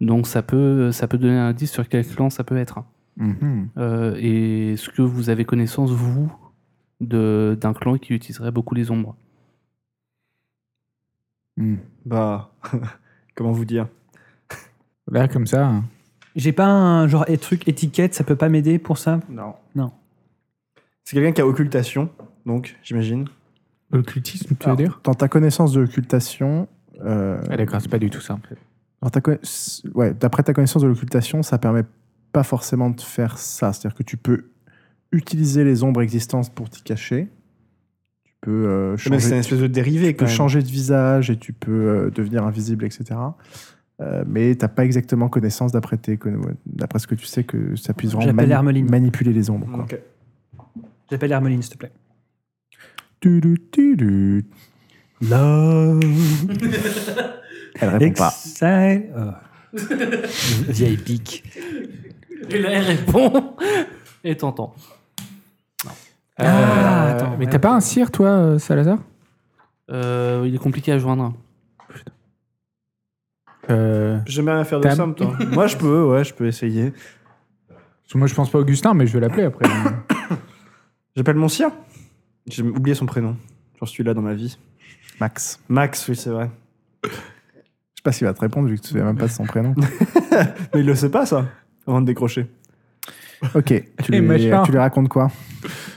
donc ça peut ça peut donner un indice sur quel clan ça peut être. hein. Mhm. Euh, et est-ce que vous avez connaissance vous de d'un clan qui utiliserait beaucoup les ombres Mhm. Bah, comment vous dire Là, comme ça. hein. J'ai pas un genre et truc étiquette, ça peut pas m'aider pour ça Non. Non. C'est quelqu'un qui a occultation, donc j'imagine. Occultisme, tu veux Alors, dire dans ta connaissance de l'occultation euh, Ah, d'accord, c'est pas du tout ça. dans ta conna- s- ouais d'après ta connaissance de l'occultation ça permet pas forcément de faire ça c'est à dire que tu peux utiliser les ombres existantes pour t'y cacher tu peux euh, Mais c'est changer- une espèce de dérivé. tu peux quand même. changer de visage et tu peux euh, devenir invisible, etc. Euh, mais t'as pas exactement connaissance d'après tes conna- ouais, d'après ce que tu sais que ça puisse vraiment J'appelle mani- Hermeline. manipuler les ombres. quoi. Ok. J'appelle Hermeline, s'il te plaît. Tudu, tudu. Love. Elle répond pas. euh, Vieille pique. Et là elle répond et t'entends. Ah, attends, Euh, mais ouais, t'as pas un cire, toi, euh, Salazar hein. Euh, il est compliqué à joindre. Euh, J'aime rien faire de Tam. ça, toi. Moi, je peux, ouais, je peux essayer. parce que moi, je pense pas à Augustin, mais je vais l'appeler après. J'appelle mon sien. J'ai oublié son prénom. J'en suis là dans ma vie. Max. Max, oui, c'est vrai. Je sais pas s'il va te répondre vu que tu sais même pas son prénom. Mais il le sait pas, ça, avant de décrocher. Ok, tu Et lui, machin. tu lui racontes quoi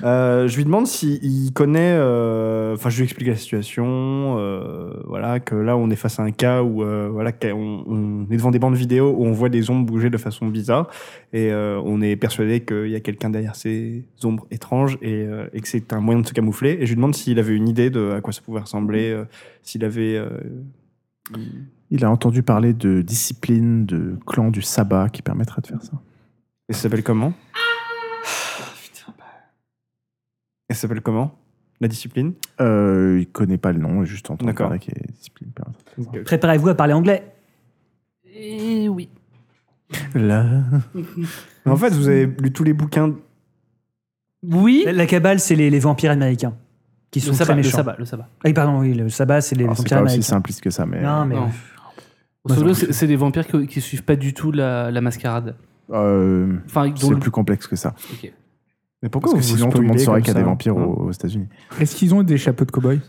Euh, je lui demande s'il connaît. euh, Enfin, je lui explique la situation. euh, voilà, que là, on est face à un cas où euh, voilà, qu'on- on, est devant des bandes vidéo où on voit des ombres bouger de façon bizarre. Et euh, on est persuadé qu'il y a quelqu'un derrière ces ombres étranges et, euh, et que c'est un moyen de se camoufler. Et je lui demande s'il avait une idée de à quoi ça pouvait ressembler, euh, s'il avait. euh, Il a entendu parler de discipline, de clan du sabbat qui permettrait de faire ça. Et ça s'appelle comment Et ça s'appelle comment La discipline Euh, il connaît pas le nom, il a juste entendu D'accord. parler qu'il y a discipline permettrait de faire ça. Préparez-vous à parler anglais. Et oui. Là. En fait, vous avez lu tous les bouquins Oui. La, la cabale, c'est les, les vampires américains qui sont Le très sabbat, le méchants. sabbat, le sabbat. Ah oui, pardon, oui, le sabbat, c'est les Alors, Ah, C'est vampires pas aussi américains. simpliste que ça, mais. Non, mais Non. Grosso modo, c'est c'est des vampires que- qui suivent pas du tout la, la mascarade. euh, Enfin, dont c'est le- plus complexe que ça. Ok. Mais Parce pourquoi que vous sinon, vous tout le monde spoilez saurait comme qu'il y a ça des vampires Hein aux, aux États-Unis. Est-ce qu'ils ont des chapeaux de cow-boy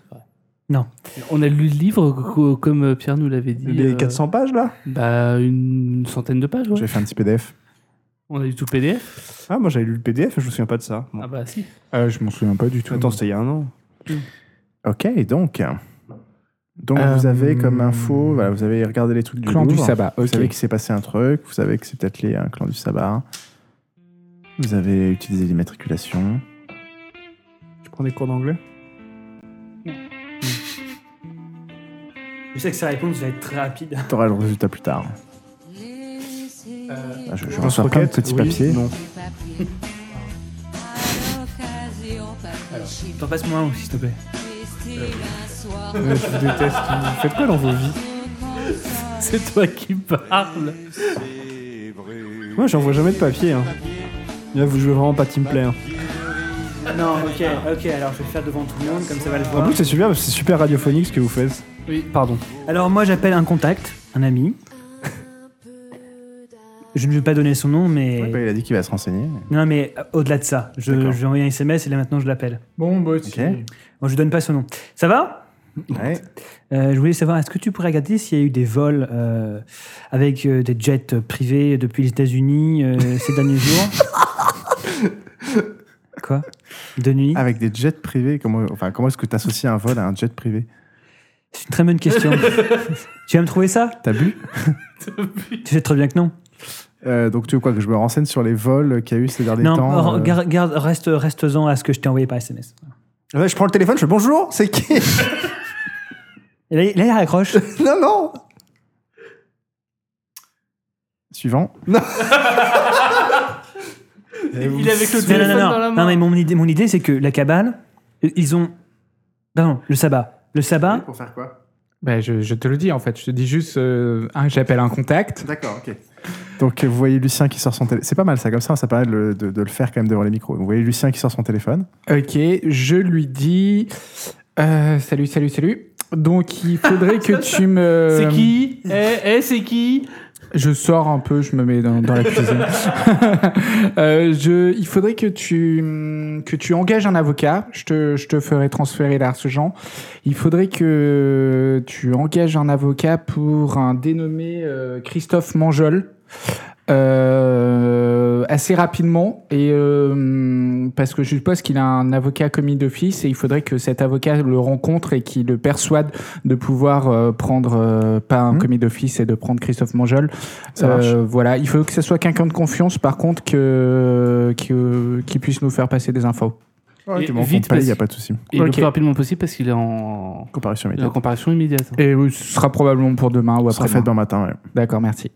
On a lu le livre co- comme Pierre nous l'avait dit. Les euh, 400 pages là Bah une centaine de pages. ouais. J'ai fait un petit PDF. On a lu tout le PDF. Ah, moi j'avais lu le PDF et je me souviens pas de ça. Bon. Ah bah si. Euh, Je m'en souviens pas du tout. Attends, c'était il y a un an. Ok, donc. Donc, Euh, vous avez comme info, voilà, vous avez regardé les trucs du Clan du Louvre. sabbat. Vous ok. savez qu'il s'est passé un truc, vous savez que c'est peut-être lié à un clan du sabbat. Vous avez utilisé l'immatriculation. Tu prends des cours d'anglais je sais que sa réponse va être très rapide. T'auras le résultat plus tard. Euh, Ah, Je, je Pense reçois plein de Rocket, petits oui, papiers. Non. T'en passes moins, s'il te plaît. Euh. Mais je vous déteste. Vous faites quoi dans vos vies C'est toi qui parles. Moi j'envoie jamais de papier. Hein. Là, vous jouez vraiment pas team play. hein. Non, ok, ok, alors je vais le faire devant tout le monde, comme ça va le En voir. plus, c'est super parce que c'est super radiophonique ce que vous faites. Oui, pardon. Alors moi, j'appelle un contact, un ami. Je ne vais pas donner son nom, mais. Ouais, bah, il a dit qu'il va se renseigner. Non, mais euh, au-delà de ça, je, D'accord. je lui envoie un SMS et là maintenant je l'appelle. Bon, bah, Ok. si. Bon, je lui donne pas son nom. Ça va Ouais. Euh, Je voulais savoir, est-ce que tu pourrais regarder s'il y a eu des vols euh, avec euh, des jets privés depuis les États-Unis euh, ces derniers jours Quoi De nuit Avec des jets privés, comment, enfin, comment est-ce que tu associes un vol à un jet privé C'est une très bonne question. tu vas me trouver ça T'as bu Tu sais très bien que non. Euh, Donc tu veux quoi que je me renseigne sur les vols qu'il y a eu ces derniers non, oh, temps re- euh, garde- garde- reste, reste-en à ce que je t'ai envoyé par SMS. Ouais, je prends le téléphone, je fais bonjour, c'est qui Et là, il- là, il raccroche. Non, non Suivant. Il est avec le non, non, téléphone non, dans la non. main. Non, mais mon idée, mon idée c'est que la cabale, euh, ils ont. Pardon, le sabbat. Le sabbat, Pour faire quoi Bah, je, je te le dis en fait. Je te dis juste euh, un, j'appelle un contact. D'accord, ok. Donc vous voyez Lucien qui sort son téléphone. C'est pas mal ça, comme ça, ça permet de, le- de- de le faire quand même devant les micros. Vous voyez Lucien qui sort son téléphone. Ok, je lui dis euh, salut, salut, salut. Donc il faudrait que tu me. C'est qui Eh, eh, c'est qui Je sors un peu, je me mets dans, dans la cuisine. Euh, je, il faudrait que tu, que tu engages un avocat. Je te, je te ferai transférer l'argent. Il faudrait que tu engages un avocat pour un dénommé euh, Christophe Mangeol. euh, assez rapidement et euh, parce que je suppose qu'il a un avocat commis d'office et il faudrait que cet avocat le rencontre et qu'il le persuade de pouvoir euh, prendre euh, pas un Mhm. commis d'office et de prendre Christophe Mangeol Ça marche. euh, voilà, il faut que ce soit quelqu'un de confiance, par contre, que, que- qui puisse nous faire passer des infos. Ouais, Et tu m'en vite, comptes pas, il parce- n'y a pas de souci. Et le Ok. plus rapidement possible parce qu'il est en... Comparution il est en immédiate. comparaison immédiate. Et euh, ce sera probablement pour demain ou On sera après. fait demain matin, ouais. D'accord, merci.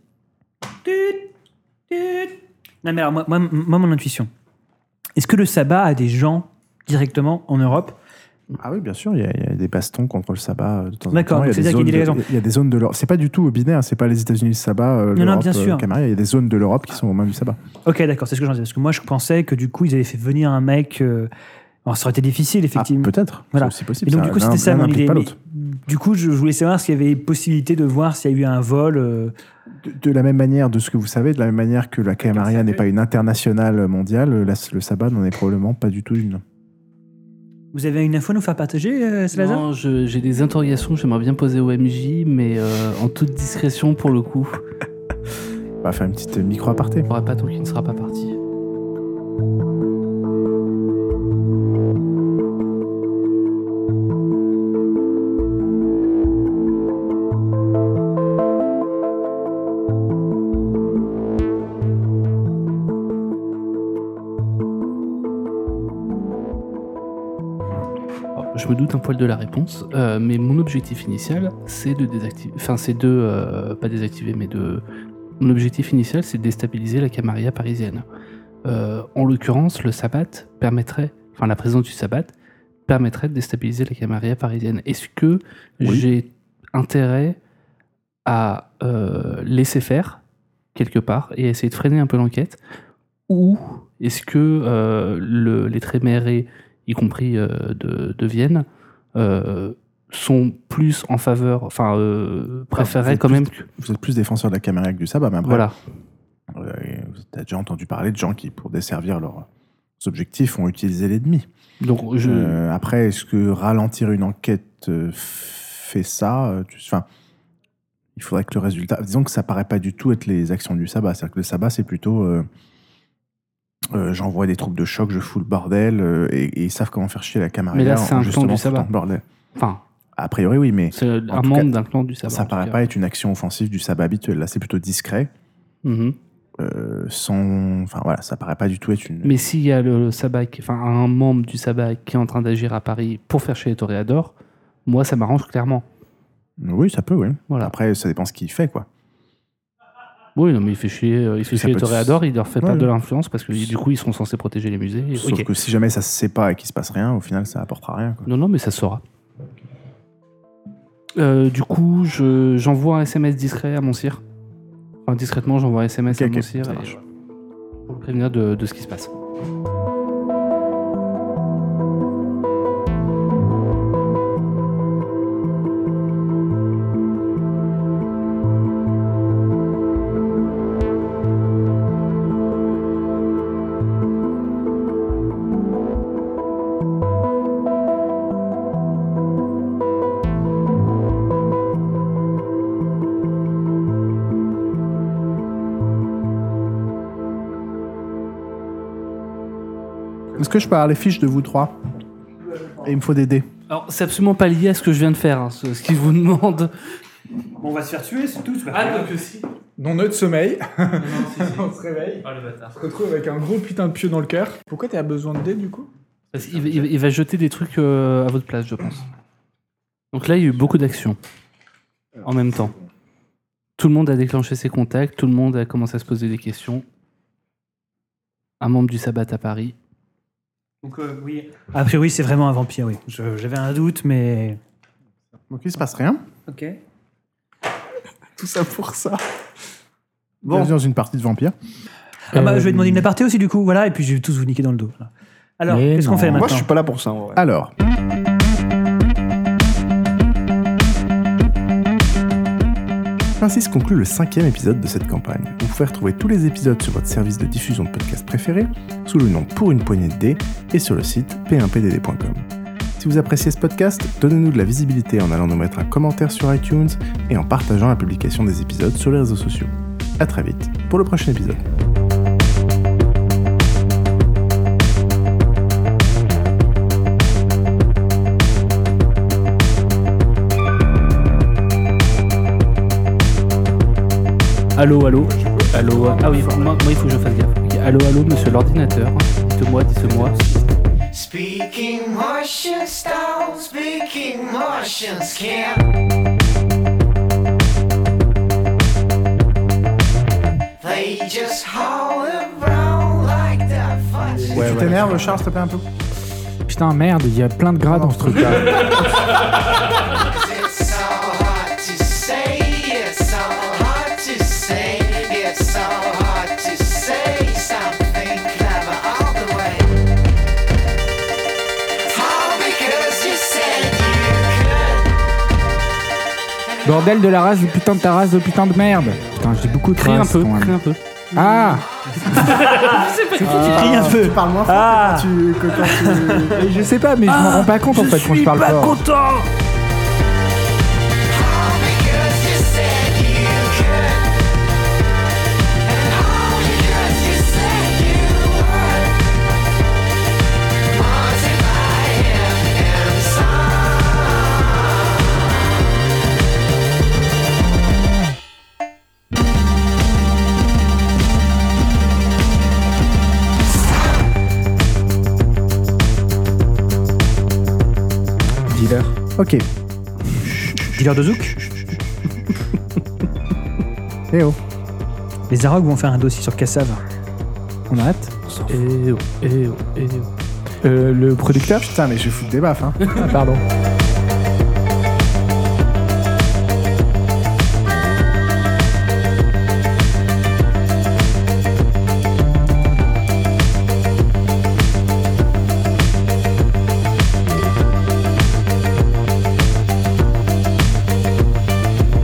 Non, mais alors, moi, moi, moi, mon intuition. Est-ce que le sabbat a des gens directement en Europe Ah oui, bien sûr, il y, a, il y a des bastons contre le sabbat euh, de temps en temps. Il y a D'accord, donc des c'est-à-dire qu'il y a des zones de- Il y a des zones de l'Europe. C'est pas du tout au binaire, hein, c'est pas les États-Unis le sabbat, euh, Non, non, l'Europe, bien euh, sûr. Camaria. Il y a des zones de l'Europe qui sont aux mains du sabbat. Ok, d'accord, c'est ce que j'en disais. Parce que moi, je pensais que du coup, ils avaient fait venir un mec euh, Alors, ça aurait été difficile, Ah, effectivement. peut-être. Voilà. C'est aussi possible. Et donc, du coup, l'un- c'était ça l'un mon n'implique idée. pas Mais l'autre. du coup, je voulais savoir s'il y avait possibilité de voir s'il y a eu un vol. euh, De, de la même manière, de ce que vous savez, de la même manière que la Camarilla n'est pas une internationale mondiale, la- le sabbat n'en est probablement pas du tout une. Vous avez une info à nous faire partager, euh, Salazar Non, je- j'ai des interrogations que j'aimerais bien poser au MJ, mais euh, en toute discrétion pour le coup. On va faire une petite micro-aparté. Il n'y aura pas tant qu'il ne sera pas parti. Alors, Je me doute un poil de la réponse, euh, mais mon objectif initial, c'est de désactiver, enfin c'est de euh, pas désactiver, mais de mon objectif initial, c'est de déstabiliser la Camarilla parisienne. Euh, en l'occurrence, le sabbat permettrait, enfin la présence du sabbat permettrait de déstabiliser la Camarilla parisienne. Est-ce que Oui. j'ai intérêt à euh, laisser faire quelque part et essayer de freiner un peu l'enquête, ou est-ce que euh, le- les trémérés, y compris euh, de, de Vienne, euh, sont plus en faveur, enfin euh, préféraient Ah, vous êtes quand plus- même que Vous êtes plus défenseur de la Camarilla que du sabbat, mais après, voilà. euh, vous avez déjà entendu parler de gens qui, pour desservir leurs objectifs, ont utilisé l'ennemi. Donc je, Euh, après, est-ce que ralentir une enquête euh, fait ça euh, tu- Enfin, il faudrait que le résultat. Disons que ça paraît pas du tout être les actions du sabbat. C'est-à-dire que le sabbat, c'est plutôt. euh, euh, J'envoie des troupes de choc, je fous le bordel, euh, et, et ils savent comment faire chier la camarilla. Mais là, c'est en un plan justement du foutant sabbat. le bordel. enfin, A priori, oui, mais c'est un tout membre cas, d'un clan du sabbat. ça en tout paraît cas. pas être une action offensive du sabbat habituel. Là, c'est plutôt discret. Mhm. euh, sans. Enfin, voilà, ça paraît pas du tout être une. Mais s'il y a le, le sabbat, qui- enfin un membre du sabbat qui est en train d'agir à Paris pour faire chez les toréadors, moi ça m'arrange clairement. Oui, ça peut, oui. Voilà. Après, ça dépend ce qu'il fait, quoi. Oui, non, mais il fait chier, euh, il fait Ça chier les peut être- toréadors, il leur fait Ouais. perdre de l'influence parce que du coup ils seront censés protéger les musées. Sauf Ok. que si jamais ça se sépare et qu'il se passe rien, au final, ça apportera rien. Quoi. Non, non, mais ça se saura. Euh, du coup, je- j'envoie un SMS discret à mon sire. Enfin, discrètement, j'envoie un SMS Ok, à ok, mon sire ça et- marche. pour le prévenir de, de ce qui se passe. Est-ce que je peux avoir les fiches de vous trois Et il me faut des dés. Alors, c'est absolument pas lié à ce que je viens de faire, hein, ce, ce qu'il vous demande. On va se faire tuer, c'est tout. que si. Non, nœud de sommeil. Ah, On se réveille. le bâtard. On se retrouve avec un gros putain de pieu dans le cœur. Pourquoi t'as besoin de dés du coup Parce qu'il va- il, va- il va jeter des trucs euh, à votre place, je pense. Donc là, il y a eu beaucoup d'actions en même temps. Tout le monde a déclenché ses contacts, tout le monde a commencé à se poser des questions. Un membre du sabbat à Paris. Donc, euh, oui. A priori, c'est vraiment un vampire, oui. Je- J'avais un doute, mais. Donc il se passe rien. Ok. Tout ça pour ça. Bon. Bon, dans une partie de vampire. Ah bah, Euh, je vais demander une aparté aussi, du coup, voilà, et puis je vais tous vous niquer dans le dos. voilà. Alors, Mais qu'est-ce qu'on non. fait moi maintenant je suis pas là pour ça en vrai. Alors. Ainsi se conclut le cinquième épisode de cette campagne. Vous pouvez retrouver tous les épisodes sur votre service de diffusion de podcast préféré sous le nom Pour une poignée de dés et sur le site p1pdd.com. Si vous appréciez ce podcast, donnez-nous de la visibilité en allant nous mettre un commentaire sur iTunes et en partageant la publication des épisodes sur les réseaux sociaux. A très vite pour le prochain épisode. Allô, allô. Allô. Ah oui, moi, moi, il faut que je fasse gaffe. Ok, Allô, allô, monsieur l'ordinateur. Dites-moi, dites-moi. Speaking Martian style, speaking Martians can't. They just howl around like that fudge. tu t'énerves, Charles, s'il te plaît un peu Putain, merde, il y a plein de gras dans ce truc là. It's so hard to say, it's so hard to say, it's so hard to say something clever all the way. Bordel de la race, de putain de ta race, de putain de merde. Putain, je dis beaucoup de Crée un race, peu, quand même. crée un peu. Ah Crie un peu. Tu parles moins fort Ah. que quand tu- que quand tu- Et Je sais pas, mais je m'en rends pas Ah, compte en fait quand je parle fort. Because you said you could, and all because you said you would. Haunted by him and Dealer. Ok. Dealer de Zouk Eh oh. Les Arogs vont faire un dossier sur Cassav. On arrête Eh oh, eh oh, eh oh. Euh, le producteur Putain, mais je vais foutre des baffes. Hein. Ah, Pardon.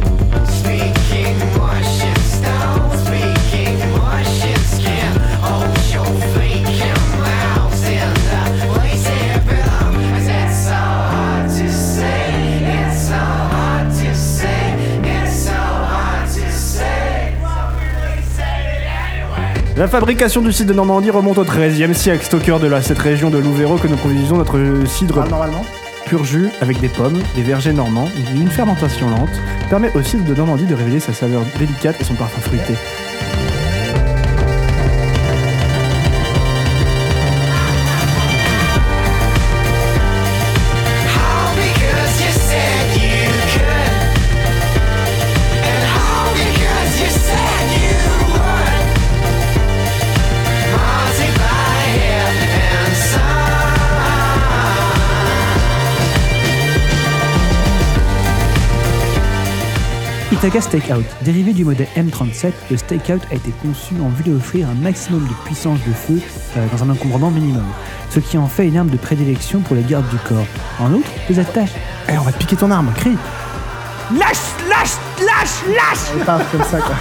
Speaking Martian stone, speaking Martian skin. Hold your vacant mouths in the place it belongs. It's so hard to say, it's so hard to say, it's so hard to say. Well, we really said it anyway. La fabrication du cidre de Normandie remonte au XIIIe siècle, stockeur de la, cette région de Louvero que nous produisons notre cidre normalement pur jus avec des pommes, des vergers normands, une fermentation lente, permet au cidre de Normandie de révéler sa saveur délicate et son parfum fruité. All because you said you could, and all because you said you would. Haunted by heaven and Itaca Stakeout, dérivé du modèle M37, le Stakeout a été conçu en vue d'offrir un maximum de puissance de feu euh, dans un encombrement minimum, ce qui en fait une arme de prédilection pour les gardes du corps. En outre, les attaches. Eh, on va te piquer ton arme, crie Lâche, lâche, lâche, lâche Pas comme ça, quoi.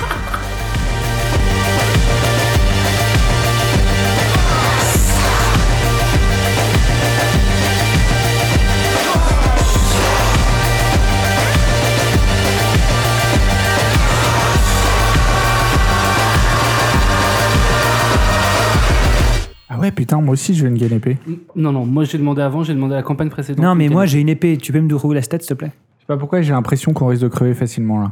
Ah ouais, putain, moi aussi je veux une gaine épée. Je Non, non, moi j'ai demandé avant, j'ai demandé à la campagne précédente. non, mais moi j'ai une épée, tu peux me dérouler la stat s'il te plaît sais pas pourquoi j'ai l'impression qu'on risque de crever facilement là.